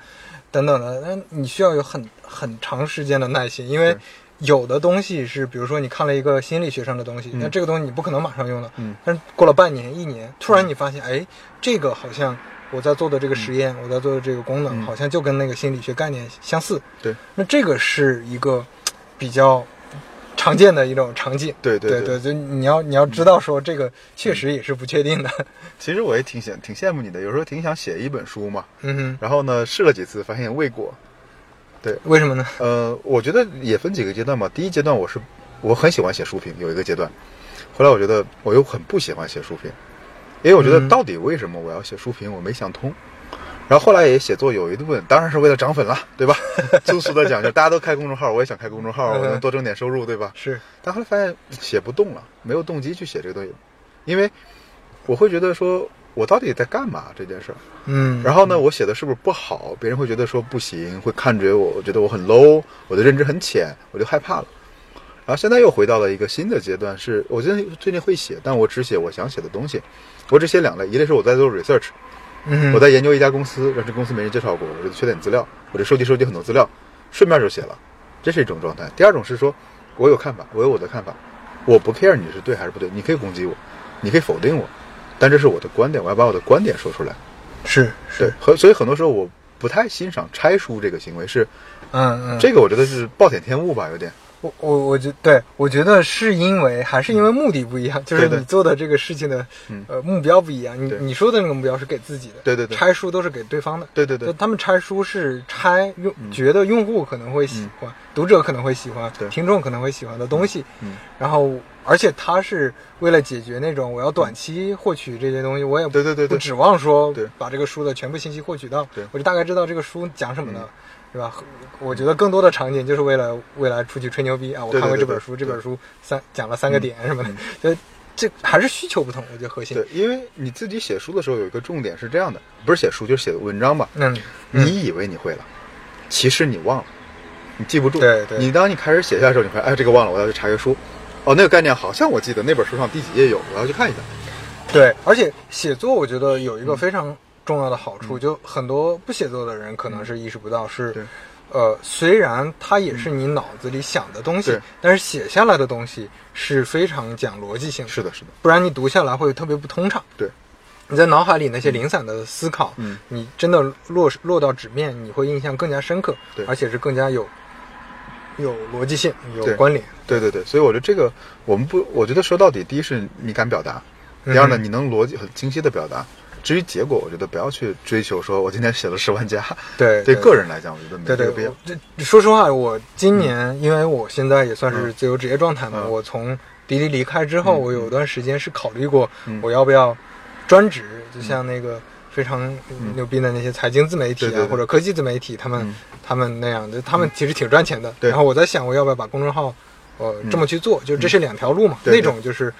等等的，但你需要有很很长时间的耐心，因嗯为有的东西是，比如说你看了一个心理学上的东西，那这个东西你不可能马上用的，嗯但是过了半年、一年，突然你发现，哎，这个好像我在做的这个嗯实验，我在做的这个功能，好像就跟那个心理学概念相似。对，那这个是一个比较常见的一种场景。对对对对就你要你要知道说这个确实也是不确定的。其实我也挺想挺羡慕你的，有时候挺想写一本书嘛。嗯然后呢，试了几次，发现未果。哼，为什么呢？呃，我觉得也分几个阶段吧。第一阶段我是我很喜欢写书评，有一个阶段，后来我觉得我又很不喜欢写书评，因为我觉得嗯到底为什么我要写书评，我没想通。然后后来也写作有一部分，当然是为了涨粉啦，对吧？ [laughs] 粗俗的讲，就大家都开公众号，我也想开公众号，嗯我能多挣点收入，对吧？是，但后来发现写不动了，没有动机去写这个东西，因为我会觉得说，我到底在干嘛这件事儿。嗯，然后呢，我写的是不是不好？别人会觉得说不行，会看着我，我觉得我很 low，我的认知很浅，我就害怕了。然后现在又回到了一个新的阶段，是我最近最近会写，但我只写我想写的东西，我只写两类，一类是我在做 research，嗯我在研究一家公司，让这公司没人介绍过，我就缺点资料，我就收集收集很多资料，顺便就写了，这是一种状态。第二种是说，我有看法，我有我的看法，我不 care 你是对还是不对，你可以攻击我，你可以否定我，但这是我的观点，我要把我的观点说出来。是是对，，和所以很多时候我不太欣赏拆书这个行为，是嗯嗯，这个我觉得是暴殄天物吧，有点。我我我觉对，我觉得是因为还是因为目的不一样， [laughs] 就是对对你做的这个事情的嗯呃目标不一样。你对你说的那个目标是给自己的，对对对拆书都是给对方的，对对就对他们拆书是拆用觉得用户可能会喜欢，读者可能会喜欢嗯对，听众可能会喜欢的东西嗯嗯。然后，而且他是为了解决那种我要短期获取这些东西，我也不对对对对不指望说对把这个书的全部信息获取到对，嗯我就大概知道这个书讲什么的。对吧？我觉得更多的场景就是为了未来出去吹牛逼啊！我对对看过对这本对对书，嗯这本书三讲了三个点什么的，就这还是需求不同，我觉得核心对。，因为你自己写书的时候有一个重点是这样的，不是写书就是写文章吧？嗯，嗯你以为你会了，其实你忘了，你记不住。对对你当你开始写下的时候，你发现哎，这个忘了，我要去查阅书。哦，那个概念好像我记得那本书上第几页有，我要去看一下。对，而且写作我觉得有嗯一个非常重要的好处，就很多不写作的人可能是意识不到是，嗯对嗯呃，虽然它也是你脑子里想的东西对，但是写下来的东西是非常讲逻辑性的，是的，是的，不然你读下来会特别不通畅。对，你在脑海里那些零散的思考，嗯你真的落落到纸面，你会印象更加深刻，对而且是更加有有逻辑性、对有关联。对对对。所以我觉得这个我们不，我觉得说到底，第一是你敢表达，第二呢，嗯你能逻辑很清晰的表达。至于结果，我觉得不要去追求，说我今天写了十万加，对对对个人来讲，我觉得没对这对个必，要我。这说实话，我今年因为我现在也算是自由职业状态嘛，嗯我从迪迪离开之后，嗯我有段时间是考虑过嗯我要不要专职，就像那个非常牛逼的那些财经自媒体啊，嗯对对对或者科技自媒体，他们、嗯他们那样的，他们其实挺赚钱的。对嗯然后我在想，我要不要把公众号呃这么去做？就这是两条路嘛，对对那种就是。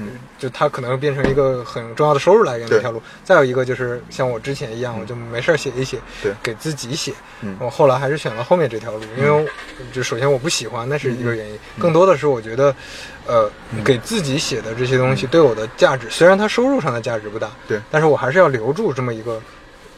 嗯就它可能变成一个很重要的收入来源的对嗯一条路。再有一个就是像我之前一样，我就没事儿写一写，对给自己写。嗯我后来还是选了后面这条路，因为我就首先我不喜欢，那是一个原因。嗯更多的是我觉得，呃，给自己写的这些东西对我的价值，虽然它收入上的价值不大，对但是我还是要留住这么一个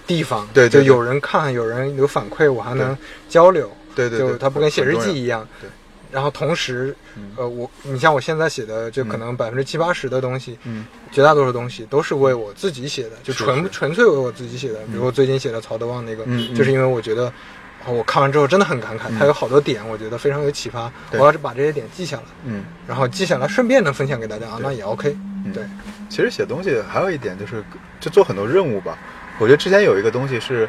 地方，对对对就有人看，有人有反馈，我还能交流。对对对就它不跟写日很重记要一样。对嗯然后同时，呃，我你像我现在写的，就可能百分之七八十的东西，嗯，绝大多数东西都是为我自己写的，就是纯是纯粹为我自己写的。比如我最近写的曹德旺那个，嗯嗯嗯就是因为我觉得。哦我看完之后真的很感慨，它有好多点，我觉得非常有启发。我对要是把这些点记下来，嗯，然后记下来，顺便能分享给大家啊，那也 OK。对，其实写东西还有一点就是，就做很多任务吧。我觉得之前有一个东西是，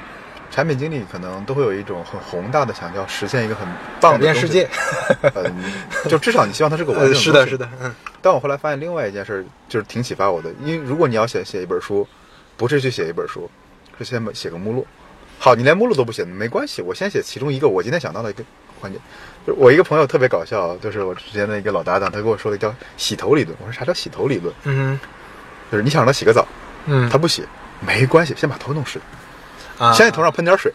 产品经理可能都会有一种很宏大的想要实现一个很棒的改变东世西 [laughs] 界，，嗯，就至少你希望它是个完整呃，是的，东西是的，嗯，但我后来发现另外一件事儿，就是挺启发我的。因为如果你要写写一本书，不是去写一本书，是先写个目录。好，你连目录都不写，没关系，我先写其中一个我今天想到的一个环节。就是我一个朋友特别搞笑，啊就是我之前的一个老搭档，他跟我说了叫洗头理论。我说啥叫洗头理论？嗯就是你想让他洗个澡，嗯，他不洗，没关系，先把头弄湿，啊，先在头上喷点水，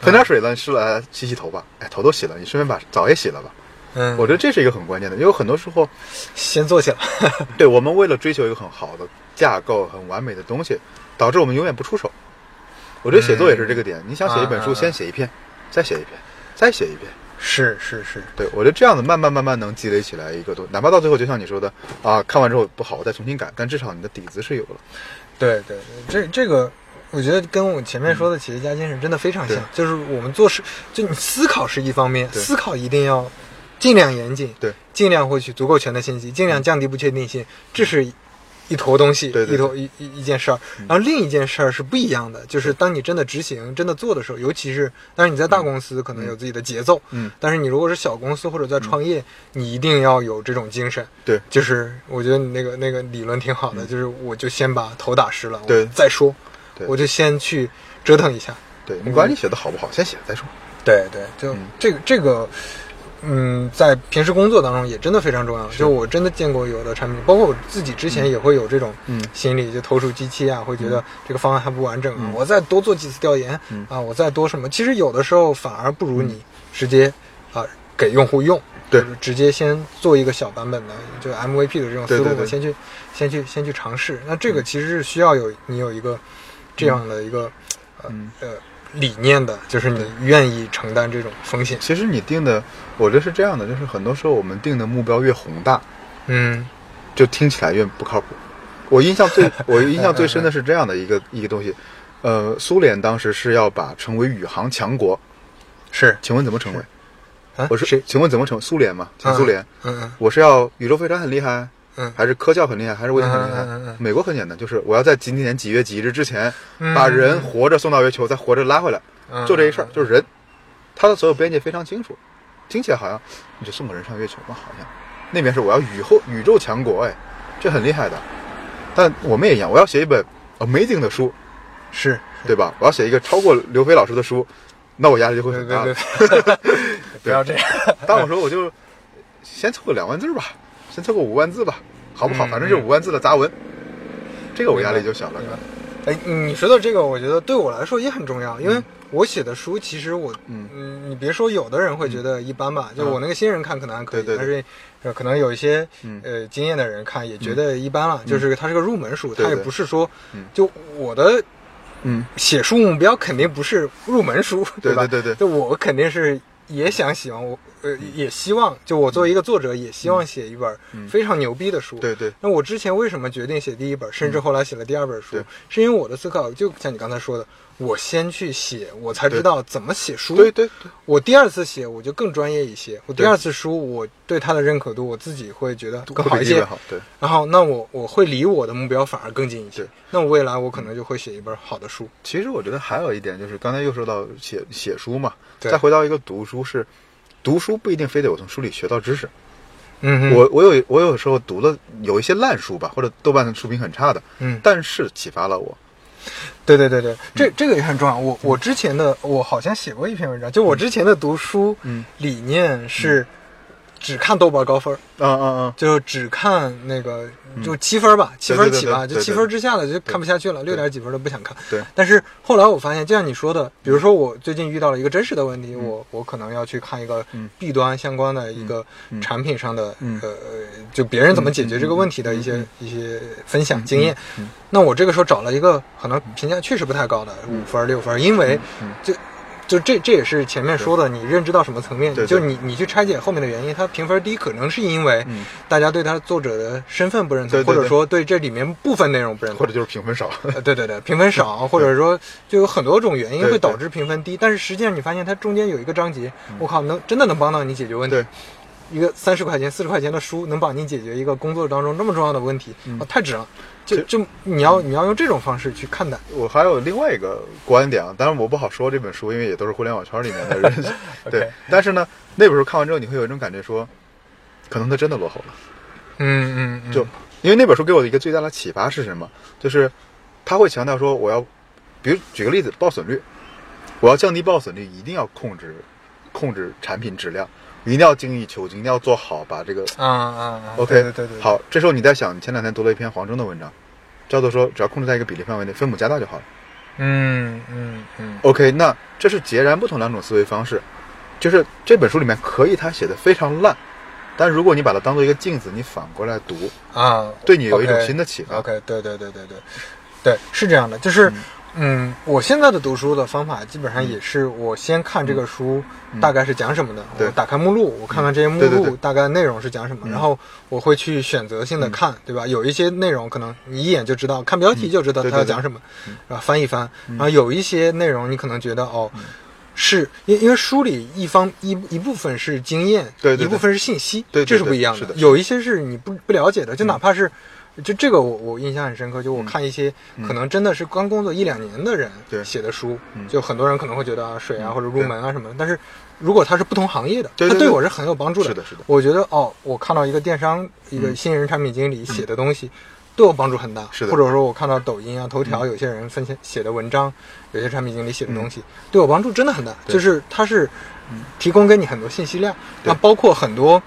喷点水呢湿了洗洗头吧，哎，头都洗了，你顺便把澡也洗了吧。嗯，我觉得这是一个很关键的，因为很多时候，先做起来，对我们为了追求一个很好的架构、很完美的东西，导致我们永远不出手。我觉得写作也是这个点，你想写一本啊啊书，啊先写一篇，再写一篇，再写一篇。是是是，对，我觉得这样子慢慢慢慢能积累起来一个东西，哪怕到最后就像你说的啊，看完之后不好再重新改，但至少你的底子是有了。对对，对这这个我觉得跟我前面说的企业家精神真的非常像，对就是我们做事，就你思考是一方面，对思考一定要尽量严谨，对，嗯尽量获取足够全的信息，尽量降低不确定性，这是一。一坨东西，对对嗯一坨一一一件事儿，然后另一件事儿是不一样的，就是当你真的执行、真的做的时候，尤其是，当然你在大公司可能有自己的节奏，嗯，但是你如果是小公司或者在创业，你一定要有这种精神，对，嗯就是我觉得你那个那个理论挺好的，就是我就先把头打湿了，我对再说，对我就先去折腾一下，对你嗯管你写的好不好，先写了再说。对对，就嗯这个这个，嗯，在平时工作当中也真的非常重要。是就我真的见过有的产品，包括我自己之前也会有这种嗯心理，就投鼠忌器啊，会觉得这个方案还不完整啊，我再多做几次调研、嗯啊，我再多什么，其实有的时候反而不如你直接啊给用户用。对就是直接先做一个小版本的，就 MVP 的这种思路，对对对嗯我先去，先去，先去尝试。那这个其实是需要有你有一个这样的一个、嗯呃呃理念的，就是你愿意承担这种风险。其实你定的，我觉得是这样的，就是很多时候我们定的目标越宏大，嗯就听起来越不靠谱。我印象 [laughs] 最我印象最深的是这样的一个 [laughs] 一个东西，呃，苏联当时是要把成为宇航强国，是请问怎么成为？啊，我是谁？请问怎么成？苏联嘛，前嗯苏联，嗯嗯我是要宇宙飞船很厉害，啊嗯还是科教很厉害，还是卫星很厉害？嗯嗯嗯嗯美国很简单，就是我要在今年几月几日之前嗯哎把人活着送到月球，再活着拉回来，嗯就这一事儿，就是人，他的所有边界非常清楚。听起来好像你就送个人上月球嘛，好像那边是我要宇后宇宙强国，哎，这很厉害的。但我们也一样，我要写一本 amazing 的书，是，对吧？我要写一个超过刘飞老师的书，那我压力就会对很对大了对，。啊 [laughs] 不要这样。但我说我就先凑个两万字吧，先凑个五万字吧，好不好？嗯反正就是五万字的杂文，这个我压力就小了。明可白能哎，你说的这个，我觉得对我来说也很重要，因为我写的书，其实我，嗯嗯，你别说，有的人会觉得一般吧，就我那个新人看可能还可以，对对但对是呃可能有一些嗯呃经验的人看也觉得一般了，就是它是个入门书，对它也对不是说嗯，就我的嗯，写书目标肯定不是入门书，对吧？对对对就我肯定是也想希望我呃嗯也希望，就我作为一个作者，也希望写一本非常牛逼的书，嗯对对，那我之前为什么决定写第一本，甚至后来写了第二本书对，是因为我的思考，就像你刚才说的，我先去写，我才知道怎么写书。对对对，我第二次写我就更专业一些，我第二次书我对它的认可度，我自己会觉得更会好比一第一些本。好，对然后，那我我会离我的目标反而更近一些对。那我未来我可能就会写一本好的书。其实我觉得还有一点就是，刚才又说到写写书嘛，对再回到一个读书是，读书不一定非得我从书里学到知识。嗯，我我有我有时候读了有一些烂书吧，或者豆瓣的书评很差的，嗯但是启发了我。对对对对，嗯这这个也很重要。我我之前的我好像写过一篇文章，就我之前的读书嗯理念是只看豆瓣高分儿。嗯嗯嗯，就只看那个就七分吧，七分起吧，对对对就七分之下的就对看不下去了，六点几分的不想看。对但是后来我发现，就像你说嗯的，比如说我最近遇到了一个真实的问题，我我可能要去看一个嗯弊端相关的一个嗯产品上的嗯呃，就别人怎么解决这个问题的一些一些分享经验。嗯那我这个时候找了一个可能评价确实不太高的嗯五分六分，因为就。就这，这也是前面说的，你认知到什么层面，对对就你你去拆解后面的原因，它评分低可能是因为嗯大家对他作者的身份不认同，对对对或者说对这里面部分内容不认或同者。就是评分少。 [laughs] 呃对对对，评分少，或者说就有很多种原因对嗯会导致评分低，但是实际上你发现它中间有一个章节，我靠，能真的能帮到你解决问题对。一个三十块钱、四十块钱的书，能帮你解决一个工作当中那么重要的问题，嗯啊，太值了！就就你要你要用这种方式去看待，我还有另外一个观点啊，当然我不好说这本书，因为也都是互联网圈里面的人。 [laughs] 对 [laughs] OK，但是呢，那本书看完之后，你会有一种感觉说，可能他真的落后了。嗯嗯嗯，就、因为那本书给我的一个最大的启发是什么？就是他会强调说，我要，比如举个例子，报损率，我要降低报损率，一定要控制控制产品质量，一定要精益求精，一定要做好，把这个啊啊啊 OK，对对对对，好，这时候你在想，你前两天读了一篇黄峥的文章，叫做说只要控制在一个比例范围内，分母加大就好了。嗯嗯嗯 OK，那这是截然不同两种思维方式。就是这本书里面可以他写的非常烂，但如果你把它当做一个镜子，你反过来读，啊，对你有一种 OK 新的启发。 OK，对对对对对，对是这样的，就是嗯，我现在的读书的方法基本上嗯也是我先看这个书大概是讲什么的，对嗯我打开目录，我看看这些目对对对嗯录大概内容是讲什么，然后我会去选择性的看，对吧？有一些内容可能你一眼就知道，看标题就知嗯道对它要对对讲什么，然后翻一翻，然后有一些内容你可能觉得哦。嗯是因因为书里一方一一部分是经验，对对对一部分是信息，对对对这是不一样是的有一些是你不不了解的，嗯就哪怕是，就这个我我印象很深刻，就我看一些可能真的是刚工作一两年的人嗯对写的书，嗯就很多人可能会觉得啊水啊嗯或者入门啊什么的，但是如果他是不同行业的，对对他对对我是很有帮助的。是的是的我觉得哦，我看到一个电商一个新人产品经理写的东西。对我帮助很大，嗯是的嗯或者说我看到抖音啊、头条有些人分享写的文章，有些产品经理写的东西，对我帮助真的很大。嗯对就是它是提供给你很多信息量，对嗯那包括很多，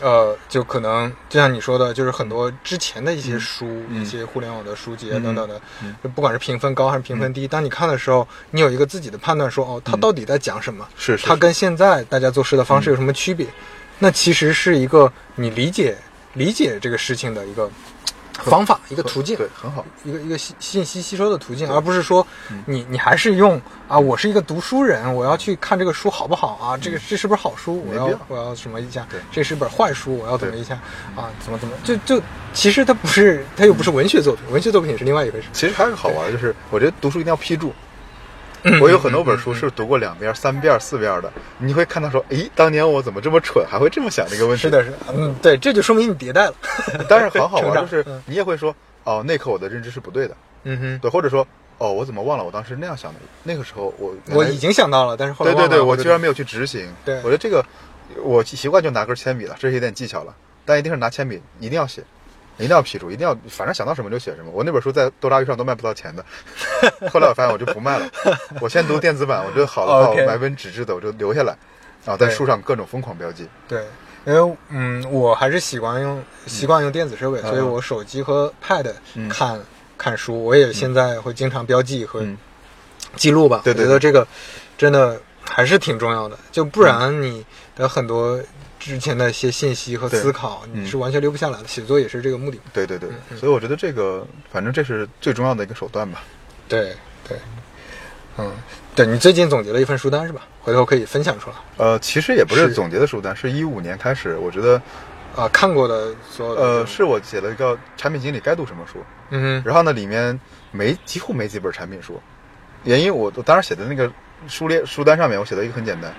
呃，就可能就像你说的，就是很多之前的一些书、嗯一些互联网的书籍啊嗯等等的，嗯就不管是评分高还是评分低，当你看的时候，你有一个自己的判断说，哦，它到底在讲什么？嗯是嗯是它跟现在大家做事的方式有什么区别？那其实是一个你理解理解这个事情的一个方法，一个途径。对，很好。一个一个信信息吸收的途径，而不是说嗯你你还是用啊，我是一个读书人，我要去看这个书好不好啊？这个这是不是好书？我嗯没要必要我要什么一下对？这是本坏书，我要怎么一下啊？怎么怎么？就就其实它不是，它又不是文学作品，文学作品也是另外一回事。其实还有个好玩的就是，我觉得读书一定要批 [clears throat] 注。我有很多本书是读过两遍、三遍、四遍的，你会看到说，诶，当年我怎么这么蠢，还会这么想这个问题？是的，是的，嗯，对，这就说明你迭代了。 [laughs] 但是很好 [laughs] 成玩，长就是嗯你也会说，哦，那刻我的认知是不对的，嗯对，或者说，哦，我怎么忘了我当时那样想的？那个时候我 [laughs] 哼，我已经想到了，但是后来对对忘了对，我或者居然没有去执行。对我觉得这个我习惯就拿根铅笔了，这是一点技巧了，但一定是拿铅笔，一定要写，一定要批注，一定要，反正想到什么就写什么。我那本书在多拉鱼上都卖不到钱的， [laughs] 后来我发现我就不卖 [laughs] 了，我先读电子版，我觉得好的话， OK 我买本纸质的，我就留下来，然后在对书上各种疯狂标记。对，因为嗯，我还是习惯用习惯用电子设备，所以我手机和 Pad 嗯看、看书，我也现在会经常标记和嗯记录吧。对对我觉得这个真的还是挺重要的，就不然你的很多之前的一些信息和对思考，嗯你是完全留不下来的。写作也是这个目的。对对对，嗯所以我觉得这个，反正这是最重要的一个手段吧。对对，嗯，对你最近总结了一份书单是吧？回头可以分享出来呃，其实也不是是总结的书单，是一五年开始，我觉得，啊，看过的所有的呃，书是我写了一个产品经理该读什么书，嗯哼然后呢，里面没几乎没几本产品书，原因我我当时写的那个书列书单上面，我写的一个很简单，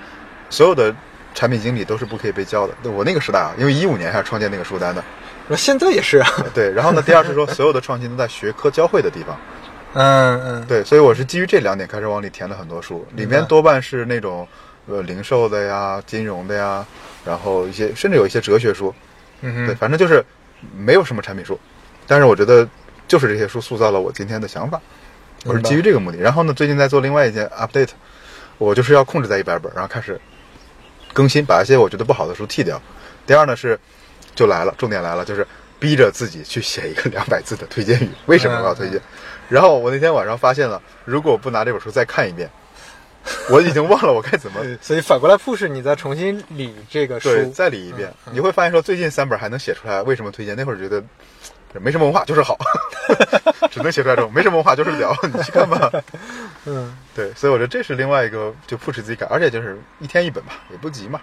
所有的产品经理都是不可以被教的。对我那个时代啊，因为一五年还是创建那个书单的，那现在也是啊，对。然后呢，第二是说所有的创新都在学科交汇的地方，嗯嗯，对。所以我是基于这两点开始往里填了很多书，里面多半是那种呃零售的呀、金融的呀，然后一些甚至有一些哲学书，嗯对，哼，反正就是没有什么产品书，但是我觉得就是这些书塑造了我今天的想法，我是基于这个目的。然后呢，最近在做另外一件 update，我就是要控制在一百本，然后开始更新，把一些我觉得不好的书剔掉。第二呢是，就来了，重点来了，就是逼着自己去写一个两百字的推荐语，为什么我要推荐？嗯然后我那天晚上发现了，如果我不拿这本书再看一遍，我已经忘了我该 [laughs] 怎么所以反过来 push 你再重新理这个书，嗯对，再理一遍，你会发现说最近三本还能写出来，为什么推荐？那会儿觉得 [laughs] 嘖没什么文化就是好， [laughs] 只能写出来这种没什么文化就是聊， [laughs] 你去看吧。嗯，对，所以我觉得这是另外一个就 push 自己改，而且就是一天一本吧，也不急嘛，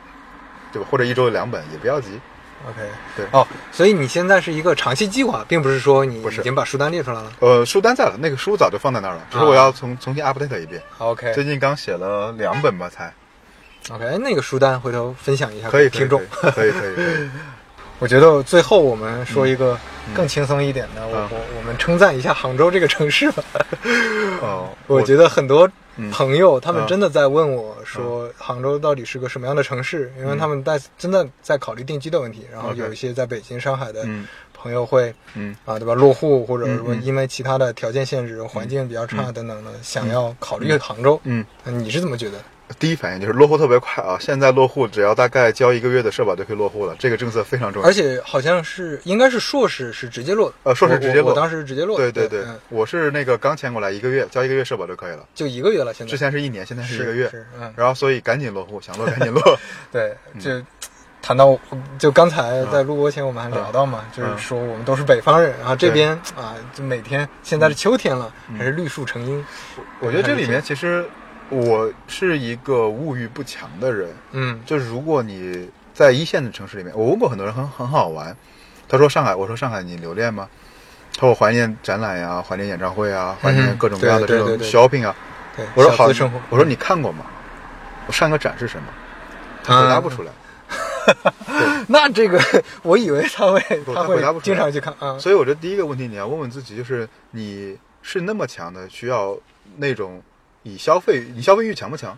对吧？或者一周两本也不要急。 OK，对哦，所以你现在是一个长期计划，并不是说你不是已经把书单列出来了。呃，书单在了，那个书早就放在那儿了，只是我要重重新 update 一遍。 OK 最近刚写了两本吧，才 OK，那个书单回头分享一下可以给听众。可以可以可以可 [laughs] 以。我觉得最后我们说一个更轻松一点的，我嗯我我们称赞一下杭州这个城市吧。哦，我觉得很多朋友他们嗯真的在问我说，杭州到底是个什么样的城市？因为他们在真的在考虑定居的问题，然后嗯 OK 有一些在北京、上海的嗯朋友会，嗯啊，对吧？落户或者嗯说嗯因为其他的条件限制、环境比较差等等的，想要考虑杭州，嗯，那你是怎么觉得的？第一反应就是落户特别快啊！现在落户只要大概交一个月的社保就可以落户了，这个政策非常重要。而且好像是应该是硕士是直接落的，呃硕士直接我落我我当时是直接落对的，对对对，嗯我是那个刚迁过来一个月，交一个月社保就可以了。就一个月了，现在之前是一年，现在是一个月，嗯是嗯，然后所以赶紧落户，想落赶紧 [laughs] 落。对，嗯就谈到就刚才在录播前我们还嗯聊到嘛，就是说我们都是北方人，然后这边啊，就每天现在是秋天了，还是绿树成荫，嗯我觉得这里面其实我是一个物欲不强的人，嗯就是如果你在一线的城市里面，我问过很多人很很好玩，他说上海，我说上海你留恋吗？他说我怀念展览呀、怀念演唱会啊，怀念各种各样的嗯对这对种对对 shopping 啊。对，我说小好资生活，，我说你看过吗？我上个展是什么？嗯他回答不出来。 [laughs] 那这个 [laughs] 我以为他会不他他回答不会出经来常去看啊，所以我觉得第一个问题你要问问自己，就是你是那么强的，需要那种以消费，你消费欲强不强？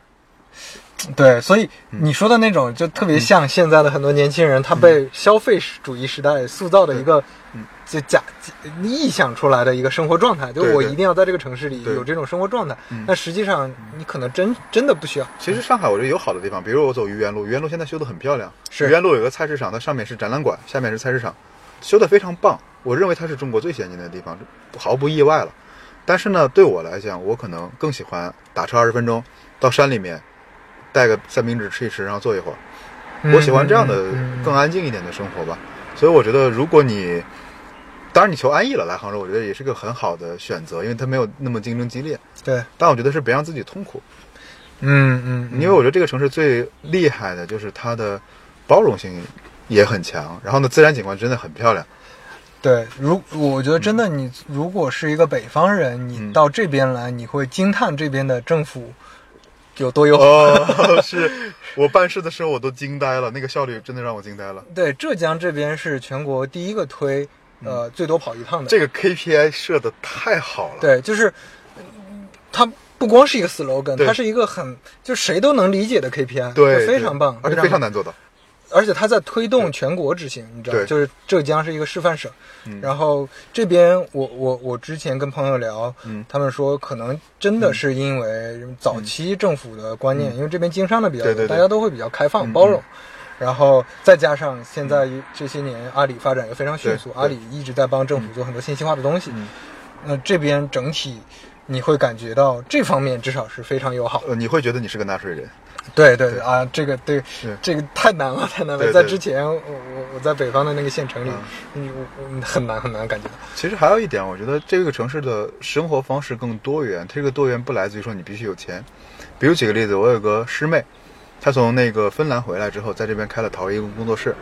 对，所以你说的那种就特别像现在的很多年轻人，他被消费主义时代塑造的一个嗯就假假臆想出来的一个生活状态，就对我对一定要在这个城市里对有这种生活状态嗯，但实际上你可能真真的不需要。其实上海我觉得有好的地方，比如我走愚园路，愚园路现在修得很漂亮。是愚园路有个菜市场，它上面是展览馆，下面是菜市场，修得非常棒。我认为它是中国最先进的地方，这毫不意外了。但是呢，对我来讲，我可能更喜欢打车二十分钟到山里面，带个三明治吃一吃，然后坐一会儿。我喜欢这样的嗯更安静一点的生活吧。所以我觉得，如果你当然你求安逸了，来杭州，我觉得也是个很好的选择，因为它没有那么竞争激烈。对，但我觉得是别让自己痛苦，嗯嗯，因为我觉得这个城市最厉害的就是它的包容性也很强，然后呢，自然景观真的很漂亮。对，如我觉得真的，你如果是一个北方人，你嗯到这边来，你会惊叹这边的政府有多友好。哦， [laughs] 是我办事的时候我都惊呆了，那个效率真的让我惊呆了。对，浙江这边是全国第一个推嗯呃最多跑一趟的。这个 KPI 设的太好了，对，就是嗯它不光是一个 slogan，对它是一个很就谁都能理解的 KPI，对，就非常棒，而且非常棒，难做到。而且它在推动全国执行，你知道吗，对就是浙江是一个示范省，嗯然后这边我我我之前跟朋友聊，嗯他们说可能真的是因为早期政府的观念，因为这边经商的比较多，嗯对对对大家都会比较开放嗯包容。然后再加上现在这些年阿里发展也非常迅速，对对阿里一直在帮政府做很多信息化的东西，嗯那这边整体你会感觉到这方面至少是非常友好的。呃，你会觉得你是个纳税人，对对对啊，这个对对，这个太难了，太难了。对对在之前，我我我在北方的那个县城里嗯，你我我很难很难感觉到。其实还有一点，我觉得这个城市的生活方式更多元。这个多元不来自于说你必须有钱，比如举个例子，我有个师妹，她从那个芬兰回来之后，在这边开了陶艺工作室，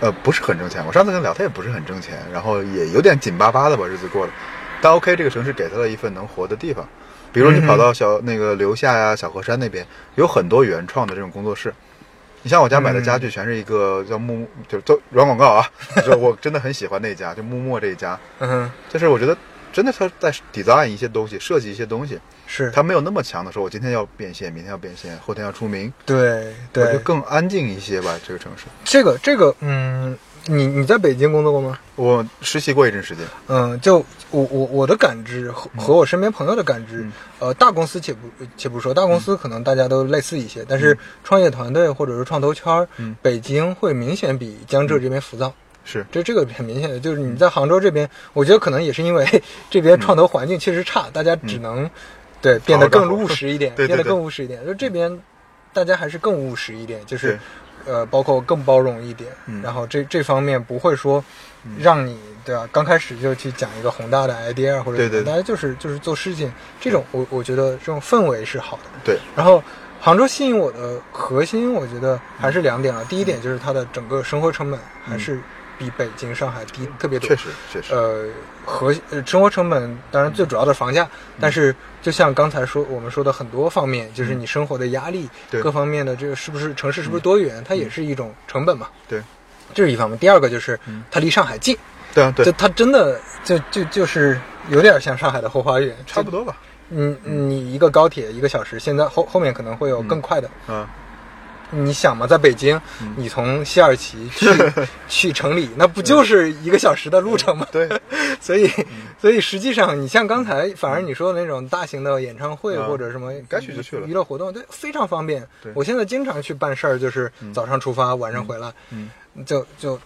呃，不是很挣钱。我上次跟她聊，她也不是很挣钱，然后也有点紧巴巴的把日子过的。但 OK，这个城市给她了一份能活的地方。比如你跑到小、那个留下呀、小河山那边，有很多原创的这种工作室。你像我家买的家具，全是一个叫木木，就是做软广告啊， [laughs] 就是我真的很喜欢那一家，就木墨这一家。嗯哼，就是我觉得真的他在 design 一些东西，设计一些东西，是他没有那么强的说，我今天要变现，明天要变现，后天要出名，对我觉得对，更安静一些吧。这个城市，这个这个，嗯，你你在北京工作过吗？我实习过一阵时间，嗯，就我我我的感知和和我身边朋友的感知，嗯呃，大公司且不且不说，大公司可能大家都类似一些，但是创业团队或者是创投圈儿，嗯北京会明显比江浙这边浮躁。是这这个很明显的，就是你在杭州这边，我觉得可能也是因为 [laughs] 这边创投环境确实差，大家只能、对变得更务实一点，嗯 [laughs] 对对对变得更务实一点。就这边大家还是更务实一点，就是呃，包括更包容一点，嗯然后这这方面不会说让你。对吧？刚开始就去讲一个宏大的 idea 啊或者对什对么对大家就是就是做事情，这种我我觉得这种氛围是好的。对，然后杭州吸引我的核心，我觉得还是两点嗯啊。第一点就是它的整个生活成本还是比北京、上海低特别多。嗯确实确实，呃，核呃生活成本当然最主要的是房价，嗯但是就像刚才说我们说的很多方面，就是你生活的压力，对嗯各方面的这个是不是城市是不是多元，它也是一种成本嘛。对这是一方面。第二个就是嗯它离上海近，对啊就对，它真的就就就是有点像上海的后花园，差不多吧，嗯，你一个高铁一个小时，现在后后面可能会有更快的，嗯你想嘛，在北京，你从西二旗去去城里，那不就是一个小时的路程吗？ [laughs] 对，所以，所以实际上，你像刚才，反而你说的那种大型的演唱会嗯或者什么，该去就去了娱乐活动对非常方便对。我现在经常去办事儿，就是早上出发，晚上回来，嗯就就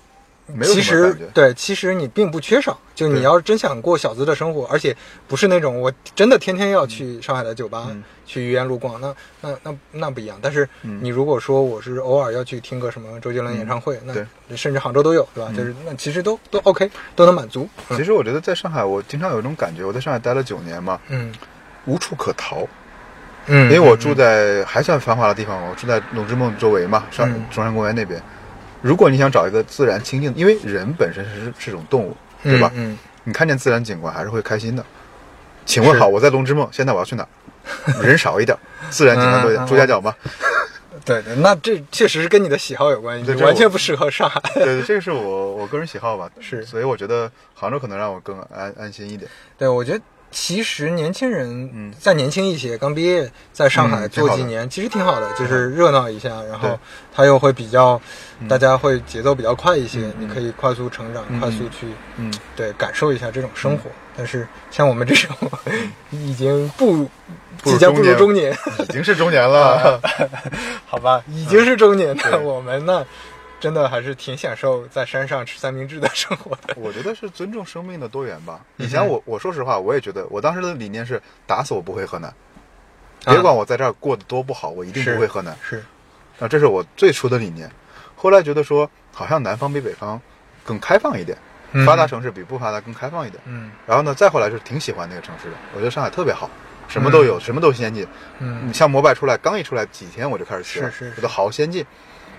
没有其什么实感觉。对，其实你并不缺少。就你对要是真想过小资的生活，而且不是那种我真的天天要去上海的酒吧、嗯去愚园路逛，那那那那不一样。但是嗯你如果说我是偶尔要去听个什么周杰伦演唱会，对嗯那甚至杭州都有，对吧？就是那其实都都 OK，都能满足。嗯其实我觉得在上海，我经常有一种感觉，我在上海待了九年嘛，嗯无处可逃。嗯，因为我住在还算繁华的地方，我住在龙之梦周围嘛，上嗯中山公园那边。如果你想找一个自然清静，因为人本身是是种动物，嗯对吧？嗯，你看见自然景观还是会开心的。请问好，是我在龙之梦，现在我要去 [laughs] 哪儿？人少一点，自然景观多一嗯嗯点，朱家角嘛。嗯对对，那这确实是跟你的喜好有关系，对你这完我全不适合上海。对对，这个是我我个人喜好吧。是所以我觉得杭州可能让我更安安心一点。 [laughs] 对，我觉得其实年轻人嗯再年轻一些，刚毕业，在上海嗯做挺好几的年，其实挺好的，嗯就是热闹一下，然后对他又会比较，大家会节奏比较快一些，嗯你可以快速成长，嗯快速去嗯，对感受一下这种生活。但是像我们这种 [laughs] 已经步步入即将嗯步入中中年，已经是中年 [laughs] 了。 [laughs] 好吧，嗯已经是中年的对我们呢，真的还是挺享受在山上吃三明治的生活的。我觉得是尊重生命的多元吧。嗯以前我我说实话，我也觉得我当时的理念是打死我不回河南，啊别管我在这儿过得多不好，我一定是不回河南。是，啊，这是我最初的理念。后来觉得说，好像南方比北方更开放一点，嗯发达城市比不发达更开放一点。嗯然后呢，再后来就是挺喜欢那个城市的，我觉得上海特别好，什么都有，什么都先进。嗯你像摩拜出来刚一出来几天我就开始学，是是是觉得好先进。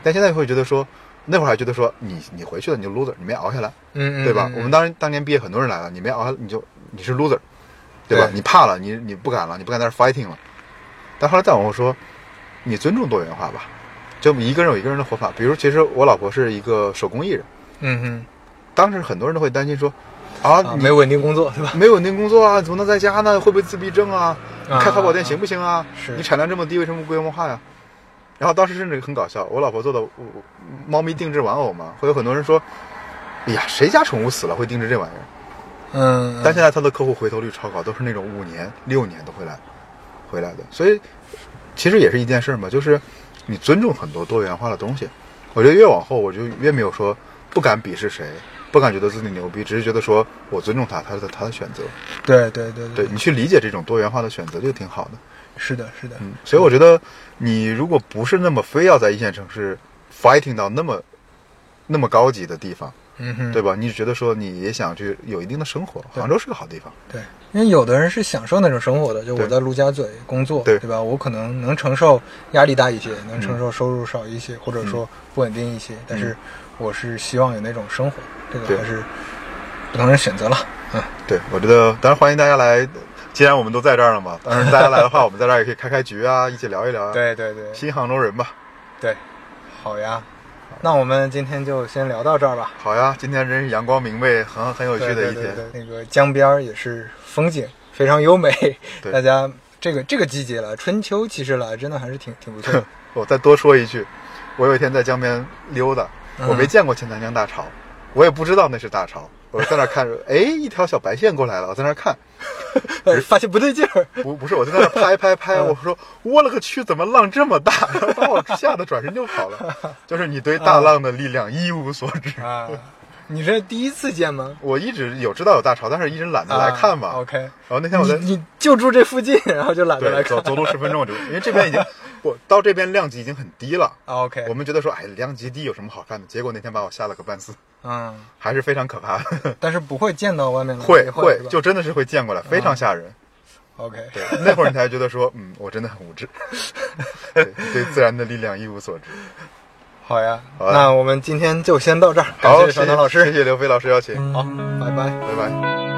但现在会觉得说，那会儿还觉得说你你回去了你就 loser，你没熬下来。嗯，嗯对吧？嗯我们当当年毕业，很多人来了，你没熬，你就你是 loser，对吧？对你怕了，你你不敢了，你不敢在这儿 fighting 了。但后来再往后说，你尊重多元化吧，就一个人有一个人的活法。比如，其实我老婆是一个手工艺人，嗯嗯当时很多人都会担心说，啊，啊，你没稳定工作对吧？没有稳定工作啊，怎么能在家呢？会不会自闭症啊？你开淘宝店行不行啊？是你产量这么低，为什么不规模化呀？然后当时甚至很搞笑，我老婆做的我猫咪定制玩偶嘛，会有很多人说，哎呀，谁家宠物死了会定制这玩意儿？嗯，但现在他的客户回头率超高，都是那种五年、六年都会来回来的，所以其实也是一件事儿嘛，就是你尊重很多多元化的东西。我觉得越往后，我就越没有说不敢鄙视谁，不敢觉得自己牛逼，只是觉得说我尊重他，他的他的选择。对对对对你去理解这种多元化的选择就挺好的。是的，是的，嗯，所以我觉得你如果不是那么非要在一线城市 fighting 到那么那么高级的地方，嗯哼，对吧？你只觉得说你也想去有一定的生活，杭州是个好地方。对，因为有的人是享受那种生活的，就我对在陆家嘴工作，对嗯吧？我可能能承受压力大一些，能承受收入少一些，或者说不稳定一些，但是我是希望有那种生活，这个嗯对还是不同人选择了，嗯，对，我觉得当然欢迎大家来，既然我们都在这儿了嘛，当然大家来的话，我们在这儿也可以开开局啊，一起聊一聊啊。，对对对新杭州人吧，对，好呀，那我们今天就先聊到这儿吧。好呀，今天真是阳光明媚，很很有趣对的对一对天。对那个江边儿也是风景非常优美， [laughs] 对大家这个这个季节了，春秋其实来真的还是挺挺不 [laughs] 错的。我再多说一句，我有一天在江边溜达，嗯我没见过钱塘江大潮，我也不知道那是大潮，我在那儿看着，哎，一条小白线过来了，我在那儿看，哎发现不对劲儿， [laughs] 不不是，我就在那儿拍拍拍，嗯我说我了个去，怎么浪这么大？ [laughs] 然后把我吓得转身就跑了，就是你对大浪的力量一无所知。啊，你这第一次见吗？我一直有知道有大潮，但是一直懒得来看嘛。啊、，OK。然后那天我在你你就住这附近， [laughs] 然后就懒得来对看走。走路十分钟，我就因为这 [laughs] 边已经我到这边量级已经很低了。啊 OK，我们觉得说，哎，量级低有什么好看的？结果那天把我吓了个半死， [laughs] 嗯，还是非常可怕的。但是不会啊见到外面的会机会是吧就真的是会见过来，非常吓人。 OK。 [laughs] 对，那会儿你才觉得说，嗯，我真的很无知， [laughs] 对对自然的力量一无所知。好呀，好呀那我们今天就先到这儿。感好，谢谢小唐老师，嗯谢谢刘飞老师邀请，好，拜拜。拜拜。